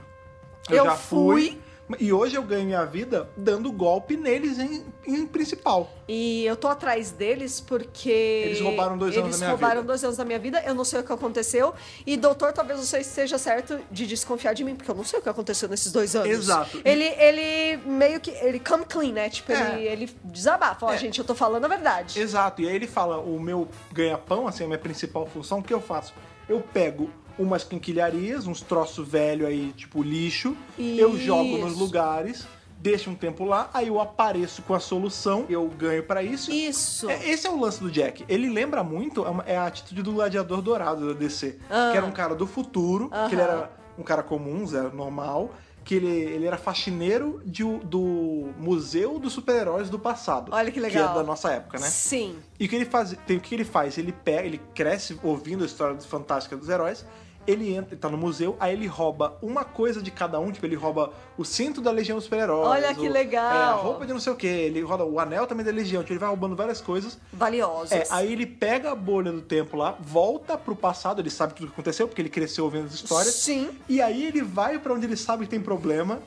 Speaker 2: Eu
Speaker 1: já
Speaker 2: fui.
Speaker 1: E hoje eu ganho minha vida dando golpe neles em, em principal.
Speaker 2: E eu tô atrás deles porque. Eles
Speaker 1: roubaram dois anos da minha
Speaker 2: Eles roubaram
Speaker 1: vida.
Speaker 2: dois anos da minha vida, eu não sei o que aconteceu. E, doutor, talvez você esteja certo de desconfiar de mim, porque eu não sei o que aconteceu nesses dois anos.
Speaker 1: Exato.
Speaker 2: Ele, ele meio que. Ele come clean, né? Tipo,
Speaker 1: É.
Speaker 2: ele, ele desabafa. Ó,
Speaker 1: É.
Speaker 2: gente, eu tô falando a verdade.
Speaker 1: Exato, e aí ele fala: o meu ganha-pão, assim, a minha principal função, o que eu faço? Eu pego umas quinquilharias, uns troços velho aí, tipo lixo, eu jogo nos
Speaker 2: Isso.
Speaker 1: lugares, deixo um tempo lá, aí eu apareço com a solução, eu ganho pra isso.
Speaker 2: Isso.
Speaker 1: É, esse é o lance do Jack. Ele lembra muito, é, uma- é a atitude do gladiador dourado da DC.
Speaker 2: Ah.
Speaker 1: Que era um cara do futuro,
Speaker 2: Aham.
Speaker 1: que ele era um cara comum, zero normal, que ele, ele era faxineiro de o- do Museu dos Super-Heróis do Passado.
Speaker 2: Olha
Speaker 1: Que
Speaker 2: que legal.
Speaker 1: é da nossa época, né?
Speaker 2: Sim.
Speaker 1: E o que ele faz, tem o que ele faz? Ele pega, ele cresce ouvindo a história dos- fantástica dos heróis. Ele entra, ele tá no museu, aí ele rouba uma coisa de cada um, tipo, ele rouba o cinto da Legião dos Super-Heróis.
Speaker 2: Olha que
Speaker 1: o-
Speaker 2: legal.
Speaker 1: é, a roupa de não sei o que, ele rouba o anel também da Legião, tipo, ele vai roubando várias coisas.
Speaker 2: Valiosos.
Speaker 1: É, aí ele pega a bolha do tempo lá, volta pro passado, ele sabe tudo o que aconteceu, porque ele cresceu ouvindo as histórias.
Speaker 2: Sim.
Speaker 1: E aí ele vai pra onde ele sabe que tem problema,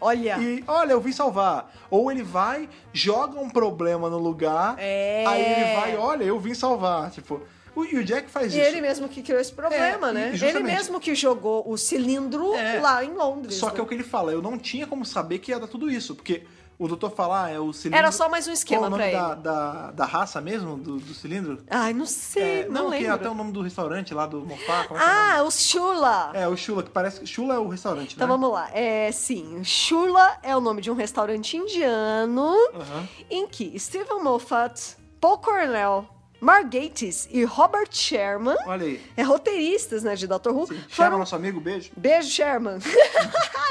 Speaker 2: Olha.
Speaker 1: E olha, eu vim salvar. Ou ele vai, joga um problema no lugar,
Speaker 2: É.
Speaker 1: aí ele vai, olha, eu vim salvar. Tipo, o- e o Jack faz
Speaker 2: E
Speaker 1: isso.
Speaker 2: ele mesmo que criou esse problema,
Speaker 1: É,
Speaker 2: né?
Speaker 1: e- justamente.
Speaker 2: Ele mesmo que jogou o cilindro
Speaker 1: É.
Speaker 2: lá em Londres.
Speaker 1: Só que é
Speaker 2: né?
Speaker 1: o que ele fala, eu não tinha como saber que ia dar tudo isso, porque o doutor fala, ah, é o cilindro.
Speaker 2: Era só mais um esquema
Speaker 1: Qual é o nome da,
Speaker 2: pra
Speaker 1: da, da raça mesmo, do, do cilindro?
Speaker 2: Ai, não sei,
Speaker 1: É,
Speaker 2: não,
Speaker 1: que
Speaker 2: lembro.
Speaker 1: é até o nome do restaurante lá do Mofá. como é que é o nome?
Speaker 2: Ah, os Chula.
Speaker 1: É, o Chula, que parece que Chula é o restaurante,
Speaker 2: Então
Speaker 1: né?
Speaker 2: vamos lá. É, sim, Chula é o nome de um restaurante indiano
Speaker 1: Aham.
Speaker 2: em que Stephen Moffat, Paul Cornell, Mark Gatiss e Robert Sherman,
Speaker 1: Olha aí.
Speaker 2: é, roteiristas né, de Doctor Who,
Speaker 1: Chama
Speaker 2: foram
Speaker 1: nosso amigo, beijo.
Speaker 2: Beijo, Sherman.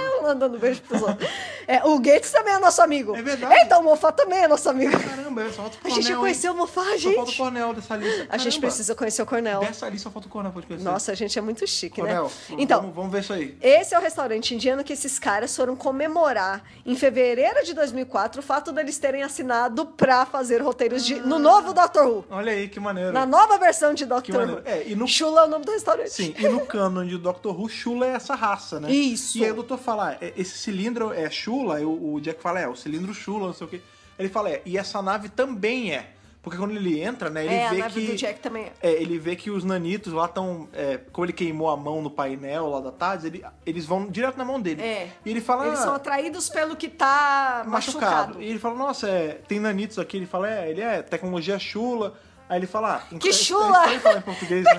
Speaker 2: Eu mandando beijo pros outros. É, o Gates também é nosso amigo.
Speaker 1: É verdade.
Speaker 2: Então, o Moffat também é nosso amigo.
Speaker 1: Caramba, eu só falta o
Speaker 2: A
Speaker 1: Cornel.
Speaker 2: gente
Speaker 1: hein?
Speaker 2: conheceu o Moffat,
Speaker 1: Só falta o
Speaker 2: gente.
Speaker 1: Cornel dessa lista.
Speaker 2: A gente
Speaker 1: Caramba.
Speaker 2: precisa conhecer o Cornell.
Speaker 1: Dessa lista só falta o Cornel, pode conhecer.
Speaker 2: Nossa, a gente é muito chique, né?
Speaker 1: Cornel,
Speaker 2: Então,
Speaker 1: vamos, vamos ver isso aí.
Speaker 2: esse é o restaurante indiano que esses caras foram comemorar em fevereiro de 2004 o fato deles terem assinado pra fazer roteiros de, no novo Doctor Who.
Speaker 1: Olha aí, Ah. que maneiro.
Speaker 2: Na nova versão de
Speaker 1: Que
Speaker 2: Doctor
Speaker 1: maneiro.
Speaker 2: Who.
Speaker 1: É, e no
Speaker 2: Chula é o nome do restaurante.
Speaker 1: Sim, e no cânone de Doctor Who, Shula é essa raça, né?
Speaker 2: Isso.
Speaker 1: E aí o doutor fala, "Ah, é, esse cilindro é Shula, e o, o Jack fala, é, o cilindro Shula, não sei o quê. Ele fala, é, e essa nave também é. Porque quando ele entra, né, ele
Speaker 2: é, a
Speaker 1: vê
Speaker 2: nave
Speaker 1: que...
Speaker 2: do Jack também é.
Speaker 1: É, ele vê que os nanitos lá estão. como ele queimou a mão no painel lá da tarde, ele- eles vão direto na mão dele.
Speaker 2: É.
Speaker 1: E ele fala.
Speaker 2: Eles
Speaker 1: "Ah,
Speaker 2: são atraídos pelo que tá machucado.
Speaker 1: É E ele fala, nossa, é, tem nanitos aqui. Ele fala, é, ele é tecnologia chula. Aí ele fala, ah,
Speaker 2: Que
Speaker 1: é estranho
Speaker 2: chula!
Speaker 1: falar em português, né?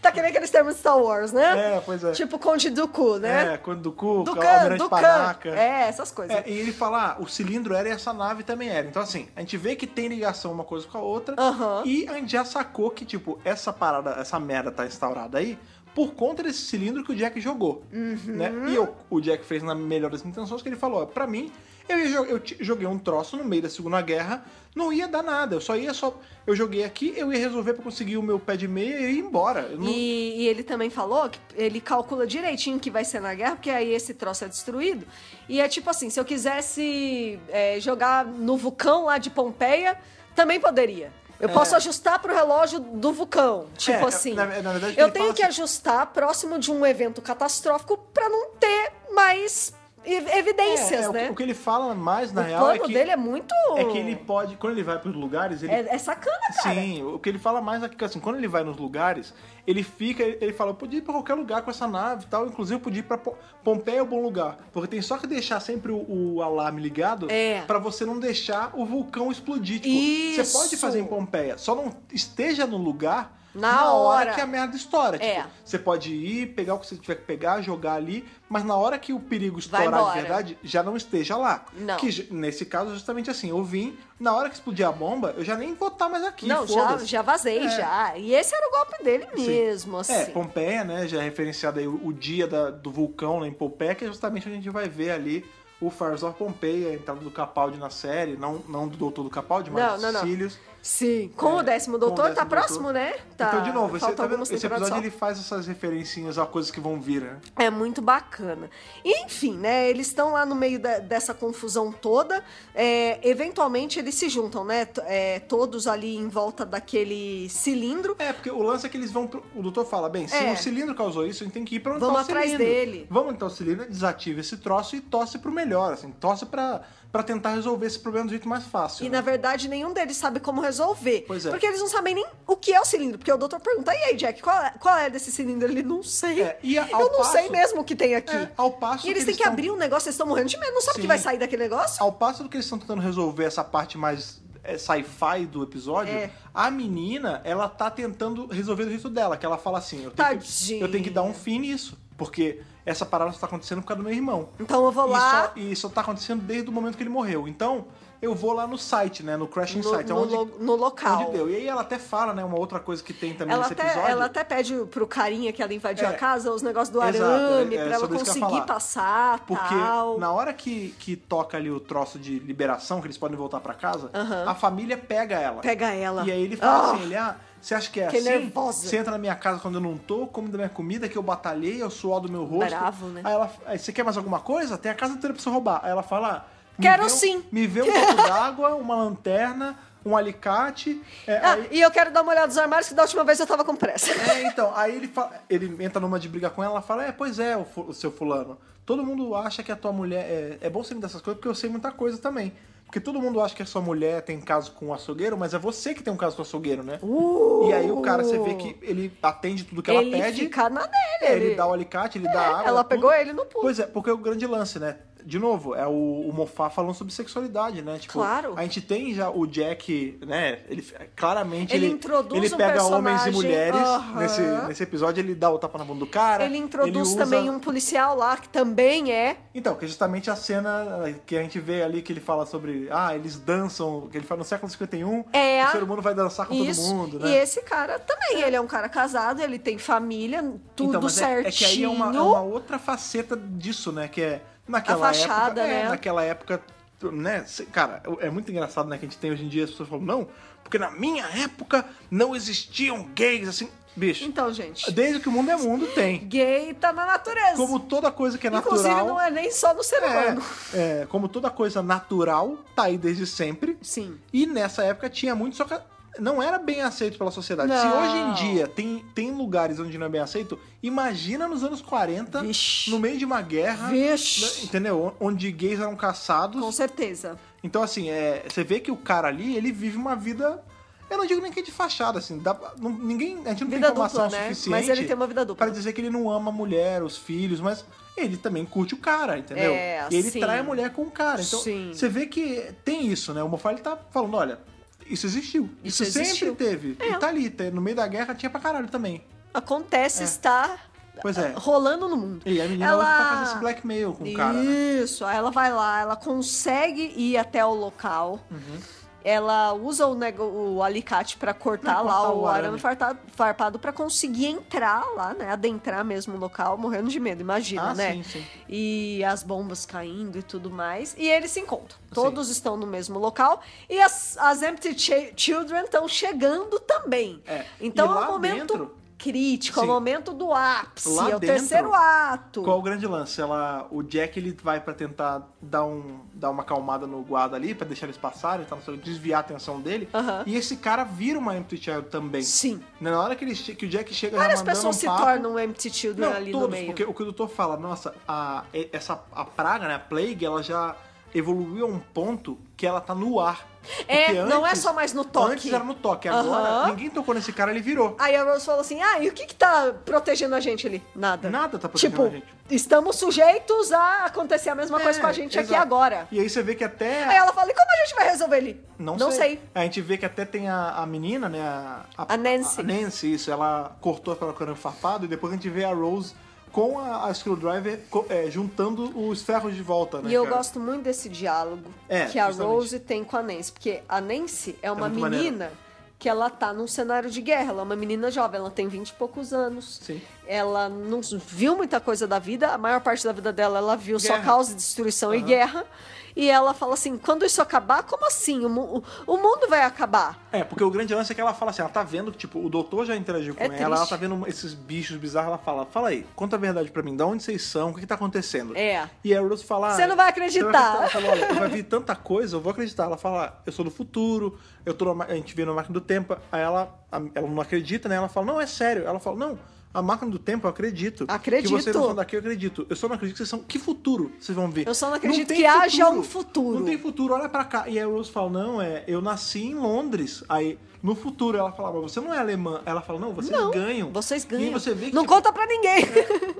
Speaker 2: tá que nem aqueles termos de Star Wars, né?
Speaker 1: É, pois é.
Speaker 2: Tipo Conde do Cu, né?
Speaker 1: É, quando do cu,
Speaker 2: do Can,
Speaker 1: Almirante
Speaker 2: do Can.
Speaker 1: Panaca.
Speaker 2: É, essas coisas.
Speaker 1: É, e ele fala, ah, o cilindro era e essa nave também era. Então, assim, a gente vê que tem ligação uma coisa com a outra.
Speaker 2: Aham.
Speaker 1: E a gente já sacou que, tipo, essa parada, essa merda tá instaurada aí por conta desse cilindro que o Jack jogou.
Speaker 2: Uhum.
Speaker 1: Né? E eu- o Jack fez na melhor das intenções que ele falou, ó, pra mim, eu, ia jo- eu ti- joguei um troço no meio da Segunda Guerra, não ia dar nada. Eu só ia só... Eu joguei aqui, eu ia resolver pra conseguir o meu pé de meia e ir embora. Eu não-
Speaker 2: E, e ele também falou que ele calcula direitinho que vai ser na guerra, porque aí esse troço é destruído. E é tipo assim, se eu quisesse é, jogar no vulcão lá de Pompeia, também poderia. Eu posso ajustar pro relógio do vulcão.
Speaker 1: É,
Speaker 2: Tipo assim.
Speaker 1: na- na verdade,
Speaker 2: eu
Speaker 1: ele
Speaker 2: tenho
Speaker 1: fala
Speaker 2: que ajustar próximo de um evento catastrófico pra não ter mais ev- evidências,
Speaker 1: É, é, o que-
Speaker 2: né?
Speaker 1: O que ele fala mais, na
Speaker 2: o
Speaker 1: real,
Speaker 2: plano
Speaker 1: é que...
Speaker 2: dele é muito.
Speaker 1: É que ele pode, quando ele vai pros lugares, ele.
Speaker 2: É, é sacana, cara.
Speaker 1: Sim, o que ele fala mais é que, assim, quando ele vai nos lugares, ele fica, ele ele fala, eu podia ir pra qualquer lugar com essa nave e tal, inclusive eu podia ir pra Po- Pompeia é um bom lugar, porque tem só que deixar sempre o, o alarme ligado
Speaker 2: É.
Speaker 1: pra você não deixar o vulcão explodir. Tipo,
Speaker 2: Isso.
Speaker 1: Você pode fazer em Pompeia, só não esteja no lugar
Speaker 2: Na
Speaker 1: hora.
Speaker 2: hora.
Speaker 1: que a merda estoura.
Speaker 2: É.
Speaker 1: Tipo, você pode ir, pegar o que você tiver que pegar, jogar ali, mas na hora que o perigo estourar
Speaker 2: embora.
Speaker 1: de verdade, já não esteja lá.
Speaker 2: Não.
Speaker 1: Que ju- nesse caso, justamente assim, eu vim, na hora que explodir a bomba, eu já nem vou estar mais aqui.
Speaker 2: Não, já,
Speaker 1: foda-se.
Speaker 2: já vazei,
Speaker 1: É.
Speaker 2: já. E esse era o golpe dele
Speaker 1: Sim.
Speaker 2: mesmo,
Speaker 1: É,
Speaker 2: assim.
Speaker 1: Pompeia, né? Já é referenciado aí o, o dia da- do vulcão né, em Pompeia, que é justamente onde a gente vai ver ali o Fires of Pompeia, a entrada do Capaldi na série, não, não do doutor do Capaldi, mas
Speaker 2: Não,
Speaker 1: dos
Speaker 2: não, não.
Speaker 1: Cílios.
Speaker 2: Sim. Com
Speaker 1: É,
Speaker 2: o décimo
Speaker 1: com o
Speaker 2: doutor, tá
Speaker 1: décimo
Speaker 2: próximo,
Speaker 1: doutor.
Speaker 2: né? Tá,
Speaker 1: Então, de novo, esse,
Speaker 2: falta
Speaker 1: tá vendo?
Speaker 2: algumas
Speaker 1: Esse
Speaker 2: temporadas
Speaker 1: episódio
Speaker 2: só.
Speaker 1: ele faz essas referencinhas a coisas que vão vir, né?
Speaker 2: É muito bacana. Enfim, né? Eles estão lá no meio da- dessa confusão toda. É, eventualmente eles se juntam, né? t- é, todos ali em volta daquele cilindro.
Speaker 1: É, porque o lance é que eles vão. Pro... O doutor fala, bem, se
Speaker 2: É.
Speaker 1: o cilindro causou isso, a gente tem que ir pra onde
Speaker 2: Vamos
Speaker 1: tá o
Speaker 2: atrás
Speaker 1: cilindro.
Speaker 2: dele.
Speaker 1: Vamos então o cilindro, desativa esse troço e tosse pro melhor, assim, tosse pra, pra tentar resolver esse problema do jeito mais fácil.
Speaker 2: E
Speaker 1: né?
Speaker 2: na verdade nenhum deles sabe como resolver.
Speaker 1: Pois é.
Speaker 2: Porque eles não sabem nem o que é o cilindro. Porque o doutor pergunta: e aí, Jack, qual é, qual é desse cilindro? Ele não sei.
Speaker 1: É, e a- ao
Speaker 2: Eu não sei
Speaker 1: passo-
Speaker 2: mesmo o que tem aqui.
Speaker 1: É, ao passo
Speaker 2: e eles
Speaker 1: que
Speaker 2: têm
Speaker 1: eles
Speaker 2: que
Speaker 1: tão-
Speaker 2: abrir um negócio, eles estão morrendo de medo, não sabem o que
Speaker 1: Sim.
Speaker 2: vai sair daquele negócio.
Speaker 1: Ao passo do que eles estão tentando resolver essa parte mais é, sci-fi do episódio,
Speaker 2: É.
Speaker 1: a menina, ela tá tentando resolver do jeito dela, que ela fala assim: eu tenho, que,
Speaker 2: Tadinha.
Speaker 1: eu tenho que dar um fim nisso, porque essa parada só tá acontecendo por causa do meu irmão.
Speaker 2: Então eu vou
Speaker 1: E
Speaker 2: lá.
Speaker 1: só- E isso tá acontecendo desde o momento que ele morreu. Então, eu vou lá no site, né? No Crashing
Speaker 2: No,
Speaker 1: Site. é
Speaker 2: no
Speaker 1: onde,
Speaker 2: lo- no local.
Speaker 1: onde deu. E aí ela até fala, né? Uma outra coisa que tem também
Speaker 2: Ela
Speaker 1: nesse
Speaker 2: até,
Speaker 1: episódio.
Speaker 2: ela até pede pro carinha que ela invadiu
Speaker 1: É.
Speaker 2: a casa os negócios do
Speaker 1: Exato,
Speaker 2: arame,
Speaker 1: é- é
Speaker 2: pra ela
Speaker 1: sobre isso que eu ia
Speaker 2: conseguir
Speaker 1: falar.
Speaker 2: passar,
Speaker 1: Porque
Speaker 2: tal.
Speaker 1: na hora que, que toca ali o troço de liberação, que eles podem voltar pra casa,
Speaker 2: Aham.
Speaker 1: a família pega ela.
Speaker 2: Pega ela.
Speaker 1: E aí ele fala
Speaker 2: Ah!
Speaker 1: assim, ele, ah, você acha que é
Speaker 2: Fiquei
Speaker 1: assim?
Speaker 2: nervosa.
Speaker 1: Você entra na minha casa quando eu não tô, come da minha comida, que eu batalhei, eu suor do meu rosto.
Speaker 2: Bravo, né?
Speaker 1: Aí ela, aí, você quer mais alguma coisa? Tem a casa inteira pra você roubar. Aí ela fala... "Ah, "Me
Speaker 2: Quero
Speaker 1: vê um-
Speaker 2: sim."
Speaker 1: Me vê um copo d'água, uma lanterna, um alicate. é,
Speaker 2: Ah,
Speaker 1: aí-
Speaker 2: e eu quero dar uma olhada nos armários, que da última vez eu tava com pressa.
Speaker 1: É, então, aí ele, fa- ele entra numa de brigar com ela, ela fala, é, pois é, o, fu- o seu fulano, todo mundo acha que a tua mulher, é, é bom você me dar essas coisas porque eu sei muita coisa também. Porque todo mundo acha que a sua mulher tem caso com o açougueiro, mas é você que tem um caso com o açougueiro, né?
Speaker 2: Uh!
Speaker 1: E aí o cara, você vê que ele atende tudo que
Speaker 2: ele
Speaker 1: ela pede,
Speaker 2: fica na dele.
Speaker 1: é, ele dá o alicate, ele dá água.
Speaker 2: ela
Speaker 1: tudo.
Speaker 2: pegou ele no pulo.
Speaker 1: Pois é, porque é o grande lance, né? De novo, é o, o Mofá falando sobre sexualidade, né? Tipo,
Speaker 2: Claro.
Speaker 1: A gente tem já o Jack, né? Ele claramente
Speaker 2: Ele
Speaker 1: ele,
Speaker 2: introduz
Speaker 1: ele
Speaker 2: um
Speaker 1: pega homens e
Speaker 2: personagem,
Speaker 1: mulheres.
Speaker 2: aham.
Speaker 1: Nesse, nesse episódio ele dá o tapa na bunda do cara.
Speaker 2: Ele introduz
Speaker 1: usa-
Speaker 2: também um policial lá, que também é.
Speaker 1: Então, que é justamente a cena que a gente vê ali que ele fala sobre, ah, eles dançam, que ele fala no século 51,
Speaker 2: É.
Speaker 1: o ser humano vai dançar com
Speaker 2: Isso.
Speaker 1: todo mundo,
Speaker 2: E
Speaker 1: né?
Speaker 2: esse cara também, ele é um cara casado, ele tem família, tudo
Speaker 1: então, mas é-
Speaker 2: certinho.
Speaker 1: É, que aí é uma, é uma outra faceta disso, né? Que é naquela
Speaker 2: A fachada,
Speaker 1: época. é,
Speaker 2: né?
Speaker 1: naquela época, né? se- Cara, é muito engraçado, né? Que a gente tem hoje em dia, as pessoas falam, não, porque na minha época não existiam gays, assim. Bicho,
Speaker 2: Então, gente,
Speaker 1: desde que o mundo é mundo, tem.
Speaker 2: gay tá na natureza.
Speaker 1: Como toda coisa que é natural.
Speaker 2: Inclusive, não é nem só no ser humano.
Speaker 1: é, é, como toda coisa natural, tá aí desde sempre.
Speaker 2: Sim.
Speaker 1: E nessa época tinha muito, só que não era bem aceito pela sociedade. Se
Speaker 2: Não.
Speaker 1: hoje em dia tem, tem lugares onde não é bem aceito, imagina nos anos 40,
Speaker 2: Vixe.
Speaker 1: no meio de uma guerra, né,
Speaker 2: Vixe.
Speaker 1: entendeu? Onde gays eram caçados.
Speaker 2: Com certeza.
Speaker 1: Então, assim, é, você vê que o cara ali, ele vive uma vida. Eu não digo nem que é de fachada, assim. dá pra- não- ninguém, a gente não
Speaker 2: Vida
Speaker 1: tem informação
Speaker 2: dupla, né?
Speaker 1: suficiente.
Speaker 2: Mas ele tem uma vida dupla.
Speaker 1: Pra dizer que ele não ama a mulher, os filhos, mas ele também curte o cara, entendeu?
Speaker 2: É,
Speaker 1: ele
Speaker 2: sim.
Speaker 1: trai a mulher com o cara. Então,
Speaker 2: Sim.
Speaker 1: você vê que tem isso, né? O Mofá, ele tá falando, olha, isso existiu.
Speaker 2: Isso
Speaker 1: Isso,
Speaker 2: existiu.
Speaker 1: sempre teve.
Speaker 2: É.
Speaker 1: E tá ali, tá- no meio da guerra tinha pra caralho também.
Speaker 2: Acontece, está
Speaker 1: Pois é.
Speaker 2: rolando no mundo.
Speaker 1: E a menina
Speaker 2: Ela-
Speaker 1: ela... fica fazendo esse blackmail com o cara, né?
Speaker 2: Isso, aí ela vai lá, ela consegue ir até o local.
Speaker 1: Uhum.
Speaker 2: Ela usa o, nego- o alicate pra cortar
Speaker 1: Não,
Speaker 2: lá
Speaker 1: cortar
Speaker 2: o
Speaker 1: o
Speaker 2: arame
Speaker 1: arame.
Speaker 2: farta- farpado pra conseguir entrar lá, né? Adentrar mesmo o local, morrendo de medo, imagina,
Speaker 1: Ah,
Speaker 2: né?
Speaker 1: sim, sim.
Speaker 2: E as bombas caindo e tudo mais. E eles se encontram. Todos estão no mesmo local. E as, as Empty Ch- Children estão chegando também.
Speaker 1: É, e
Speaker 2: Então é
Speaker 1: lá
Speaker 2: um momento
Speaker 1: dentro-
Speaker 2: crítico, é o
Speaker 1: Sim.
Speaker 2: momento do ápice,
Speaker 1: Lá
Speaker 2: é o
Speaker 1: dentro-
Speaker 2: terceiro ato.
Speaker 1: Qual o grande lance? Ela, o Jack ele vai pra tentar dar, um, dar uma acalmada no guarda ali, pra deixar eles passarem, tá, não sei o que, desviar a atenção dele.
Speaker 2: Aham.
Speaker 1: E esse cara vira uma empty child também.
Speaker 2: Sim.
Speaker 1: Na hora que, ele, che- que o Jack chega
Speaker 2: Várias
Speaker 1: já mandando
Speaker 2: pessoas
Speaker 1: um
Speaker 2: se
Speaker 1: papo,
Speaker 2: tornam empty children
Speaker 1: não,
Speaker 2: ali
Speaker 1: todos,
Speaker 2: no meio.
Speaker 1: porque o que o doutor fala, nossa, a, e- essa, a praga, né, a plague, ela já evoluiu a um ponto que ela tá no ar.
Speaker 2: É,
Speaker 1: Porque
Speaker 2: não é
Speaker 1: antes-
Speaker 2: só mais no toque.
Speaker 1: Antes era no toque,
Speaker 2: Aham.
Speaker 1: agora ninguém tocou nesse cara, ele virou.
Speaker 2: Aí a Rose falou assim: ah, e o que que tá protegendo a gente ali? Nada.
Speaker 1: Nada tá protegendo
Speaker 2: tipo,
Speaker 1: a gente.
Speaker 2: estamos sujeitos a acontecer a mesma coisa
Speaker 1: É,
Speaker 2: com a gente aqui
Speaker 1: exato.
Speaker 2: agora. É,
Speaker 1: E aí você vê que até...
Speaker 2: Aí ela fala: e como a gente vai resolver ali?
Speaker 1: Não,
Speaker 2: sei.
Speaker 1: A gente vê que até tem a, a menina, né? A,
Speaker 2: A Nancy.
Speaker 1: a Nancy, isso. Ela cortou aquela corante farpado e depois a gente vê a Rose com a, a screwdriver co- é, juntando os ferros de volta, né?
Speaker 2: E eu
Speaker 1: cara?
Speaker 2: gosto muito desse diálogo
Speaker 1: É,
Speaker 2: que a
Speaker 1: justamente.
Speaker 2: Rose tem com a Nancy, porque a Nancy é uma
Speaker 1: muito
Speaker 2: menina
Speaker 1: maneiro.
Speaker 2: que ela tá num cenário de guerra, ela é uma menina jovem, ela tem 20 e poucos anos.
Speaker 1: Sim.
Speaker 2: Ela não viu muita coisa da vida, a maior parte da vida dela ela viu só
Speaker 1: Guerra.
Speaker 2: caos e destruição e guerra. E ela fala assim: quando isso acabar, como assim? O, mu- o- o mundo vai acabar.
Speaker 1: É, porque o grande lance é que ela fala assim, ela tá vendo que, tipo, o doutor já interagiu com
Speaker 2: É
Speaker 1: ela,
Speaker 2: triste.
Speaker 1: ela tá vendo esses bichos bizarros, ela fala, fala aí, conta a verdade pra mim, da onde vocês são, o que, que tá acontecendo?
Speaker 2: É.
Speaker 1: E a Rose fala...
Speaker 2: Você
Speaker 1: "Ah,
Speaker 2: não vai
Speaker 1: você não
Speaker 2: acreditar."
Speaker 1: Ela fala, olha, vai vir tanta coisa, eu vou acreditar. Ela fala, eu sou do futuro, eu tô na ma- a gente vive na máquina do tempo. Aí ela, a- ela não acredita, né? Ela fala, não, é sério. Ela fala, não, a máquina do tempo eu acredito.
Speaker 2: Acredito.
Speaker 1: Que vocês não são daqui, eu acredito. Eu só não acredito que vocês são... Que futuro vocês vão ver?
Speaker 2: Eu só não
Speaker 1: tem
Speaker 2: acredito que haja um futuro.
Speaker 1: Não tem futuro, olha pra cá. E aí a Rose fala, não, é, eu nasci em Londres. Aí, no futuro, ela fala, mas você não é alemã. Ela fala, não, vocês
Speaker 2: Não,
Speaker 1: ganham.
Speaker 2: Vocês ganham.
Speaker 1: E você vê que É.
Speaker 2: não
Speaker 1: tipo,
Speaker 2: conta pra ninguém.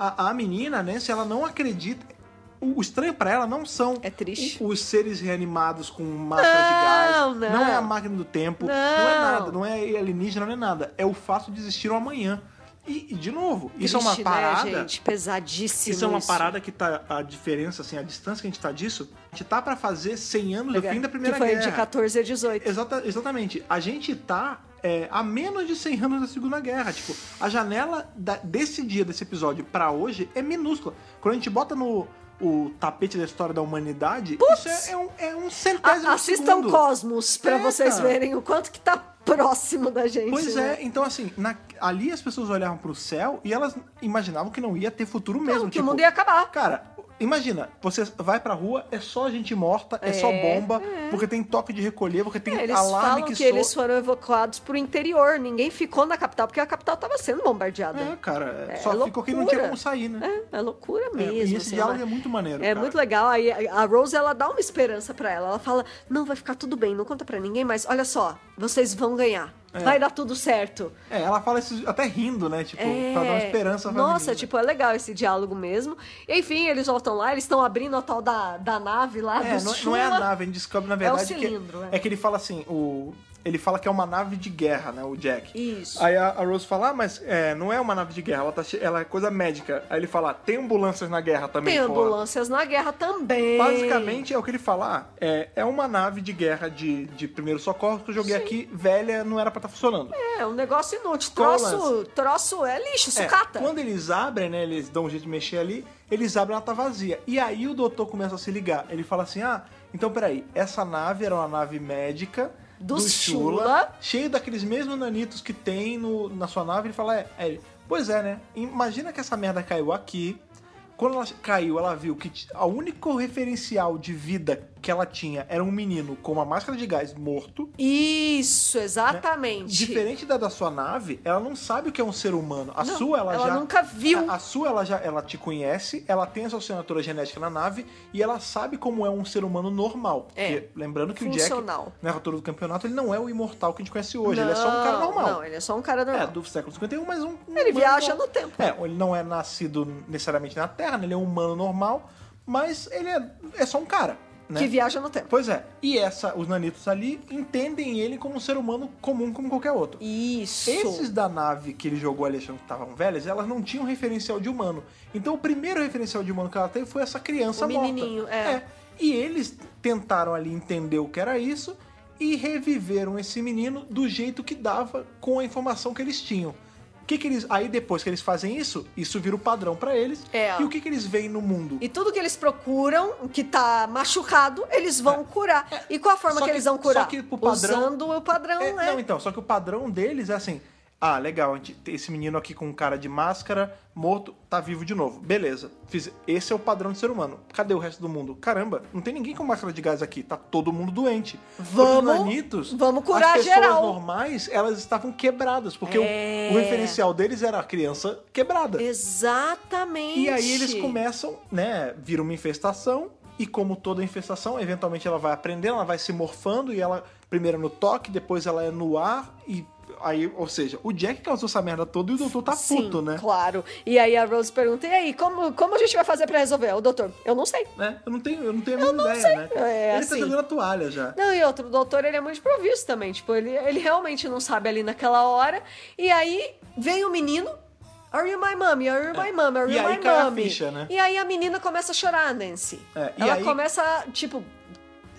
Speaker 1: a, a menina, né, se ela não acredita... O o estranho pra ela não são
Speaker 2: É triste.
Speaker 1: o- os seres reanimados com máscara
Speaker 2: Não,
Speaker 1: de
Speaker 2: não.
Speaker 1: gás. Não é a máquina do tempo. Não. é
Speaker 2: Não.
Speaker 1: nada. Não é alienígena, não é nada. É o fato de existir o amanhã. E, e, de novo, isso é uma
Speaker 2: Triste, né,
Speaker 1: parada...
Speaker 2: gente? Pesadíssimo.
Speaker 1: Isso é uma parada que tá. A diferença, assim, a distância que a gente tá disso, a gente tá pra fazer 100 anos do fim da Primeira
Speaker 2: Que foi
Speaker 1: Guerra.
Speaker 2: de 14 a 18.
Speaker 1: Exata- exatamente. A gente tá é, a menos de 100 anos da Segunda Guerra. Tipo, a janela da- desse dia, desse episódio pra hoje é minúscula. Quando a gente bota no o tapete da história da humanidade, isso é, é um, é um centésimo
Speaker 2: A-
Speaker 1: de
Speaker 2: assistam
Speaker 1: segundo.
Speaker 2: Cosmos pra
Speaker 1: É,
Speaker 2: vocês
Speaker 1: cara.
Speaker 2: verem o quanto que tá próximo da gente.
Speaker 1: Pois
Speaker 2: né?
Speaker 1: é, então assim, na- ali as pessoas olhavam pro céu e elas imaginavam que não ia ter futuro mesmo.
Speaker 2: Não, que o
Speaker 1: tipo,
Speaker 2: mundo ia acabar.
Speaker 1: Cara, Imagina, você vai pra rua, é só gente morta, é, só
Speaker 2: É,
Speaker 1: bomba, porque tem toque de recolher, porque tem
Speaker 2: É, eles
Speaker 1: alarme
Speaker 2: falam que,
Speaker 1: que, soa.
Speaker 2: eles foram evacuados pro interior, ninguém ficou na capital, porque a capital estava sendo bombardeada.
Speaker 1: É, cara,
Speaker 2: É
Speaker 1: só ficou quem não tinha
Speaker 2: loucura.
Speaker 1: como sair, né?
Speaker 2: É, é loucura
Speaker 1: É,
Speaker 2: mesmo.
Speaker 1: e esse
Speaker 2: sei
Speaker 1: diálogo
Speaker 2: lá.
Speaker 1: é muito maneiro.
Speaker 2: É
Speaker 1: cara.
Speaker 2: muito legal. Aí a- a Rose ela dá uma esperança pra ela. Ela fala: "Não vai ficar tudo bem, não conta pra ninguém, mas olha só, vocês vão ganhar. Vai dar tudo certo".
Speaker 1: É, ela fala isso até rindo, né? Tipo, pra dar uma esperança pra
Speaker 2: É. Nossa,
Speaker 1: menina.
Speaker 2: tipo, é legal esse diálogo mesmo. Enfim, eles voltam lá, eles estão abrindo a tal da, da nave lá
Speaker 1: É,
Speaker 2: dos
Speaker 1: não, não é a
Speaker 2: Shula.
Speaker 1: nave, a gente descobre, na verdade,
Speaker 2: cilindro,
Speaker 1: que,
Speaker 2: é.
Speaker 1: é que ele fala assim, o, ele fala que é uma nave de guerra, né, o Jack.
Speaker 2: Isso.
Speaker 1: Aí a, a Rose fala, ah, mas é, não é uma nave de guerra, ela, tá che- ela é coisa médica. Aí ele fala, "Ah, tem ambulâncias na guerra também,
Speaker 2: Tem
Speaker 1: porra."
Speaker 2: ambulâncias na guerra também.
Speaker 1: Basicamente, é o que ele fala, ah, é, é uma nave de guerra de, de primeiro socorro que eu joguei aqui, velha, não era pra estar funcionando.
Speaker 2: É, um negócio inútil.
Speaker 1: Qual o
Speaker 2: Troço, troço é lixo,
Speaker 1: É,
Speaker 2: sucata.
Speaker 1: quando eles abrem, né? Eles dão um jeito de mexer ali, eles abrem, ela tá vazia. E aí o doutor começa a se ligar. Ele fala assim: ah, então peraí, essa nave era uma nave médica.
Speaker 2: Dos
Speaker 1: do
Speaker 2: Shula.
Speaker 1: cheio daqueles mesmos nanitos que tem no- na sua nave. Ele fala: é, é, ele, pois é, né? Imagina que essa merda caiu aqui. Quando ela caiu, ela viu que t- a único referencial de vida que ela tinha era um menino com uma máscara de gás morto.
Speaker 2: Isso, exatamente.
Speaker 1: Diferente da da sua nave, ela não sabe o que é um ser humano. A
Speaker 2: Não,
Speaker 1: sua, ela,
Speaker 2: ela
Speaker 1: já.
Speaker 2: nunca viu.
Speaker 1: A, a sua, ela já. Ela te conhece, ela tem essa assinatura genética na nave e ela sabe como é um ser humano normal.
Speaker 2: É.
Speaker 1: Porque, lembrando que o
Speaker 2: Funcional.
Speaker 1: Jack, na altura do campeonato, ele não é o imortal que a gente conhece hoje. ele é só um cara
Speaker 2: Não,
Speaker 1: normal.
Speaker 2: Não, ele é só um cara
Speaker 1: É,
Speaker 2: normal.
Speaker 1: do século 51, mas um. um
Speaker 2: Ele
Speaker 1: humano
Speaker 2: viaja
Speaker 1: normal.
Speaker 2: no tempo.
Speaker 1: É, ele não é nascido necessariamente na Terra, né? ele é um humano normal, mas ele é, é só um cara. Né?
Speaker 2: Que viaja no tempo.
Speaker 1: Pois é, e essa, os nanitos ali entendem ele como um ser humano comum como qualquer outro.
Speaker 2: Isso.
Speaker 1: Esses da nave que ele jogou ali achando que estavam velhas, elas não tinham referencial de humano. Então o primeiro referencial de humano que ela teve foi essa criança
Speaker 2: O
Speaker 1: morta.
Speaker 2: menininho, é.
Speaker 1: E eles tentaram ali entender o que era isso e reviveram esse menino do jeito que dava com a informação que eles tinham. O Que que eles, aí depois que eles fazem isso, isso vira o padrão pra eles.
Speaker 2: É.
Speaker 1: E o que, que eles veem no mundo?
Speaker 2: E tudo que eles procuram, o que tá machucado, eles vão curar. E qual a forma
Speaker 1: É. Só
Speaker 2: que,
Speaker 1: que-
Speaker 2: eles vão
Speaker 1: só
Speaker 2: curar?
Speaker 1: que pro padrão-
Speaker 2: Usando o padrão,
Speaker 1: É,
Speaker 2: né?
Speaker 1: Não, então, só que o padrão deles é assim. Ah, legal, a gente tem esse menino aqui com cara de máscara, morto, tá vivo de novo. Beleza. Fiz, esse é o padrão de ser humano. Cadê o resto do mundo? Caramba, não tem ninguém com máscara de gás aqui. Tá todo mundo doente.
Speaker 2: Vamos-
Speaker 1: Os nanitos,
Speaker 2: vamos curar
Speaker 1: as pessoas
Speaker 2: geral.
Speaker 1: normais, elas estavam quebradas, porque o-
Speaker 2: É.
Speaker 1: o, referencial deles era a criança quebrada.
Speaker 2: Exatamente.
Speaker 1: então. E aí eles começam, né? Vira uma infestação. E como toda infestação, eventualmente ela vai aprendendo, ela vai se morfando e ela primeiro é no toque, depois ela é no ar e aí, ou seja, o Jack causou essa merda toda e o doutor tá
Speaker 2: Sim,
Speaker 1: puto, né?
Speaker 2: Claro. E aí a Rose pergunta: e aí, como, como a gente vai fazer pra resolver? O doutor, eu não sei.
Speaker 1: Né? Eu não tenho, eu não tenho a mínima ideia, né?
Speaker 2: É,
Speaker 1: Ele
Speaker 2: assim.
Speaker 1: tá jogando a toalha já.
Speaker 2: Não, e outro, o doutor, ele é muito improviso também. Tipo, ele, ele realmente não sabe ali naquela hora. E aí vem o menino. Are you my mommy? Are you my mommy? Are
Speaker 1: É. E
Speaker 2: you
Speaker 1: aí
Speaker 2: my
Speaker 1: cai a
Speaker 2: mommy?
Speaker 1: ficha, né?
Speaker 2: E aí a menina começa a chorar, Nancy.
Speaker 1: É, e
Speaker 2: ela
Speaker 1: aí-
Speaker 2: começa, a, tipo,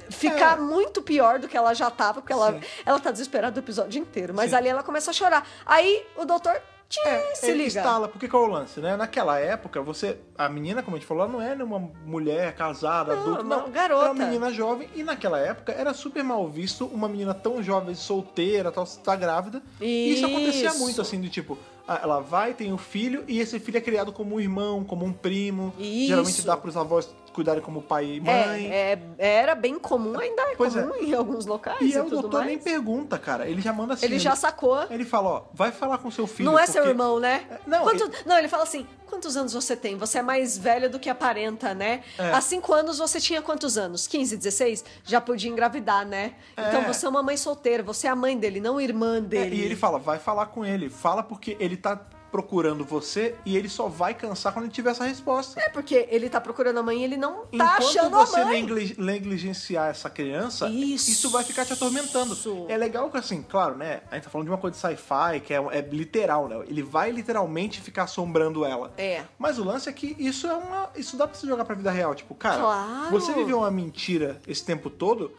Speaker 2: ficar
Speaker 1: É.
Speaker 2: muito pior do que ela já tava, porque ela,
Speaker 1: Sim.
Speaker 2: ela tá desesperada o episódio inteiro. Mas
Speaker 1: Sim. É,
Speaker 2: ali ela começa a chorar. Aí o doutor tchim, se
Speaker 1: ele
Speaker 2: liga.
Speaker 1: instala, porque qual é o lance, né? Naquela época, você. A menina, como a gente falou, ela não era uma mulher casada,
Speaker 2: Não,
Speaker 1: adulta.
Speaker 2: uma
Speaker 1: Não,
Speaker 2: garota.
Speaker 1: Era uma menina jovem, e naquela época era super mal visto uma menina tão jovem, solteira, tal, tá grávida. E isso acontecia
Speaker 2: Isso.
Speaker 1: muito, assim, do tipo, a- ela vai, tem um filho, e esse filho é criado como um irmão, como um primo.
Speaker 2: Isso.
Speaker 1: Geralmente dá pros avós cuidarem como pai e mãe.
Speaker 2: É, é, era bem comum, ainda é
Speaker 1: Pois é.
Speaker 2: comum em alguns locais.
Speaker 1: E
Speaker 2: E,
Speaker 1: aí o
Speaker 2: tudo
Speaker 1: doutor
Speaker 2: mais.
Speaker 1: nem pergunta, cara. Ele já manda assim.
Speaker 2: Ele já sacou.
Speaker 1: Ele fala, ó, vai falar com seu filho.
Speaker 2: Não é seu
Speaker 1: porque-
Speaker 2: irmão, né?
Speaker 1: É, não,
Speaker 2: Quanto- não, ele fala assim: quantos anos você tem? Você é mais velho do que aparenta, né?
Speaker 1: É.
Speaker 2: Há cinco anos você tinha quantos anos? 15, 16? Já podia engravidar, né?
Speaker 1: É.
Speaker 2: Então você é uma mãe solteira, você é a mãe dele, não irmã
Speaker 1: É,
Speaker 2: dele.
Speaker 1: e ele fala, vai falar com ele. Fala porque ele tá procurando você e ele só vai cansar quando ele tiver essa resposta.
Speaker 2: É porque ele tá procurando a mãe e ele não tá
Speaker 1: Enquanto
Speaker 2: achando
Speaker 1: você
Speaker 2: a mãe.
Speaker 1: negli- negligenciar essa criança,
Speaker 2: Isso.
Speaker 1: isso. vai ficar te atormentando.
Speaker 2: Isso.
Speaker 1: É legal que, assim, claro, né? A gente tá falando de uma coisa de sci-fi que é, é literal, né? Ele vai literalmente ficar assombrando ela.
Speaker 2: É.
Speaker 1: Mas o lance é que isso é uma. Isso dá pra você jogar pra vida real. Tipo, cara,
Speaker 2: Claro.
Speaker 1: você viveu uma mentira esse tempo todo.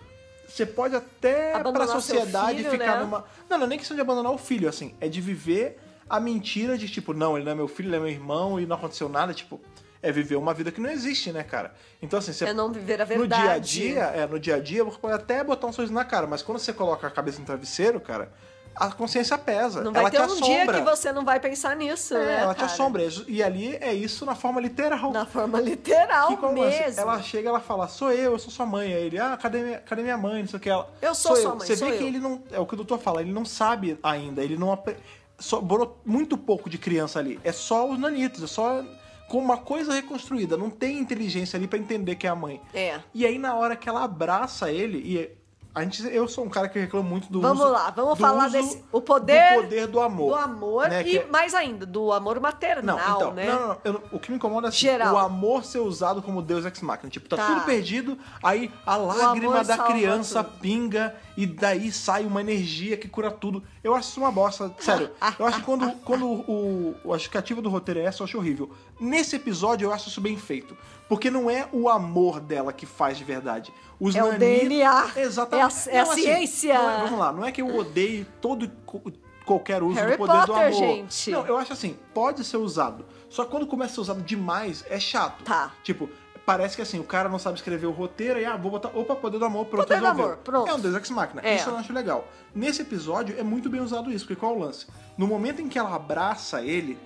Speaker 1: Você pode até
Speaker 2: Abandonar
Speaker 1: É, pra
Speaker 2: seu
Speaker 1: sociedade
Speaker 2: filho,
Speaker 1: ficar
Speaker 2: né?
Speaker 1: numa. Não, não é nem questão de abandonar o filho, assim. É de viver a mentira de, tipo, não, ele não é meu filho, ele é meu irmão e não aconteceu nada. Tipo, é viver uma vida que não existe, né, cara? Então, assim, você.
Speaker 2: É não viver a
Speaker 1: No dia a
Speaker 2: verdade.
Speaker 1: dia, é, no dia a dia, você pode até botar um sorriso na cara, mas quando você coloca a cabeça no travesseiro, cara, a consciência pesa.
Speaker 2: Não vai
Speaker 1: ela
Speaker 2: ter
Speaker 1: te
Speaker 2: um
Speaker 1: assombra.
Speaker 2: dia que você não vai pensar nisso,
Speaker 1: É,
Speaker 2: né?
Speaker 1: ela te
Speaker 2: cara?
Speaker 1: assombra. E ali é isso na forma literal.
Speaker 2: Na forma literal
Speaker 1: Que como assim,
Speaker 2: mesmo.
Speaker 1: Ela chega, ela fala, sou eu, eu sou sua mãe. Aí ele, ah, cadê minha, cadê minha mãe? Não sei o que. Ela,
Speaker 2: Eu sou sua mãe,
Speaker 1: Você
Speaker 2: sou
Speaker 1: vê que
Speaker 2: eu.
Speaker 1: ele não. É o que o doutor fala, ele não sabe ainda, ele não. apre- Só, borou muito pouco de criança ali. É só os nanitos, é só com uma coisa reconstruída. Não tem inteligência ali pra entender que é a mãe.
Speaker 2: É.
Speaker 1: E aí, na hora que ela abraça ele, e a gente, eu sou um cara que reclama muito do
Speaker 2: Vamos
Speaker 1: uso-
Speaker 2: lá, vamos
Speaker 1: do
Speaker 2: falar
Speaker 1: uso
Speaker 2: desse- o poder
Speaker 1: do, poder do amor.
Speaker 2: Do amor
Speaker 1: né, que
Speaker 2: e
Speaker 1: é-
Speaker 2: mais ainda, do amor maternal,
Speaker 1: não, então,
Speaker 2: né?
Speaker 1: não, não, não, eu não- o que me incomoda é assim,
Speaker 2: Geral.
Speaker 1: o amor ser usado como Deus ex machina. Tipo, tá,
Speaker 2: Tá.
Speaker 1: tudo perdido, aí a lágrima
Speaker 2: amor
Speaker 1: da
Speaker 2: salva
Speaker 1: criança
Speaker 2: tudo.
Speaker 1: pinga e daí sai uma energia que cura tudo. Eu acho isso uma bosta, sério. Eu acho que quando, quando o, o, a justificativa do roteiro é essa, eu acho horrível. Nesse episódio eu acho isso bem feito, porque não é o amor dela que faz de verdade. Os
Speaker 2: É o
Speaker 1: nani-
Speaker 2: DNA.
Speaker 1: Exatamente.
Speaker 2: É a- é a
Speaker 1: Não, assim,
Speaker 2: ciência.
Speaker 1: não é- vamos lá, não é que eu odeie todo e co- qualquer uso
Speaker 2: Harry
Speaker 1: do poder do
Speaker 2: Potter,
Speaker 1: amor.
Speaker 2: gente.
Speaker 1: Não, eu acho assim, pode ser usado. Só que quando começa a ser usado demais, é chato.
Speaker 2: Tá.
Speaker 1: Tipo, parece que assim, o cara não sabe escrever o roteiro e ah, vou botar. Opa, poder do amor, pronto,
Speaker 2: Poder do
Speaker 1: resolveu.
Speaker 2: amor, pronto.
Speaker 1: É um Deus Ex Machina.
Speaker 2: É.
Speaker 1: Isso eu não acho legal. Nesse episódio é muito bem usado isso, porque qual é o lance? No momento em que ela abraça ele,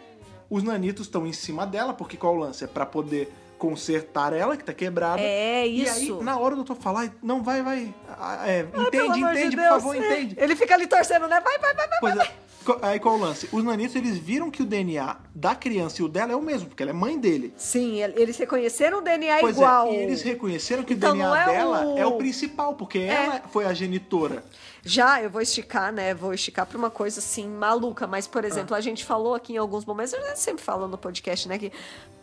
Speaker 1: os nanitos estão em cima dela, porque qual é o lance? É pra poder consertar ela, que tá quebrada.
Speaker 2: É
Speaker 1: E aí,
Speaker 2: isso.
Speaker 1: na hora o doutor fala, "Ai, não, vai, vai. Ah, é,
Speaker 2: Ai, pelo
Speaker 1: entende,
Speaker 2: amor de
Speaker 1: entende, por
Speaker 2: Deus. é.
Speaker 1: favor, entende.
Speaker 2: Ele fica ali torcendo, né? Vai, vai, vai, vai.
Speaker 1: Pois é. Co- Aí qual o lance? Os nanitos, eles viram que o DNA da criança e o dela é o mesmo, porque ela é mãe dele.
Speaker 2: Sim, ele- eles reconheceram o DNA
Speaker 1: pois
Speaker 2: igual.
Speaker 1: é, e eles reconheceram que
Speaker 2: Então,
Speaker 1: o
Speaker 2: não
Speaker 1: DNA
Speaker 2: é
Speaker 1: dela
Speaker 2: o-
Speaker 1: é o principal, porque ela foi a genitora.
Speaker 2: Já eu vou esticar, né? Vou esticar pra uma coisa assim maluca, mas por exemplo, a gente falou aqui em alguns momentos, a gente sempre falou no podcast, né, que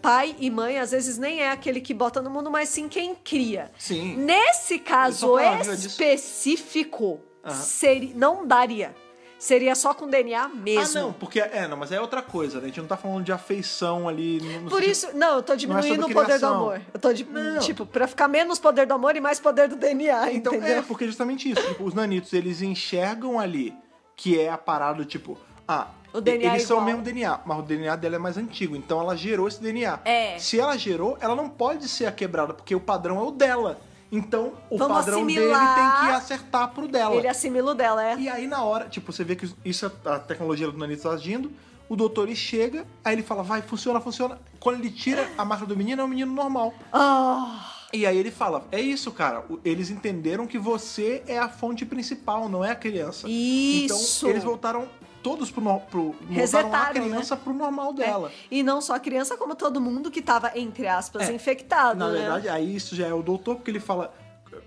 Speaker 2: pai e mãe às vezes nem é aquele que bota no mundo, mas sim quem cria.
Speaker 1: Sim.
Speaker 2: Nesse
Speaker 1: Eu só
Speaker 2: caso
Speaker 1: falava disso.
Speaker 2: específico,
Speaker 1: Aham.
Speaker 2: seri- não daria. Seria só com DNA mesmo.
Speaker 1: Ah, não, porque... É, não, mas é outra coisa, né? A gente não tá falando de afeição ali... no- no
Speaker 2: Por
Speaker 1: sentido-
Speaker 2: isso, não, eu tô diminuindo
Speaker 1: é sobre
Speaker 2: o poder do
Speaker 1: criação.
Speaker 2: amor. Eu tô, de-
Speaker 1: Não.
Speaker 2: tipo, pra ficar menos poder do amor e mais poder do DNA,
Speaker 1: Então,
Speaker 2: entendeu?
Speaker 1: é, porque justamente isso. tipo, os nanitos, eles enxergam ali que é a parada, tipo... Ah,
Speaker 2: O DNA é
Speaker 1: eles são o
Speaker 2: igual.
Speaker 1: mesmo DNA, mas o DNA dela é mais antigo, então ela gerou esse DNA.
Speaker 2: É.
Speaker 1: Se ela gerou, ela não pode ser a quebrada, porque o padrão é o dela. Então, o
Speaker 2: Vamos
Speaker 1: padrão
Speaker 2: assimilar.
Speaker 1: dele tem que acertar pro dela.
Speaker 2: Ele assimila o dela, é.
Speaker 1: E aí, na hora, tipo, você vê que isso é a tecnologia do Nanito tá agindo. O doutor ele chega, aí ele fala, vai, funciona, funciona. Quando ele tira a marca do menino, é um menino normal.
Speaker 2: Ah,
Speaker 1: E aí ele fala: é isso, cara. o- Eles entenderam que você é a fonte principal, não é a criança.
Speaker 2: Isso.
Speaker 1: Então eles voltaram todos pro, no- pro voltaram a
Speaker 2: Resetaram, né?
Speaker 1: criança pro normal
Speaker 2: é.
Speaker 1: dela.
Speaker 2: E não só a criança, como todo mundo que tava, entre aspas,
Speaker 1: É.
Speaker 2: infectado,
Speaker 1: Na
Speaker 2: né?
Speaker 1: verdade, aí isso já é o doutor, porque ele fala.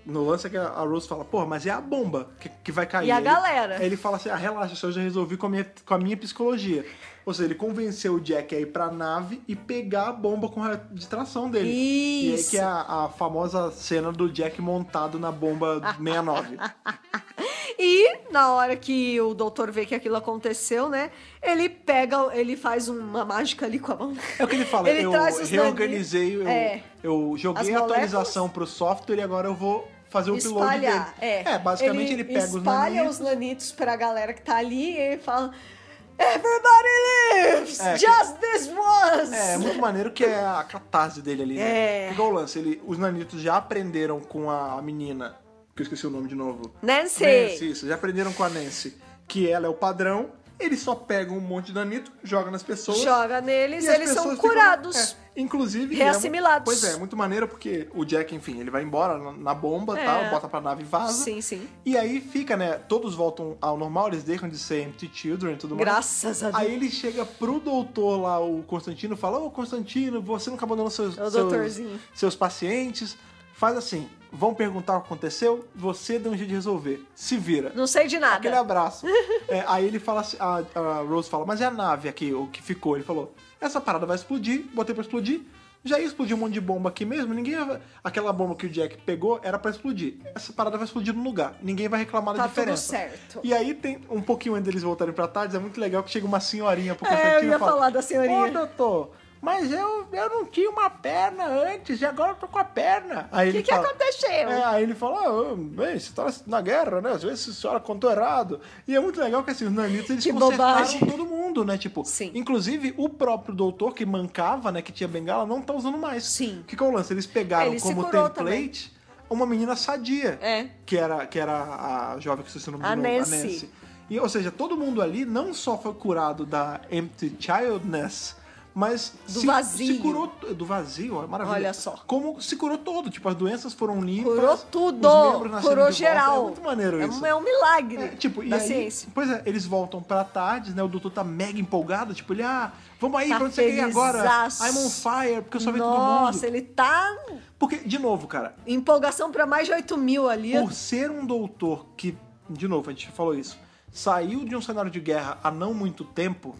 Speaker 1: No lance é que a Rose fala, porra, mas é a bomba que, que vai cair.
Speaker 2: E a
Speaker 1: Ele-
Speaker 2: galera?
Speaker 1: Aí ele fala assim: ah, relaxa, isso eu já resolvi com a, minha, com a minha psicologia. Ou seja, ele convenceu o Jack a ir pra nave e pegar a bomba com a de tração dele. E aí
Speaker 2: Isso.
Speaker 1: que é a, a famosa cena do Jack montado na bomba 69.
Speaker 2: E na hora que o doutor vê que aquilo aconteceu, né? Ele pega, ele faz uma mágica ali com a mão.
Speaker 1: É o que ele fala,
Speaker 2: Ele
Speaker 1: eu
Speaker 2: traz os
Speaker 1: reorganizei, eu,
Speaker 2: nanitos. É.
Speaker 1: eu
Speaker 2: As
Speaker 1: joguei a
Speaker 2: moléculas.
Speaker 1: atualização pro software e agora eu vou fazer o upload dele.
Speaker 2: espalhar. É.
Speaker 1: basicamente ele, pega os
Speaker 2: espalha
Speaker 1: nanitos.
Speaker 2: os nanitos pra galera que tá ali e ele fala: Everybody lives!
Speaker 1: É, que-
Speaker 2: just this once!
Speaker 1: É, é muito maneiro que é a catarse dele ali, né?
Speaker 2: É.
Speaker 1: Igual o lance, ele, os nanitos já aprenderam com a menina, que eu esqueci o nome de novo.
Speaker 2: Nancy!
Speaker 1: Nancy, isso, já aprenderam com a Nancy, que ela é o padrão, eles só pegam um monte de nanito, jogam nas pessoas.
Speaker 2: Joga neles,
Speaker 1: e as
Speaker 2: eles são
Speaker 1: pessoas ficam-
Speaker 2: curados.
Speaker 1: é, inclusive.
Speaker 2: Reassimilados.
Speaker 1: é mu- pois é, muito maneiro porque o Jack, enfim, ele vai embora na, na bomba
Speaker 2: É.
Speaker 1: tal, bota pra nave e vaza.
Speaker 2: Sim, sim.
Speaker 1: E aí fica, né? Todos voltam ao normal, eles deixam de ser empty children e tudo mais.
Speaker 2: Graças a Deus.
Speaker 1: é? Aí ele chega pro doutor lá, o Constantino, e fala: Ô Constantino, você nunca abandonou seus,
Speaker 2: É o
Speaker 1: seus,
Speaker 2: doutorzinho.
Speaker 1: seus pacientes. Faz assim: vão perguntar o que aconteceu, você deu um jeito de resolver. Se vira.
Speaker 2: Não sei de nada.
Speaker 1: Aquele abraço. É, aí ele fala assim, a, a Rose fala, mas é a nave aqui, o que ficou. Ele falou, essa parada vai explodir, botei pra explodir. Já ia explodir um monte de bomba aqui mesmo, ninguém ia- Aquela bomba que o Jack pegou era pra explodir. Essa parada vai explodir no lugar, ninguém vai reclamar
Speaker 2: Tá
Speaker 1: da
Speaker 2: tudo
Speaker 1: diferença.
Speaker 2: certo.
Speaker 1: E aí tem um pouquinho antes deles voltarem pra tarde, é muito legal que chega uma senhorinha pro
Speaker 2: É,
Speaker 1: Constantino
Speaker 2: eu ia
Speaker 1: e fala,
Speaker 2: falar da senhorinha.
Speaker 1: "Ô, doutor, mas eu, eu não tinha uma perna antes e agora eu tô com a perna. Aí
Speaker 2: O
Speaker 1: ele
Speaker 2: que, que
Speaker 1: fala,
Speaker 2: aconteceu?
Speaker 1: é, aí ele fala, ah, bem, você tá na guerra, né? Às vezes a senhora contou errado. E é muito legal que assim, os nanitos, eles
Speaker 2: Que
Speaker 1: consertaram
Speaker 2: bobagem.
Speaker 1: todo mundo, né? Tipo,
Speaker 2: Sim.
Speaker 1: inclusive o próprio doutor que mancava, né, que tinha bengala, não tá usando mais.
Speaker 2: Sim.
Speaker 1: Que qual é o lance? Eles pegaram
Speaker 2: Ele se
Speaker 1: como
Speaker 2: curou
Speaker 1: template
Speaker 2: também.
Speaker 1: uma menina sadia.
Speaker 2: É.
Speaker 1: Que era, que era a jovem que se o nome de
Speaker 2: A
Speaker 1: novo,
Speaker 2: Nancy.
Speaker 1: a Nancy. E, ou seja, todo mundo ali não só foi curado da empty childness, mas
Speaker 2: Do vazio.
Speaker 1: se curou do vazio, ó, maravilha.
Speaker 2: Olha só.
Speaker 1: Como se curou todo, tipo, as doenças foram limpas.
Speaker 2: Curou tudo.
Speaker 1: os membros nasceram de volta.
Speaker 2: Curou geral.
Speaker 1: É muito maneiro
Speaker 2: É
Speaker 1: isso.
Speaker 2: um- É um milagre
Speaker 1: É, tipo, e
Speaker 2: da
Speaker 1: aí,
Speaker 2: ciência.
Speaker 1: pois é, eles voltam pra tarde, né? O doutor tá mega empolgado, tipo, ele, ah, vamos aí,
Speaker 2: Tá
Speaker 1: pra onde você quer ir agora?
Speaker 2: felizaço.
Speaker 1: I'm on fire, porque eu só vi todo
Speaker 2: Nossa,
Speaker 1: mundo.
Speaker 2: ele tá
Speaker 1: Porque, de novo, cara,
Speaker 2: em empolgação pra mais de 8 mil ali.
Speaker 1: por ser um doutor que, de novo, a gente falou isso, saiu de um cenário de guerra há não muito tempo,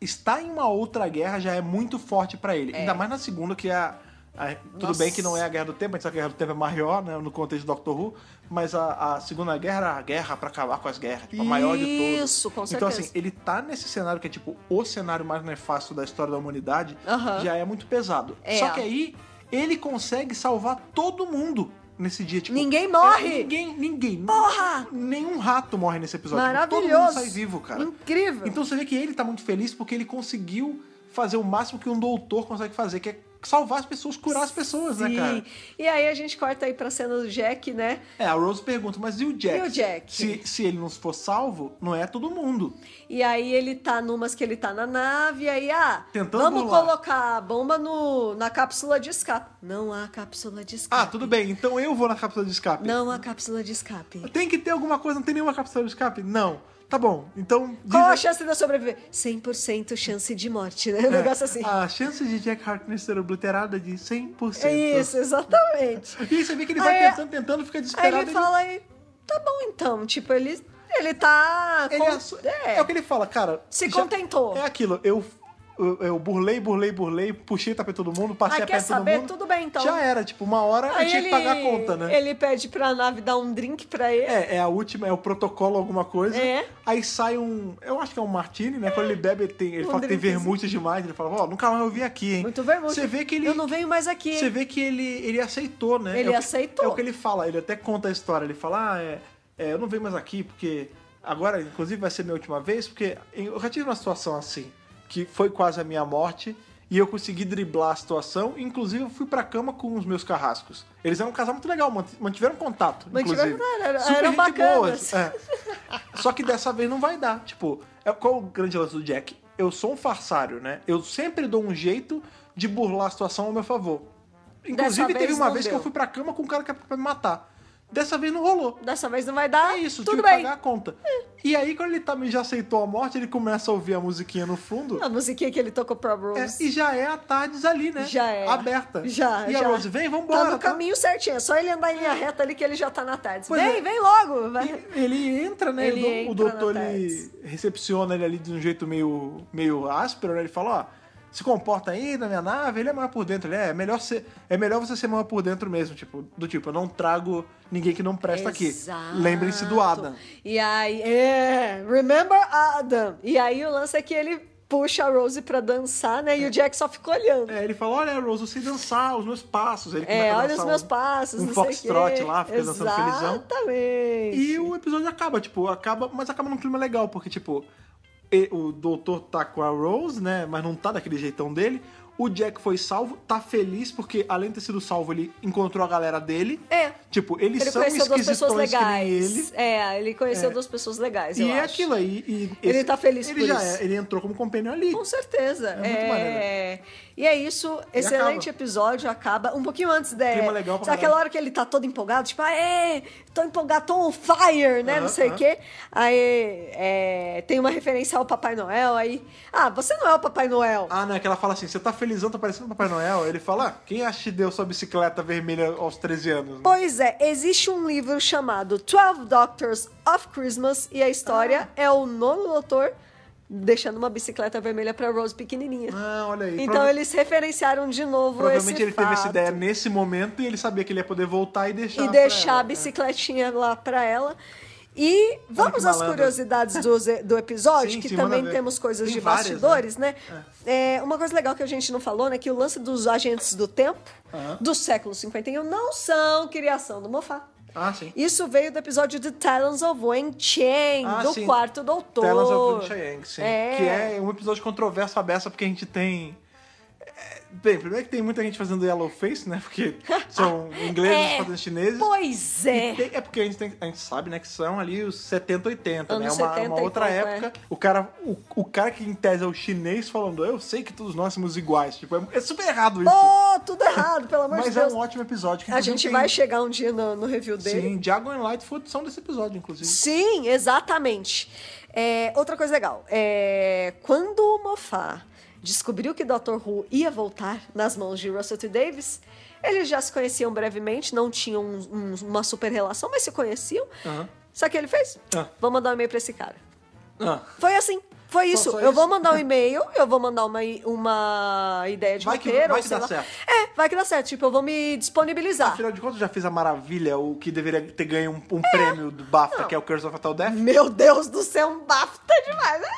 Speaker 1: estar em uma outra guerra já é muito forte pra ele. Ainda mais na segunda, que é. a- a- tudo
Speaker 2: Nossa.
Speaker 1: bem que não é a Guerra do Tempo, a gente sabe que a Guerra do Tempo é maior, né, no contexto do Doctor Who, mas a, a Segunda Guerra era a guerra pra acabar com as guerras, tipo, a maior de todas.
Speaker 2: Isso, com
Speaker 1: Então,
Speaker 2: certeza.
Speaker 1: assim, ele tá nesse cenário que é, tipo, o cenário mais nefasto da história da humanidade,
Speaker 2: Aham.
Speaker 1: já é muito pesado.
Speaker 2: É.
Speaker 1: Só que aí, ele consegue salvar todo mundo nesse dia, tipo,
Speaker 2: Ninguém morre!
Speaker 1: é, ninguém, ninguém.
Speaker 2: Porra!
Speaker 1: Nenhum rato morre nesse episódio. Tipo, Todo mundo
Speaker 2: Maravilhoso.
Speaker 1: sai vivo, cara.
Speaker 2: Incrível.
Speaker 1: Então você vê que ele tá muito feliz porque ele conseguiu fazer o máximo que um doutor consegue fazer, que é salvar as pessoas, curar as pessoas, né, cara?
Speaker 2: Sim. E aí a gente corta aí pra cena do Jack, né?
Speaker 1: É, a Rose pergunta, mas e o Jack?
Speaker 2: E o Jack?
Speaker 1: Se, se ele não for salvo, não é todo mundo.
Speaker 2: E aí ele tá numas que ele tá na nave, e aí, ah,
Speaker 1: Tentando
Speaker 2: vamos
Speaker 1: burlar.
Speaker 2: colocar a bomba no, na cápsula de escape. Não há cápsula de escape.
Speaker 1: Ah, tudo bem, então eu vou na cápsula de escape.
Speaker 2: Não há cápsula de escape.
Speaker 1: Tem que ter alguma coisa, não tem nenhuma cápsula de escape? Não. Tá bom, então... diz-
Speaker 2: Qual a chance de eu sobreviver? 100% chance de morte, né? Um
Speaker 1: É,
Speaker 2: negócio assim.
Speaker 1: A chance de Jack Harkness ser obliterada é de 100%.
Speaker 2: é isso, exatamente.
Speaker 1: E aí você vê que ele vai
Speaker 2: Aí- é-
Speaker 1: tentando, tentando, fica
Speaker 2: aí
Speaker 1: desesperado.
Speaker 2: ele fala aí, tá bom então, tipo, ele, ele tá...
Speaker 1: ele
Speaker 2: com-
Speaker 1: assu-
Speaker 2: é,
Speaker 1: é. o que ele fala, cara.
Speaker 2: Se
Speaker 1: já-
Speaker 2: contentou.
Speaker 1: É aquilo, eu, eu, eu burlei, burlei, burlei, puxei tapete todo mundo, passei
Speaker 2: Ah,
Speaker 1: a
Speaker 2: quer
Speaker 1: perna todo
Speaker 2: saber?
Speaker 1: mundo.
Speaker 2: Tudo bem, então.
Speaker 1: Já era, tipo, uma hora eu
Speaker 2: aí
Speaker 1: tinha que pagar a conta, né?
Speaker 2: ele pede pra nave dar um drink pra ele.
Speaker 1: É, é a última, é o protocolo, alguma coisa.
Speaker 2: É.
Speaker 1: Aí sai um. Eu acho que é um Martini, né? Quando ele bebe, ele, tem, ele
Speaker 2: Um
Speaker 1: fala que tem
Speaker 2: drinkzinho.
Speaker 1: vermute demais. Ele fala, ó, nunca mais eu vim aqui, hein?
Speaker 2: Muito bem, muito.
Speaker 1: Você vê que ele.
Speaker 2: Eu não venho mais aqui.
Speaker 1: Você vê que ele, ele aceitou, né?
Speaker 2: Ele
Speaker 1: o que-
Speaker 2: aceitou.
Speaker 1: É o que ele fala, ele até conta a história. Ele fala, ah, é, é, eu não venho mais aqui porque agora, inclusive, vai ser minha última vez, porque eu já tive uma situação assim, que foi quase a minha morte, e eu consegui driblar a situação, inclusive eu fui pra cama com os meus carrascos. Eles eram um casal muito legal, mant- mantiveram contato,
Speaker 2: Mantiveram
Speaker 1: inclusive.
Speaker 2: contato, era-
Speaker 1: Super
Speaker 2: eram
Speaker 1: gente
Speaker 2: bacanas.
Speaker 1: boa, é. Só que dessa vez não vai dar. Tipo, é- qual o grande lance do Jack? Eu sou um farsário, né? Eu sempre dou um jeito de burlar a situação ao meu favor. Inclusive,
Speaker 2: Dessa
Speaker 1: teve
Speaker 2: vez
Speaker 1: uma
Speaker 2: não
Speaker 1: vez que
Speaker 2: deu.
Speaker 1: eu fui pra cama com um cara que era pra me matar. Dessa vez não rolou.
Speaker 2: Dessa vez não vai dar.
Speaker 1: É isso,
Speaker 2: Ah, Tudo
Speaker 1: tive que
Speaker 2: bem.
Speaker 1: pagar a conta. E aí, quando ele também já aceitou a morte, ele começa a ouvir a musiquinha no fundo.
Speaker 2: A musiquinha que ele tocou pra Rose.
Speaker 1: É, e já é a tardes ali, né?
Speaker 2: Já é.
Speaker 1: Aberta.
Speaker 2: Já,
Speaker 1: E
Speaker 2: já.
Speaker 1: a Rose, vem, vambora.
Speaker 2: Tá no caminho certinho. É só ele andar em linha reta ali que ele já tá na tarde.
Speaker 1: Pois
Speaker 2: vem,
Speaker 1: é.
Speaker 2: vem logo. Vai.
Speaker 1: Ele entra, né?
Speaker 2: Tá? Ele
Speaker 1: o, do-
Speaker 2: entra
Speaker 1: o doutor
Speaker 2: na
Speaker 1: ele recepciona ele ali de um jeito meio, meio áspero, né? Ele fala, ó, se comporta aí na minha nave, ele é maior por dentro. Ele é, é melhor ser, é melhor você ser maior por dentro mesmo, tipo, do tipo, eu não trago ninguém que não presta
Speaker 2: Exato.
Speaker 1: aqui. Lembrem-se do Adam.
Speaker 2: E aí, é. Remember Adam. E aí o lance é que ele puxa a Rose pra dançar, né? E o Jack só fica olhando.
Speaker 1: É, ele fala, olha, Rose, eu sei dançar os meus passos. Ele começa
Speaker 2: É,
Speaker 1: a
Speaker 2: olha
Speaker 1: dançar
Speaker 2: os meus
Speaker 1: um-
Speaker 2: passos,
Speaker 1: um
Speaker 2: não sei o
Speaker 1: foxtrot
Speaker 2: quê.
Speaker 1: lá, fica dançando felizão.
Speaker 2: Exatamente.
Speaker 1: E o episódio acaba, tipo, acaba, mas acaba num clima legal, porque, tipo, e- o doutor tá com a Rose, né? Mas não tá daquele jeitão dele. O Jack foi salvo, tá feliz, porque além de ter sido salvo, ele encontrou a galera dele.
Speaker 2: É.
Speaker 1: Tipo, eles
Speaker 2: Ele
Speaker 1: são
Speaker 2: conheceu duas pessoas
Speaker 1: esquisitões que nem
Speaker 2: legais.
Speaker 1: ele.
Speaker 2: É, ele conheceu
Speaker 1: É.
Speaker 2: duas pessoas legais.
Speaker 1: E
Speaker 2: eu
Speaker 1: é
Speaker 2: acho.
Speaker 1: aquilo aí. e
Speaker 2: Ele
Speaker 1: esse-
Speaker 2: tá feliz
Speaker 1: ele
Speaker 2: por
Speaker 1: já
Speaker 2: isso.
Speaker 1: É, ele entrou como companion ali.
Speaker 2: Com certeza.
Speaker 1: É muito maneiro.
Speaker 2: E é isso.
Speaker 1: E
Speaker 2: Excelente
Speaker 1: acaba.
Speaker 2: episódio. Acaba um pouquinho antes da.
Speaker 1: Clima legal pra
Speaker 2: Sabe aquela
Speaker 1: caralho.
Speaker 2: hora que ele tá todo empolgado? Tipo, aê, tô empolgado, tô on fire, né?
Speaker 1: Aham,
Speaker 2: não sei o
Speaker 1: aham.
Speaker 2: quê. Aí é, tem uma referência ao Papai Noel. Aí, ah, você não é o Papai Noel.
Speaker 1: Ah, né? Que ela fala assim: você tá felizão, tá parecendo Papai Noel. Ele fala: ah, quem acha que deu sua bicicleta vermelha aos 13 anos? né?
Speaker 2: Pois é, existe um livro chamado 12 Doctors of Christmas e a história
Speaker 1: Ah.
Speaker 2: é o nono doutor deixando uma bicicleta vermelha pra Rose pequenininha.
Speaker 1: Ah, olha aí.
Speaker 2: Então
Speaker 1: Prova-
Speaker 2: eles referenciaram de novo
Speaker 1: Provavelmente
Speaker 2: esse
Speaker 1: ele teve essa
Speaker 2: fato.
Speaker 1: ideia nesse momento e ele sabia que ele ia poder voltar e deixar.
Speaker 2: e
Speaker 1: pra
Speaker 2: deixar
Speaker 1: ela,
Speaker 2: a
Speaker 1: né?
Speaker 2: bicicletinha lá pra ela. E vamos
Speaker 1: que
Speaker 2: às
Speaker 1: malandro.
Speaker 2: curiosidades do, do episódio,
Speaker 1: Sim,
Speaker 2: que
Speaker 1: sim,
Speaker 2: também
Speaker 1: manda ver.
Speaker 2: temos coisas
Speaker 1: Tem
Speaker 2: de
Speaker 1: várias,
Speaker 2: bastidores, né? É, uma coisa legal que a gente não falou, né? Que o lance dos agentes do tempo
Speaker 1: Aham.
Speaker 2: do século 51 não são criação do Moffat.
Speaker 1: Ah, sim.
Speaker 2: Isso veio do episódio de Talons of Wen Chen,
Speaker 1: Ah,
Speaker 2: do
Speaker 1: sim.
Speaker 2: quarto doutor.
Speaker 1: Talents of Wu Chiang, sim.
Speaker 2: É.
Speaker 1: Que é um episódio controverso a beça, porque a gente tem. é, Bem, primeiro que tem muita gente fazendo yellow face, né? Porque são ingleses fazendo chineses.
Speaker 2: É. Pois
Speaker 1: E
Speaker 2: é.
Speaker 1: tem- é porque a gente, tem- a gente sabe, né, que são ali os 70, 80, né?
Speaker 2: Anos
Speaker 1: Uma,
Speaker 2: 70
Speaker 1: uma
Speaker 2: e
Speaker 1: outra
Speaker 2: pouco, é.
Speaker 1: época. O, cara, o, o cara que em tese é o chinês falando, eu sei que todos nós somos iguais. Tipo, é, é super errado isso.
Speaker 2: Pô, Oh, tudo errado, pelo amor de
Speaker 1: Mas é
Speaker 2: Deus.
Speaker 1: um ótimo episódio. que
Speaker 2: A gente
Speaker 1: inclusive
Speaker 2: vai
Speaker 1: tem-
Speaker 2: chegar um dia no, no review dele.
Speaker 1: Sim, Diagon e Light foi a opção desse episódio, inclusive.
Speaker 2: Sim, exatamente. É, outra coisa legal. é, quando o Moffat descobriu que Dr. Who ia voltar nas mãos de Russell T. Davis, eles já se conheciam brevemente, não tinham um- um- uma super relação, mas se conheciam.
Speaker 1: Aham.
Speaker 2: Sabe o que ele fez?
Speaker 1: Ah.
Speaker 2: Vou mandar um e-mail pra esse cara.
Speaker 1: Ah,
Speaker 2: Foi assim. Foi
Speaker 1: Só-
Speaker 2: isso.
Speaker 1: só
Speaker 2: eu vou
Speaker 1: isso?
Speaker 2: mandar um e-mail, eu vou mandar uma, i- uma ideia de
Speaker 1: Vai que-
Speaker 2: roteiro.
Speaker 1: vai
Speaker 2: ou
Speaker 1: que
Speaker 2: sei
Speaker 1: dá
Speaker 2: lá.
Speaker 1: certo.
Speaker 2: É, vai que dá certo. Tipo, eu vou me disponibilizar.
Speaker 1: afinal de contas, eu já fiz a maravilha, o que deveria ter ganho um, um prêmio do BAFTA, que é o Curse of Fatal Death.
Speaker 2: Meu Deus do céu, um bafta demais, né?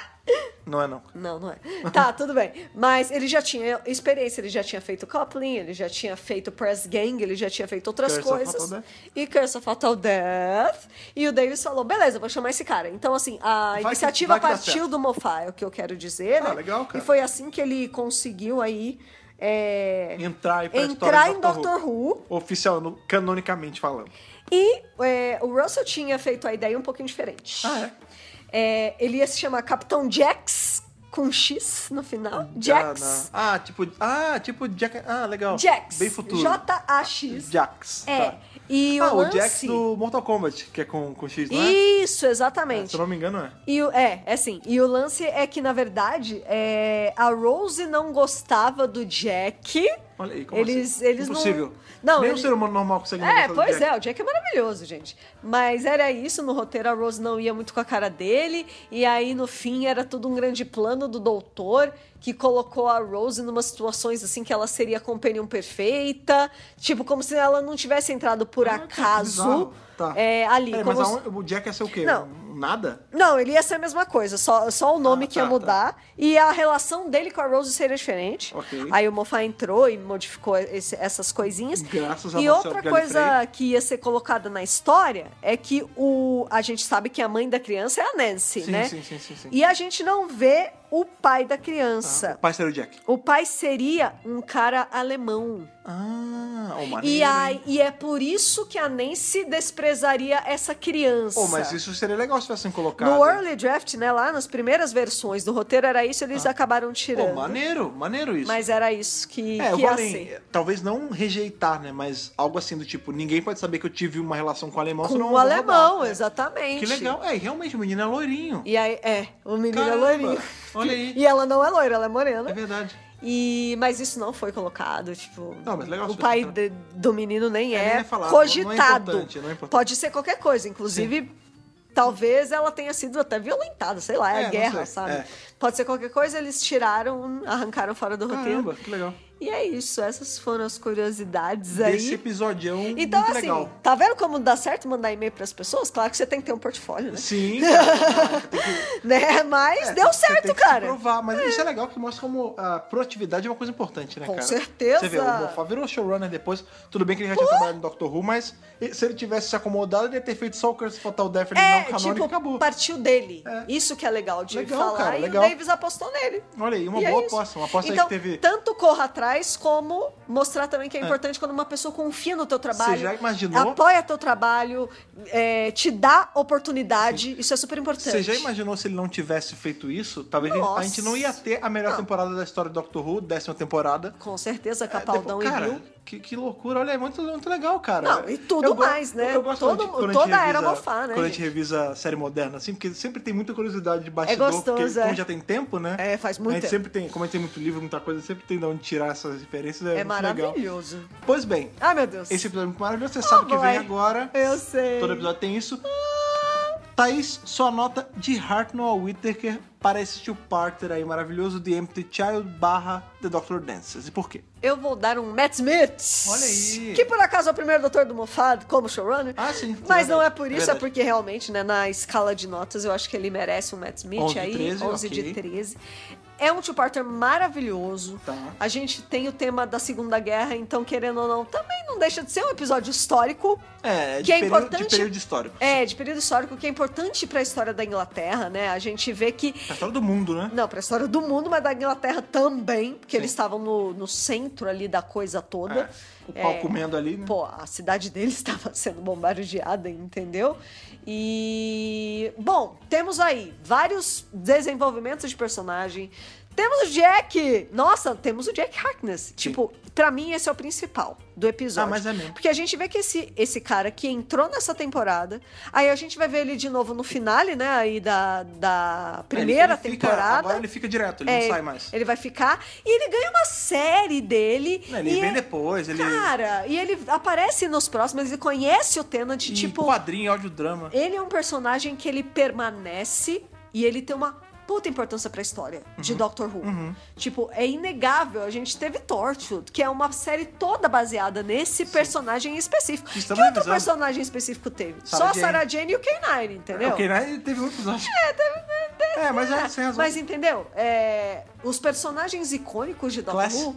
Speaker 1: Não é, não.
Speaker 2: Não, não é. Tá, tudo bem. Mas ele já tinha experiência, ele já tinha feito coupling, ele já tinha feito press gang, ele já tinha feito outras
Speaker 1: Curse of
Speaker 2: coisas.
Speaker 1: Fatal Death.
Speaker 2: e Curse of Fatal Death. E o Davis falou: beleza, vou chamar esse cara. Então, assim, a
Speaker 1: que-
Speaker 2: iniciativa
Speaker 1: vai que dá
Speaker 2: partiu
Speaker 1: certo.
Speaker 2: do Mofá, é o que eu quero dizer,
Speaker 1: Ah,
Speaker 2: né?
Speaker 1: legal, cara.
Speaker 2: E foi assim que ele conseguiu aí. é,
Speaker 1: Entrar aí pra
Speaker 2: entrar
Speaker 1: história
Speaker 2: em
Speaker 1: do
Speaker 2: Doctor,
Speaker 1: Dr.
Speaker 2: Who.
Speaker 1: Oficial, no- canonicamente falando.
Speaker 2: E é, o Russell tinha feito a ideia um pouquinho diferente.
Speaker 1: Ah,
Speaker 2: É, ele ia se chamar Capitão Jax, com X no final. Jax.
Speaker 1: Ah, não. ah, tipo. Ah, tipo Jack. Ah, legal.
Speaker 2: Jax.
Speaker 1: Bem futuro.
Speaker 2: J-A-X.
Speaker 1: Jax.
Speaker 2: É.
Speaker 1: tá.
Speaker 2: E
Speaker 1: ah,
Speaker 2: o,
Speaker 1: o
Speaker 2: lance...
Speaker 1: Jax do Mortal Kombat, que é com, com X, não é?
Speaker 2: Isso,
Speaker 1: Se
Speaker 2: exatamente.
Speaker 1: eu não me engano, é.
Speaker 2: E o, é, é assim. E o lance é que, na verdade, é, a Rose não gostava do Jack.
Speaker 1: Olha aí, como
Speaker 2: eles,
Speaker 1: assim?
Speaker 2: eles
Speaker 1: Impossível.
Speaker 2: Não, não
Speaker 1: Nem
Speaker 2: eles-
Speaker 1: um ser humano normal consegue
Speaker 2: É,
Speaker 1: gostar do
Speaker 2: pois
Speaker 1: Jack.
Speaker 2: é, o Jack é maravilhoso, gente. Mas era isso, no roteiro a Rose não ia muito com a cara dele, e aí no fim era tudo um grande plano do doutor que colocou a Rose numa situações assim que ela seria a companion perfeita, tipo como se ela não tivesse entrado por
Speaker 1: Ah, tá, que
Speaker 2: acaso
Speaker 1: bizarro. Tá.
Speaker 2: é, ali.
Speaker 1: Peraí,
Speaker 2: como
Speaker 1: mas
Speaker 2: se-
Speaker 1: aonde- o Jack ia ser o quê?
Speaker 2: Não.
Speaker 1: Um- Nada?
Speaker 2: Não, ele ia ser a mesma coisa, só, só o nome
Speaker 1: Ah,
Speaker 2: que ia
Speaker 1: tá,
Speaker 2: mudar e a relação dele com a Rose seria diferente.
Speaker 1: Ok.
Speaker 2: Aí o Moffat entrou e modificou esse- essas coisinhas.
Speaker 1: Graças a
Speaker 2: E
Speaker 1: Marcelo
Speaker 2: outra
Speaker 1: Galifrey.
Speaker 2: coisa que ia ser colocada na história é que o a gente sabe que a mãe da criança é a Nancy,
Speaker 1: Sim,
Speaker 2: né?
Speaker 1: sim, sim, sim, sim.
Speaker 2: E a gente não vê o pai da
Speaker 1: Ah,
Speaker 2: criança.
Speaker 1: o pai seria o Jack.
Speaker 2: O pai seria um cara alemão.
Speaker 1: Ah, o maneiro.
Speaker 2: E,
Speaker 1: hein?
Speaker 2: aí- e é por isso que a Nancy desprezaria essa criança.
Speaker 1: Pô, mas isso seria legal se tivessem colocado.
Speaker 2: No early draft, né, lá nas primeiras versões do roteiro, era isso, eles acabaram
Speaker 1: Ah. Pô,
Speaker 2: tirando.
Speaker 1: maneiro, maneiro isso.
Speaker 2: mas era isso que,
Speaker 1: É,
Speaker 2: que assim?
Speaker 1: o
Speaker 2: ia
Speaker 1: Valen,
Speaker 2: ser.
Speaker 1: talvez não rejeitar, né? Mas algo assim do tipo, ninguém pode saber que eu tive uma relação com o alemão,
Speaker 2: Com
Speaker 1: senão eu
Speaker 2: o
Speaker 1: vou roubar,
Speaker 2: alemão,
Speaker 1: né?
Speaker 2: exatamente.
Speaker 1: Que legal. É, e realmente, o menino é loirinho.
Speaker 2: E aí, é, o menino é
Speaker 1: Caramba,
Speaker 2: loirinho.
Speaker 1: olha aí.
Speaker 2: E ela não é loira, ela é
Speaker 1: É
Speaker 2: morena.
Speaker 1: verdade.
Speaker 2: E, mas isso não foi colocado, tipo...
Speaker 1: Não, mas legal
Speaker 2: o
Speaker 1: se
Speaker 2: pai
Speaker 1: fosse
Speaker 2: de- do menino nem
Speaker 1: É,
Speaker 2: é,
Speaker 1: nem é falado, não- não é
Speaker 2: cogitado.
Speaker 1: importante, não é importante.
Speaker 2: Pode ser qualquer coisa, inclusive... Talvez ela tenha sido até violentada, sei lá, é,
Speaker 1: É,
Speaker 2: a
Speaker 1: não sei,
Speaker 2: guerra, sabe?
Speaker 1: é.
Speaker 2: Pode ser qualquer coisa, eles tiraram, arrancaram fora do roteiro.
Speaker 1: Caramba, que legal.
Speaker 2: E é isso, essas foram as curiosidades
Speaker 1: Esse
Speaker 2: aí.
Speaker 1: episódio é um
Speaker 2: Então,
Speaker 1: muito
Speaker 2: assim,
Speaker 1: legal.
Speaker 2: tá vendo como dá certo mandar e-mail pras pessoas? Claro que você tem que ter um portfólio, né?
Speaker 1: Sim, cara, tem que-
Speaker 2: Né? Mas
Speaker 1: é,
Speaker 2: deu
Speaker 1: você tem
Speaker 2: certo,
Speaker 1: que se
Speaker 2: cara.
Speaker 1: Provar, mas isso é legal que mostra como a proatividade é uma coisa importante, né,
Speaker 2: Com
Speaker 1: cara?
Speaker 2: certeza.
Speaker 1: Você vê, o Moffat virou showrunner depois. Tudo bem que ele já tinha trabalhado no Doctor Who, mas se ele tivesse se acomodado, ele ia ter feito só o Curse Fatal Death ele não
Speaker 2: É,
Speaker 1: canônico e acabou.
Speaker 2: tipo, partiu dele.
Speaker 1: É.
Speaker 2: Isso que é legal de
Speaker 1: Legal,
Speaker 2: falar.
Speaker 1: cara,
Speaker 2: e
Speaker 1: legal.
Speaker 2: o Davis apostou nele.
Speaker 1: Olha aí, uma
Speaker 2: E é
Speaker 1: boa
Speaker 2: isso.
Speaker 1: aposta. Uma aposta aí
Speaker 2: então,
Speaker 1: que teve...
Speaker 2: Tanto corra atrás, como mostrar também que é importante quando uma pessoa confia no teu trabalho.
Speaker 1: Você já imaginou?
Speaker 2: Apoia teu trabalho, é, te dá oportunidade. Isso é super importante.
Speaker 1: Você já imaginou se ele não tivesse feito isso? Talvez a gente-
Speaker 2: Nossa.
Speaker 1: a gente não ia ter a melhor
Speaker 2: Não.
Speaker 1: temporada da história do Doctor Who, décima temporada.
Speaker 2: Com certeza,
Speaker 1: É,
Speaker 2: Capaldão
Speaker 1: depois- cara,
Speaker 2: e Bill.
Speaker 1: Que, que loucura, olha, é muito, muito legal, cara.
Speaker 2: Não, e tudo
Speaker 1: Eu go-
Speaker 2: mais, né?
Speaker 1: Eu gosto
Speaker 2: Todo-
Speaker 1: quando, a gente- quando
Speaker 2: toda
Speaker 1: a gente
Speaker 2: era
Speaker 1: revisa,
Speaker 2: Mofá, né,
Speaker 1: Quando a
Speaker 2: gente?
Speaker 1: gente revisa a série moderna, assim, porque sempre tem muita curiosidade de bastidor,
Speaker 2: gostoso,
Speaker 1: porque
Speaker 2: é.
Speaker 1: como já tem tempo, né?
Speaker 2: É, faz muito
Speaker 1: A gente
Speaker 2: tempo.
Speaker 1: sempre tem, como a gente tem muito livro, muita coisa, sempre tem de onde tirar essas referências, é,
Speaker 2: É
Speaker 1: muito legal.
Speaker 2: maravilhoso.
Speaker 1: Pois bem,
Speaker 2: Ai, meu Deus.
Speaker 1: esse episódio é muito maravilhoso, você sabe que
Speaker 2: boy.
Speaker 1: vem agora.
Speaker 2: Eu sei.
Speaker 1: Todo episódio tem isso. Thaís, sua nota de Hartnell Whittaker para esse two-parter aí maravilhoso The Empty Child barra The Doctor Dances. E por quê?
Speaker 2: eu vou dar um Matt Smith.
Speaker 1: Olha aí.
Speaker 2: Que por acaso é o primeiro doutor do Moffat como showrunner.
Speaker 1: Ah, sim.
Speaker 2: Mas
Speaker 1: verdade,
Speaker 2: não é por isso, é
Speaker 1: verdade.
Speaker 2: porque realmente, né, na escala de notas, eu acho que ele merece um Matt Smith
Speaker 1: 11 de
Speaker 2: aí,
Speaker 1: 13,
Speaker 2: 11
Speaker 1: ok.
Speaker 2: de 13. É um two-parter maravilhoso.
Speaker 1: Tá.
Speaker 2: A gente tem o tema da Segunda Guerra, então, querendo ou não, também não deixa de ser um episódio histórico.
Speaker 1: É, de,
Speaker 2: que é
Speaker 1: período,
Speaker 2: importante-
Speaker 1: de período histórico.
Speaker 2: É, de período histórico, que é importante pra história da Inglaterra, né? A gente vê que
Speaker 1: A história do mundo, né?
Speaker 2: não, pra história do mundo, mas da Inglaterra também, porque
Speaker 1: Sim.
Speaker 2: eles estavam no, no centro ali da coisa toda.
Speaker 1: É, o pau
Speaker 2: É,
Speaker 1: comendo ali, né?
Speaker 2: Pô, a cidade deles estava sendo bombardeada, entendeu? E. Bom, temos aí vários desenvolvimentos de personagem. Temos o Jack! Nossa, temos o Jack Harkness. Tipo, pra mim esse é o principal do episódio.
Speaker 1: Ah, mas é mesmo.
Speaker 2: Porque a gente vê que esse, esse cara que entrou nessa temporada, aí a gente vai ver ele de novo no finale, né? Aí da, da
Speaker 1: É, ele-
Speaker 2: primeira
Speaker 1: ele fica-
Speaker 2: temporada.
Speaker 1: agora ele fica direto, ele
Speaker 2: É,
Speaker 1: não sai mais.
Speaker 2: Ele vai ficar. E ele ganha uma série dele.
Speaker 1: Não, ele
Speaker 2: e
Speaker 1: vem
Speaker 2: é-
Speaker 1: depois, ele.
Speaker 2: Cara, e ele aparece nos próximos, ele conhece o Tenant,
Speaker 1: e
Speaker 2: tipo,
Speaker 1: quadrinho, audiodrama.
Speaker 2: ele é um personagem que ele permanece e ele tem uma puta importância pra história
Speaker 1: Uhum.
Speaker 2: de Doctor Who. Tipo, é inegável, a gente teve Torchwood, que é uma série toda baseada nesse personagem específico.
Speaker 1: Estamos
Speaker 2: que outro
Speaker 1: avisando.
Speaker 2: personagem específico teve?
Speaker 1: é Sarah
Speaker 2: Só
Speaker 1: Jane.
Speaker 2: a Sarah Jane e o K-9, entendeu?
Speaker 1: Ok, né? Ele teve um episódio. É, teve. É, mas é, sem razão.
Speaker 2: Mas entendeu? É, os personagens icônicos de Doctor
Speaker 1: Class.
Speaker 2: Who.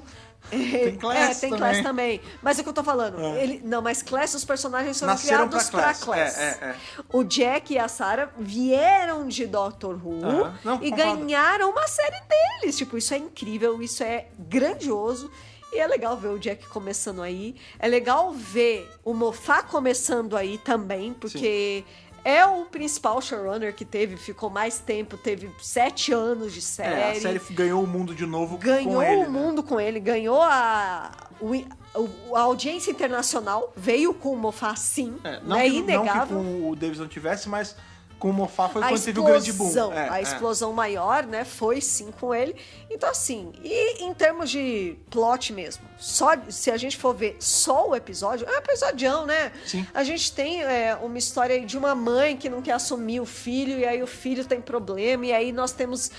Speaker 1: Tem Class
Speaker 2: é, tem
Speaker 1: também.
Speaker 2: Class também. Mas é o que eu tô falando.
Speaker 1: É.
Speaker 2: Ele, não, mas Class, os personagens foram
Speaker 1: Nasceram
Speaker 2: criados
Speaker 1: pra Class.
Speaker 2: pra Class.
Speaker 1: É, é, é.
Speaker 2: O Jack e a Sarah vieram de Doctor Who
Speaker 1: Aham. Não,
Speaker 2: e
Speaker 1: concordo.
Speaker 2: ganharam uma série deles. Tipo, isso é incrível, isso é grandioso. E é legal ver o Jack começando aí. É legal ver o Moffat começando aí também, porque é o principal showrunner que teve, ficou mais tempo, teve sete anos de série.
Speaker 1: É, a série ganhou o mundo de novo
Speaker 2: ganhou
Speaker 1: com ele.
Speaker 2: o
Speaker 1: né?
Speaker 2: mundo com ele, ganhou a, o- a audiência internacional, veio com o Moffat sim,
Speaker 1: É, não,
Speaker 2: não, é
Speaker 1: que, não que
Speaker 2: inegável.
Speaker 1: com o Davis não tivesse, mas com o Mofá foi
Speaker 2: a
Speaker 1: quando teve o
Speaker 2: explosão,
Speaker 1: grande boom. É,
Speaker 2: a
Speaker 1: é.
Speaker 2: explosão maior, né? Foi sim com ele. Então, assim, e em termos de plot mesmo, só se a gente for ver só o episódio, é um episodião, né?
Speaker 1: Sim.
Speaker 2: A gente tem é, uma história aí de uma mãe que não quer assumir o filho, e aí o filho tem problema, e aí nós temos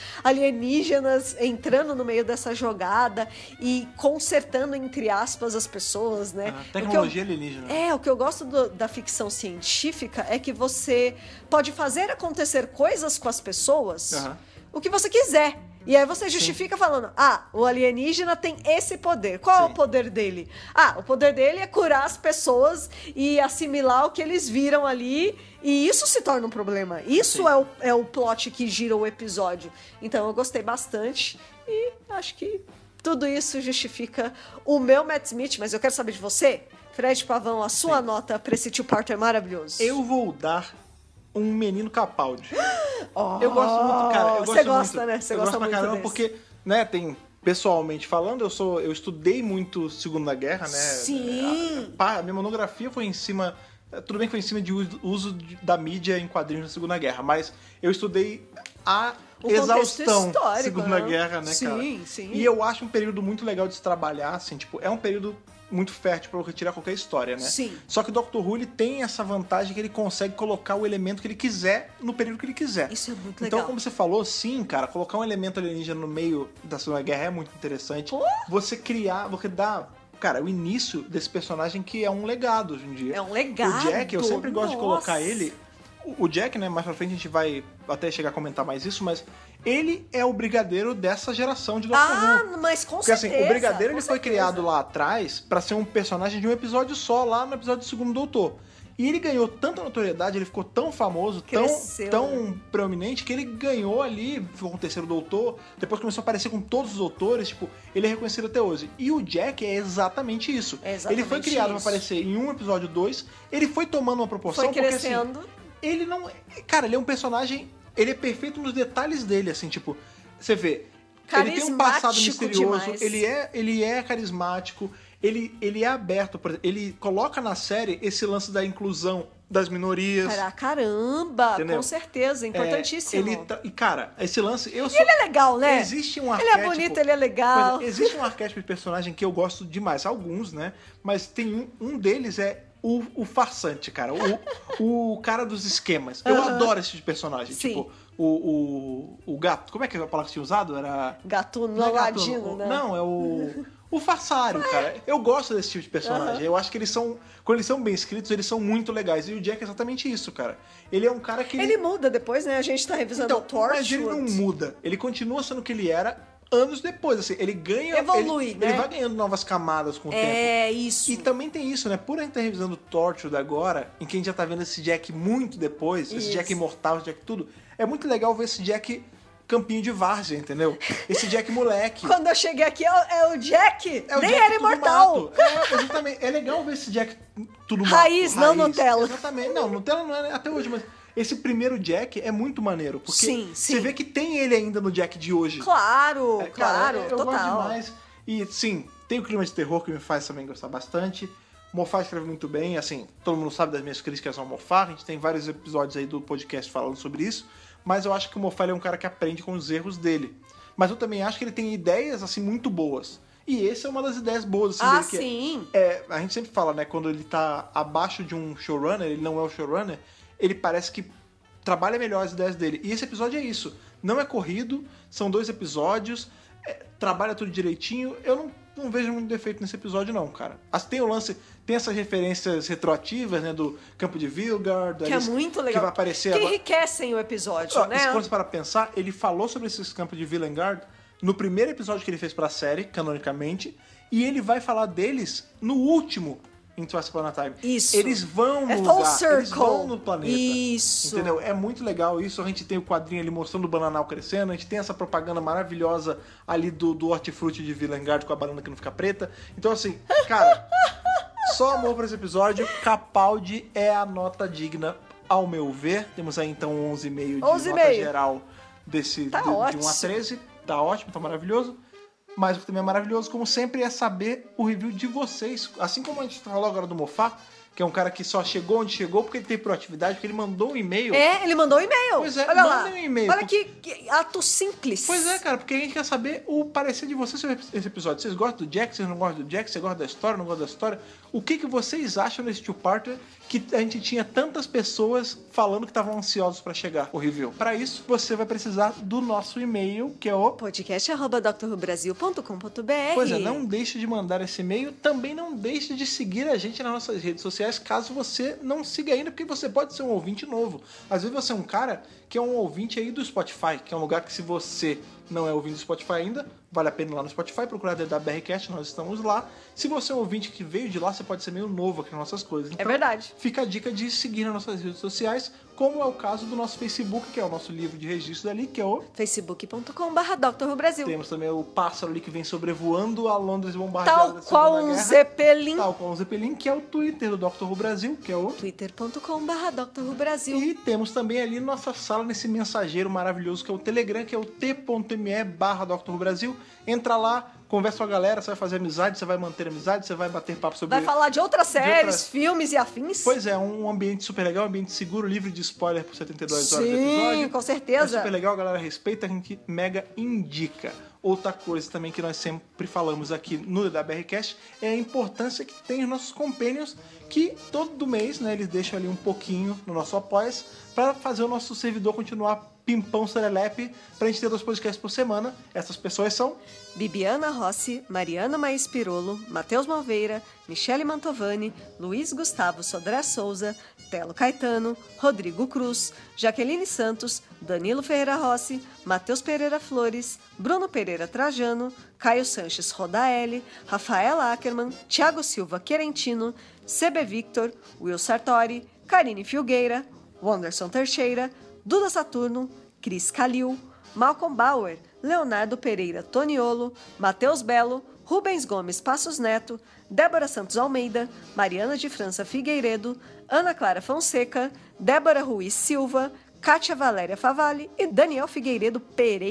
Speaker 2: alienígenas entrando no meio dessa jogada e consertando, entre aspas, as pessoas, né?
Speaker 1: Ah,
Speaker 2: O que eu-
Speaker 1: tecnologia alienígena.
Speaker 2: é, o que eu gosto do- da ficção científica é que você pode fazer acontecer coisas com as pessoas
Speaker 1: Aham.
Speaker 2: o que você quiser. E aí você justifica falando: ah, o alienígena tem esse poder. Qual é
Speaker 1: Sim.
Speaker 2: o poder dele? Ah, o poder dele é curar as pessoas e assimilar o que eles viram ali. E isso se torna um problema. Isso
Speaker 1: Sim.
Speaker 2: é o, é o plot que gira o episódio. Então eu gostei bastante e acho que tudo isso justifica o meu Matt Smith, mas eu quero saber de você, Fred Pavão, a sua nota pra esse two-parter maravilhoso.
Speaker 1: Eu vou dar um menino Capaldi.
Speaker 2: Oh,
Speaker 1: Eu gosto muito, cara. Eu gosto
Speaker 2: Você gosta,
Speaker 1: muito.
Speaker 2: né? Você
Speaker 1: eu gosto
Speaker 2: gosta
Speaker 1: pra
Speaker 2: muito
Speaker 1: caramba
Speaker 2: desse.
Speaker 1: porque, né, tem pessoalmente falando, eu sou eu estudei muito Segunda Guerra, né?
Speaker 2: Sim.
Speaker 1: A, pá, a minha monografia foi em cima eh, tudo bem que foi em cima de uso, uso de- da mídia em quadrinhos na Segunda Guerra, mas eu estudei a
Speaker 2: O contexto
Speaker 1: exaustão da
Speaker 2: histórico,
Speaker 1: Segunda
Speaker 2: né?
Speaker 1: Guerra, né, cara?
Speaker 2: Sim, sim.
Speaker 1: E eu acho um período muito legal de se trabalhar, assim, tipo, é um período muito fértil pra eu retirar qualquer história, né?
Speaker 2: Sim.
Speaker 1: Só que o Dr. Who ele tem essa vantagem que ele consegue colocar o elemento que ele quiser no período que ele quiser.
Speaker 2: Isso é muito
Speaker 1: Então,
Speaker 2: legal.
Speaker 1: como você falou, sim, cara, colocar um elemento alienígena no meio da Segunda Guerra é muito interessante. Você criar, você dá, cara, o início desse personagem que é um legado hoje em dia.
Speaker 2: É um legado,
Speaker 1: O Jack, eu sempre gosto de colocar
Speaker 2: nossa.
Speaker 1: ele. O o Jack, né, mais pra frente a gente vai até chegar a comentar mais isso, mas ele é o brigadeiro dessa geração de Doctor Who.
Speaker 2: Ah, mas com
Speaker 1: Porque assim,
Speaker 2: certeza.
Speaker 1: o Brigadeiro
Speaker 2: com
Speaker 1: ele foi
Speaker 2: certeza.
Speaker 1: criado lá atrás pra ser um personagem de um episódio só, lá no episódio do Segundo Doutor. E ele ganhou tanta notoriedade, ele ficou tão famoso, tão,
Speaker 2: Cresceu, né?
Speaker 1: tão preeminente, que ele ganhou ali, ficou com o terceiro doutor, depois começou a aparecer com todos os doutores, tipo, ele é reconhecido até hoje. E o Jack é exatamente isso.
Speaker 2: É exatamente
Speaker 1: ele foi criado pra
Speaker 2: isso.
Speaker 1: aparecer em um episódio dois, ele foi tomando uma proporção,
Speaker 2: Foi
Speaker 1: porque assim,
Speaker 2: crescendo.
Speaker 1: ele não. Cara, ele é um personagem. Ele é perfeito nos detalhes dele, assim, tipo. Você vê. Ele tem um passado
Speaker 2: Carismático
Speaker 1: misterioso,
Speaker 2: demais.
Speaker 1: ele é, ele é carismático, ele, ele é aberto, por exemplo, ele coloca na série esse lance da inclusão das minorias.
Speaker 2: Cara, caramba,
Speaker 1: Entendeu?
Speaker 2: com certeza,
Speaker 1: É,
Speaker 2: importantíssimo.
Speaker 1: ele tá- e cara, esse lance eu sou
Speaker 2: E ele é legal, né?
Speaker 1: Existe um
Speaker 2: Ele
Speaker 1: arquétipo.
Speaker 2: é bonito, ele é legal.
Speaker 1: Pois é, existe um arquétipo de personagem que eu gosto demais, alguns, né? Mas tem um, um deles é o, o farsante, cara. O, o cara dos esquemas. Eu adoro esse tipo de personagem.
Speaker 2: Sim.
Speaker 1: Tipo, o, o, o gato. Como é que é a palavra que tinha usado? Era.
Speaker 2: Gatuno,
Speaker 1: não é gato,
Speaker 2: ladino,
Speaker 1: o-
Speaker 2: né?
Speaker 1: Não, é o. O Façário, cara. Eu gosto desse tipo de personagem. Eu acho que eles são. Quando eles são bem escritos, eles são muito legais. E o Jack é exatamente isso, cara. Ele é um cara que.
Speaker 2: Ele muda depois, né? A gente tá revisando
Speaker 1: então,
Speaker 2: o Torchwood.
Speaker 1: mas ele não muda. Ele continua sendo o que ele era anos depois. Assim, ele ganha.
Speaker 2: Evolui,
Speaker 1: ele,
Speaker 2: né?
Speaker 1: ele vai ganhando novas camadas com o tempo.
Speaker 2: É isso.
Speaker 1: E também tem isso, né? Por a gente estar revisando Torchwood agora, em que a gente já tá vendo esse Jack muito depois,
Speaker 2: Isso.
Speaker 1: esse Jack imortal, esse Jack tudo, é muito legal ver esse Jack campinho de várzea, entendeu? Esse Jack moleque.
Speaker 2: Quando eu cheguei aqui, é o, é o Jack.
Speaker 1: É o
Speaker 2: Nem
Speaker 1: Jack
Speaker 2: era
Speaker 1: tudo
Speaker 2: imortal.
Speaker 1: mato. É, exatamente. É legal ver esse Jack tudo mato.
Speaker 2: Raiz, não Nutella.
Speaker 1: Exatamente. Não, Nutella não é até hoje, mas esse primeiro Jack é muito maneiro. Porque
Speaker 2: Sim,
Speaker 1: você
Speaker 2: sim.
Speaker 1: vê que tem ele ainda no Jack de hoje.
Speaker 2: Claro,
Speaker 1: É, cara,
Speaker 2: claro,
Speaker 1: eu- eu
Speaker 2: total.
Speaker 1: Gosto demais. E sim, tem o clima de terror que me faz também gostar bastante. Mofá escreve muito bem, assim, todo mundo sabe das minhas críticas ao Mofá, a gente tem vários episódios aí do podcast falando sobre isso, mas eu acho que o Mofá ele é um cara que aprende com os erros dele. Mas eu também acho que ele tem ideias, assim, muito boas. E essa é uma das ideias boas, assim,
Speaker 2: ah,
Speaker 1: dele, que é-
Speaker 2: sim.
Speaker 1: é, a gente sempre fala, né? Quando ele tá abaixo de um showrunner, ele não é o showrunner, ele parece que trabalha melhor as ideias dele. E esse episódio é isso. Não é corrido, são dois episódios, é, trabalha tudo direitinho. Eu não, não vejo muito defeito nesse episódio, não, cara. As- Tem o lance, tem essas referências retroativas, né? Do Campo de Vilgard,
Speaker 2: Que é muito legal.
Speaker 1: Que vai aparecer
Speaker 2: que
Speaker 1: agora. Ah,
Speaker 2: enriquecem o episódio,
Speaker 1: Ó,
Speaker 2: né?
Speaker 1: e se você para pensar, ele falou sobre esses campos de Villengard no primeiro episódio que ele fez pra série, canonicamente, e ele vai falar deles no último em Twice Upon a Time.
Speaker 2: Isso.
Speaker 1: Eles vão no
Speaker 2: É full
Speaker 1: lugar, eles
Speaker 2: circle.
Speaker 1: vão no planeta.
Speaker 2: Isso.
Speaker 1: Entendeu? É muito legal isso. A gente tem o quadrinho ali mostrando o bananal crescendo, a gente tem essa propaganda maravilhosa ali do, do hortifruti de Villengard com a banana que não fica preta. Então, assim, cara, só amor pra esse episódio. Capaldi é a nota digna, ao meu ver. Temos aí, então, 11,5 de
Speaker 2: 11,5.
Speaker 1: nota geral desse
Speaker 2: Tá
Speaker 1: de, de 1 a
Speaker 2: ótimo.
Speaker 1: 13. Tá ótimo, tá maravilhoso. Mas o que também é maravilhoso, como sempre, é saber o review de vocês. Assim como a gente falou agora do Mofá, que é um cara que só chegou onde chegou porque ele teve proatividade, porque ele mandou um e-mail.
Speaker 2: É, ele mandou um e-mail.
Speaker 1: Pois é,
Speaker 2: Olha lá.
Speaker 1: mandem um e-mail.
Speaker 2: Olha que, que ato simples.
Speaker 1: Pois é, cara, porque a gente quer saber o parecer de vocês sobre esse episódio. Vocês gostam do Jack? Vocês não gostam do Jack? Você gosta da história? Não gosta da história? O que, que vocês acham desse two-parter que a gente tinha tantas pessoas falando que estavam ansiosos pra chegar o review? Pra isso, você vai precisar do nosso e-mail, que é o...
Speaker 2: podcast.drrubrasil.com.br
Speaker 1: Pois é, não deixe de mandar esse e-mail. Também não deixe de seguir a gente nas nossas redes sociais, caso você não siga ainda, porque você pode ser um ouvinte novo. Às vezes você é um cara que é um ouvinte aí do Spotify, que é um lugar que se você não é ouvinte do Spotify ainda, vale a pena ir lá no Spotify procurar DWRcast, nós estamos lá. Se você é um ouvinte que veio de lá, você pode ser meio novo aqui nas nossas coisas.
Speaker 2: É
Speaker 1: Então,
Speaker 2: verdade.
Speaker 1: Fica a dica de seguir nas nossas redes sociais, como é o caso do nosso Facebook, que é o nosso livro de registro ali, que é o
Speaker 2: facebook.com.br drrubrasil.
Speaker 1: temos também o pássaro ali que vem sobrevoando a Londres bombardeada
Speaker 2: Tal
Speaker 1: da
Speaker 2: qual
Speaker 1: Segunda
Speaker 2: um
Speaker 1: Guerra.
Speaker 2: zeppelin.
Speaker 1: Tal qual um Zeppelin, que é o Twitter do Dr. Who Brasil, que é o...
Speaker 2: twitter.com.br drrubrasil.
Speaker 1: E temos também ali nossa sala nesse mensageiro maravilhoso que é o Telegram, que é o t.me barra Dr. Who Brasil. Entra lá, conversa com a galera, você vai fazer amizade, você vai manter amizade, você vai bater papo sobre...
Speaker 2: Vai falar de outras séries,
Speaker 1: outras-
Speaker 2: filmes e afins.
Speaker 1: Pois é, um ambiente super legal, um ambiente seguro, livre de spoiler por 72 horas do
Speaker 2: Sim,
Speaker 1: episódio.
Speaker 2: com
Speaker 1: É
Speaker 2: certeza.
Speaker 1: super legal, a galera respeita, a gente mega indica. Outra coisa também que nós sempre falamos aqui no DWRcast é a importância que tem os nossos companions, que todo mês né, eles deixam ali um pouquinho no nosso apoia para fazer o nosso servidor continuar pimpão serelepe, para a gente ter dois podcasts por semana. Essas pessoas são...
Speaker 2: Bibiana Rossi, Mariana Maes Pirolo, Matheus Malveira, Michele Mantovani, Luiz Gustavo Sodré Souza, Telo Caetano, Rodrigo Cruz, Jaqueline Santos, Danilo Ferreira Rossi, Matheus Pereira Flores, Bruno Pereira Trajano, Caio Sanches Rodaelli, Rafael Ackerman, Thiago Silva Querentino, CB Victor, Will Sartori, Karine Filgueira, Wanderson Teixeira, Duda Saturno, Cris Calil, Malcolm Bauer, Leonardo Pereira Toniolo, Matheus Belo, Rubens Gomes Passos Neto, Débora Santos Almeida, Mariana de França Figueiredo, Ana Clara Fonseca, Débora Ruiz Silva, Kátia Valéria Favalli e Daniel Figueiredo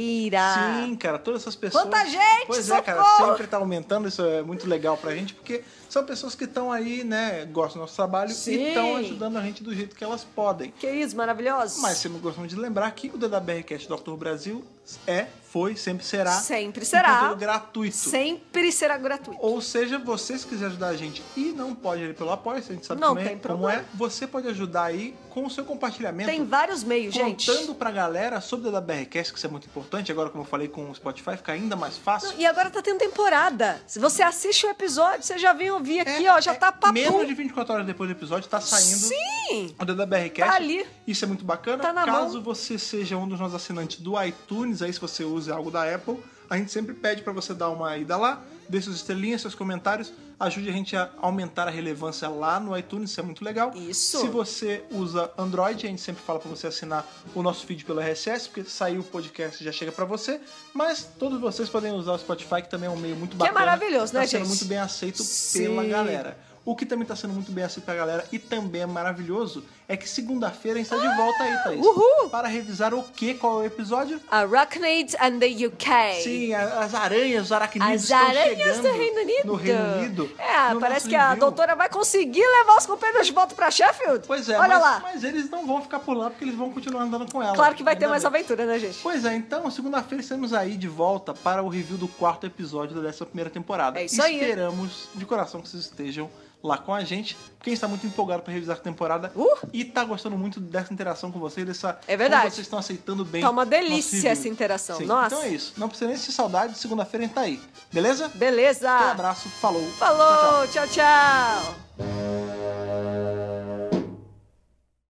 Speaker 2: Pereira.
Speaker 1: Sim, cara, todas essas pessoas.
Speaker 2: Ah. Quanta gente,
Speaker 1: Pois é, cara,
Speaker 2: socorro!
Speaker 1: sempre tá aumentando, isso é muito legal pra gente, porque são pessoas que estão aí, né, gostam do nosso trabalho e
Speaker 2: Sim.
Speaker 1: estão ajudando a gente do jeito que elas podem.
Speaker 2: Queridos maravilhosos.
Speaker 1: Mas sempre gostamos de lembrar que o DWRcast Dr. Brasil é, foi, sempre será.
Speaker 2: Sempre
Speaker 1: um
Speaker 2: será.
Speaker 1: conteúdo gratuito.
Speaker 2: Sempre será gratuito.
Speaker 1: Ou seja, você se quiser ajudar a gente e não pode ir pelo apoio, a gente sabe
Speaker 2: Não
Speaker 1: como, é,
Speaker 2: tem
Speaker 1: como é,
Speaker 2: problema.
Speaker 1: você pode ajudar aí com o seu compartilhamento.
Speaker 2: Tem vários meios, gente.
Speaker 1: Contando pra galera sobre a BRCast, que isso é muito importante. Agora, como eu falei com o Spotify, fica ainda mais fácil.
Speaker 2: E agora tá tendo temporada. Se você assiste o episódio, você já vem ouvir aqui,
Speaker 1: É,
Speaker 2: ó, já
Speaker 1: é,
Speaker 2: tá papo.
Speaker 1: Menos de 24 horas depois do episódio, tá saindo
Speaker 2: Sim!
Speaker 1: o Dedo da BRCast.
Speaker 2: Tá ali.
Speaker 1: Isso é muito bacana.
Speaker 2: Tá na
Speaker 1: Caso
Speaker 2: mão.
Speaker 1: você seja um dos nossos assinantes do iTunes, aí se você usa algo da Apple, a gente sempre pede pra você dar uma ida lá, dê suas estrelinhas, seus comentários, ajude a gente a aumentar a relevância lá no iTunes, isso é muito legal.
Speaker 2: Isso.
Speaker 1: Se você usa Android, a gente sempre fala pra você assinar o nosso feed pelo RSS, porque saiu o podcast e já chega pra você, mas todos vocês podem usar o Spotify, que também é um meio muito bacana.
Speaker 2: maravilhoso,
Speaker 1: tá
Speaker 2: né,
Speaker 1: sendo
Speaker 2: gente?
Speaker 1: muito bem aceito
Speaker 2: Sim.
Speaker 1: pela galera. O que também tá sendo muito bem aceito pra galera e também é maravilhoso é que segunda-feira a gente tá de volta aí, Thaís.
Speaker 2: uhul!
Speaker 1: Para revisar o que, qual é o episódio?
Speaker 2: Arachnids and the UK.
Speaker 1: Sim, a- as aranhas, os aracnídeos
Speaker 2: É As
Speaker 1: estão
Speaker 2: aranhas
Speaker 1: chegando
Speaker 2: do Reino Unido.
Speaker 1: No Reino Unido.
Speaker 2: É,
Speaker 1: no
Speaker 2: parece
Speaker 1: nosso
Speaker 2: que a
Speaker 1: review.
Speaker 2: doutora vai conseguir levar os companheiros de volta pra Sheffield.
Speaker 1: Pois é,
Speaker 2: Olha
Speaker 1: mas,
Speaker 2: lá.
Speaker 1: mas eles não vão ficar por lá porque eles vão continuar andando com ela.
Speaker 2: claro que vai ter
Speaker 1: Ainda
Speaker 2: mais
Speaker 1: bem.
Speaker 2: aventura, né, gente?
Speaker 1: Pois é, então, segunda-feira estamos aí de volta para o review do quarto episódio dessa primeira temporada.
Speaker 2: É isso aí.
Speaker 1: Esperamos de coração que vocês estejam lá com a gente, porque a gente está muito empolgado para revisar a temporada
Speaker 2: Uh!
Speaker 1: e tá gostando muito dessa interação com vocês, dessa
Speaker 2: É verdade.
Speaker 1: como vocês estão aceitando bem.
Speaker 2: Tá uma
Speaker 1: nosso
Speaker 2: delícia
Speaker 1: review.
Speaker 2: essa interação,
Speaker 1: Sim.
Speaker 2: nossa.
Speaker 1: Então é isso. Não precisa nem se saudar de segunda-feira a gente tá aí. Beleza?
Speaker 2: Beleza.
Speaker 1: Um abraço, falou.
Speaker 2: Falou, tchau, tchau.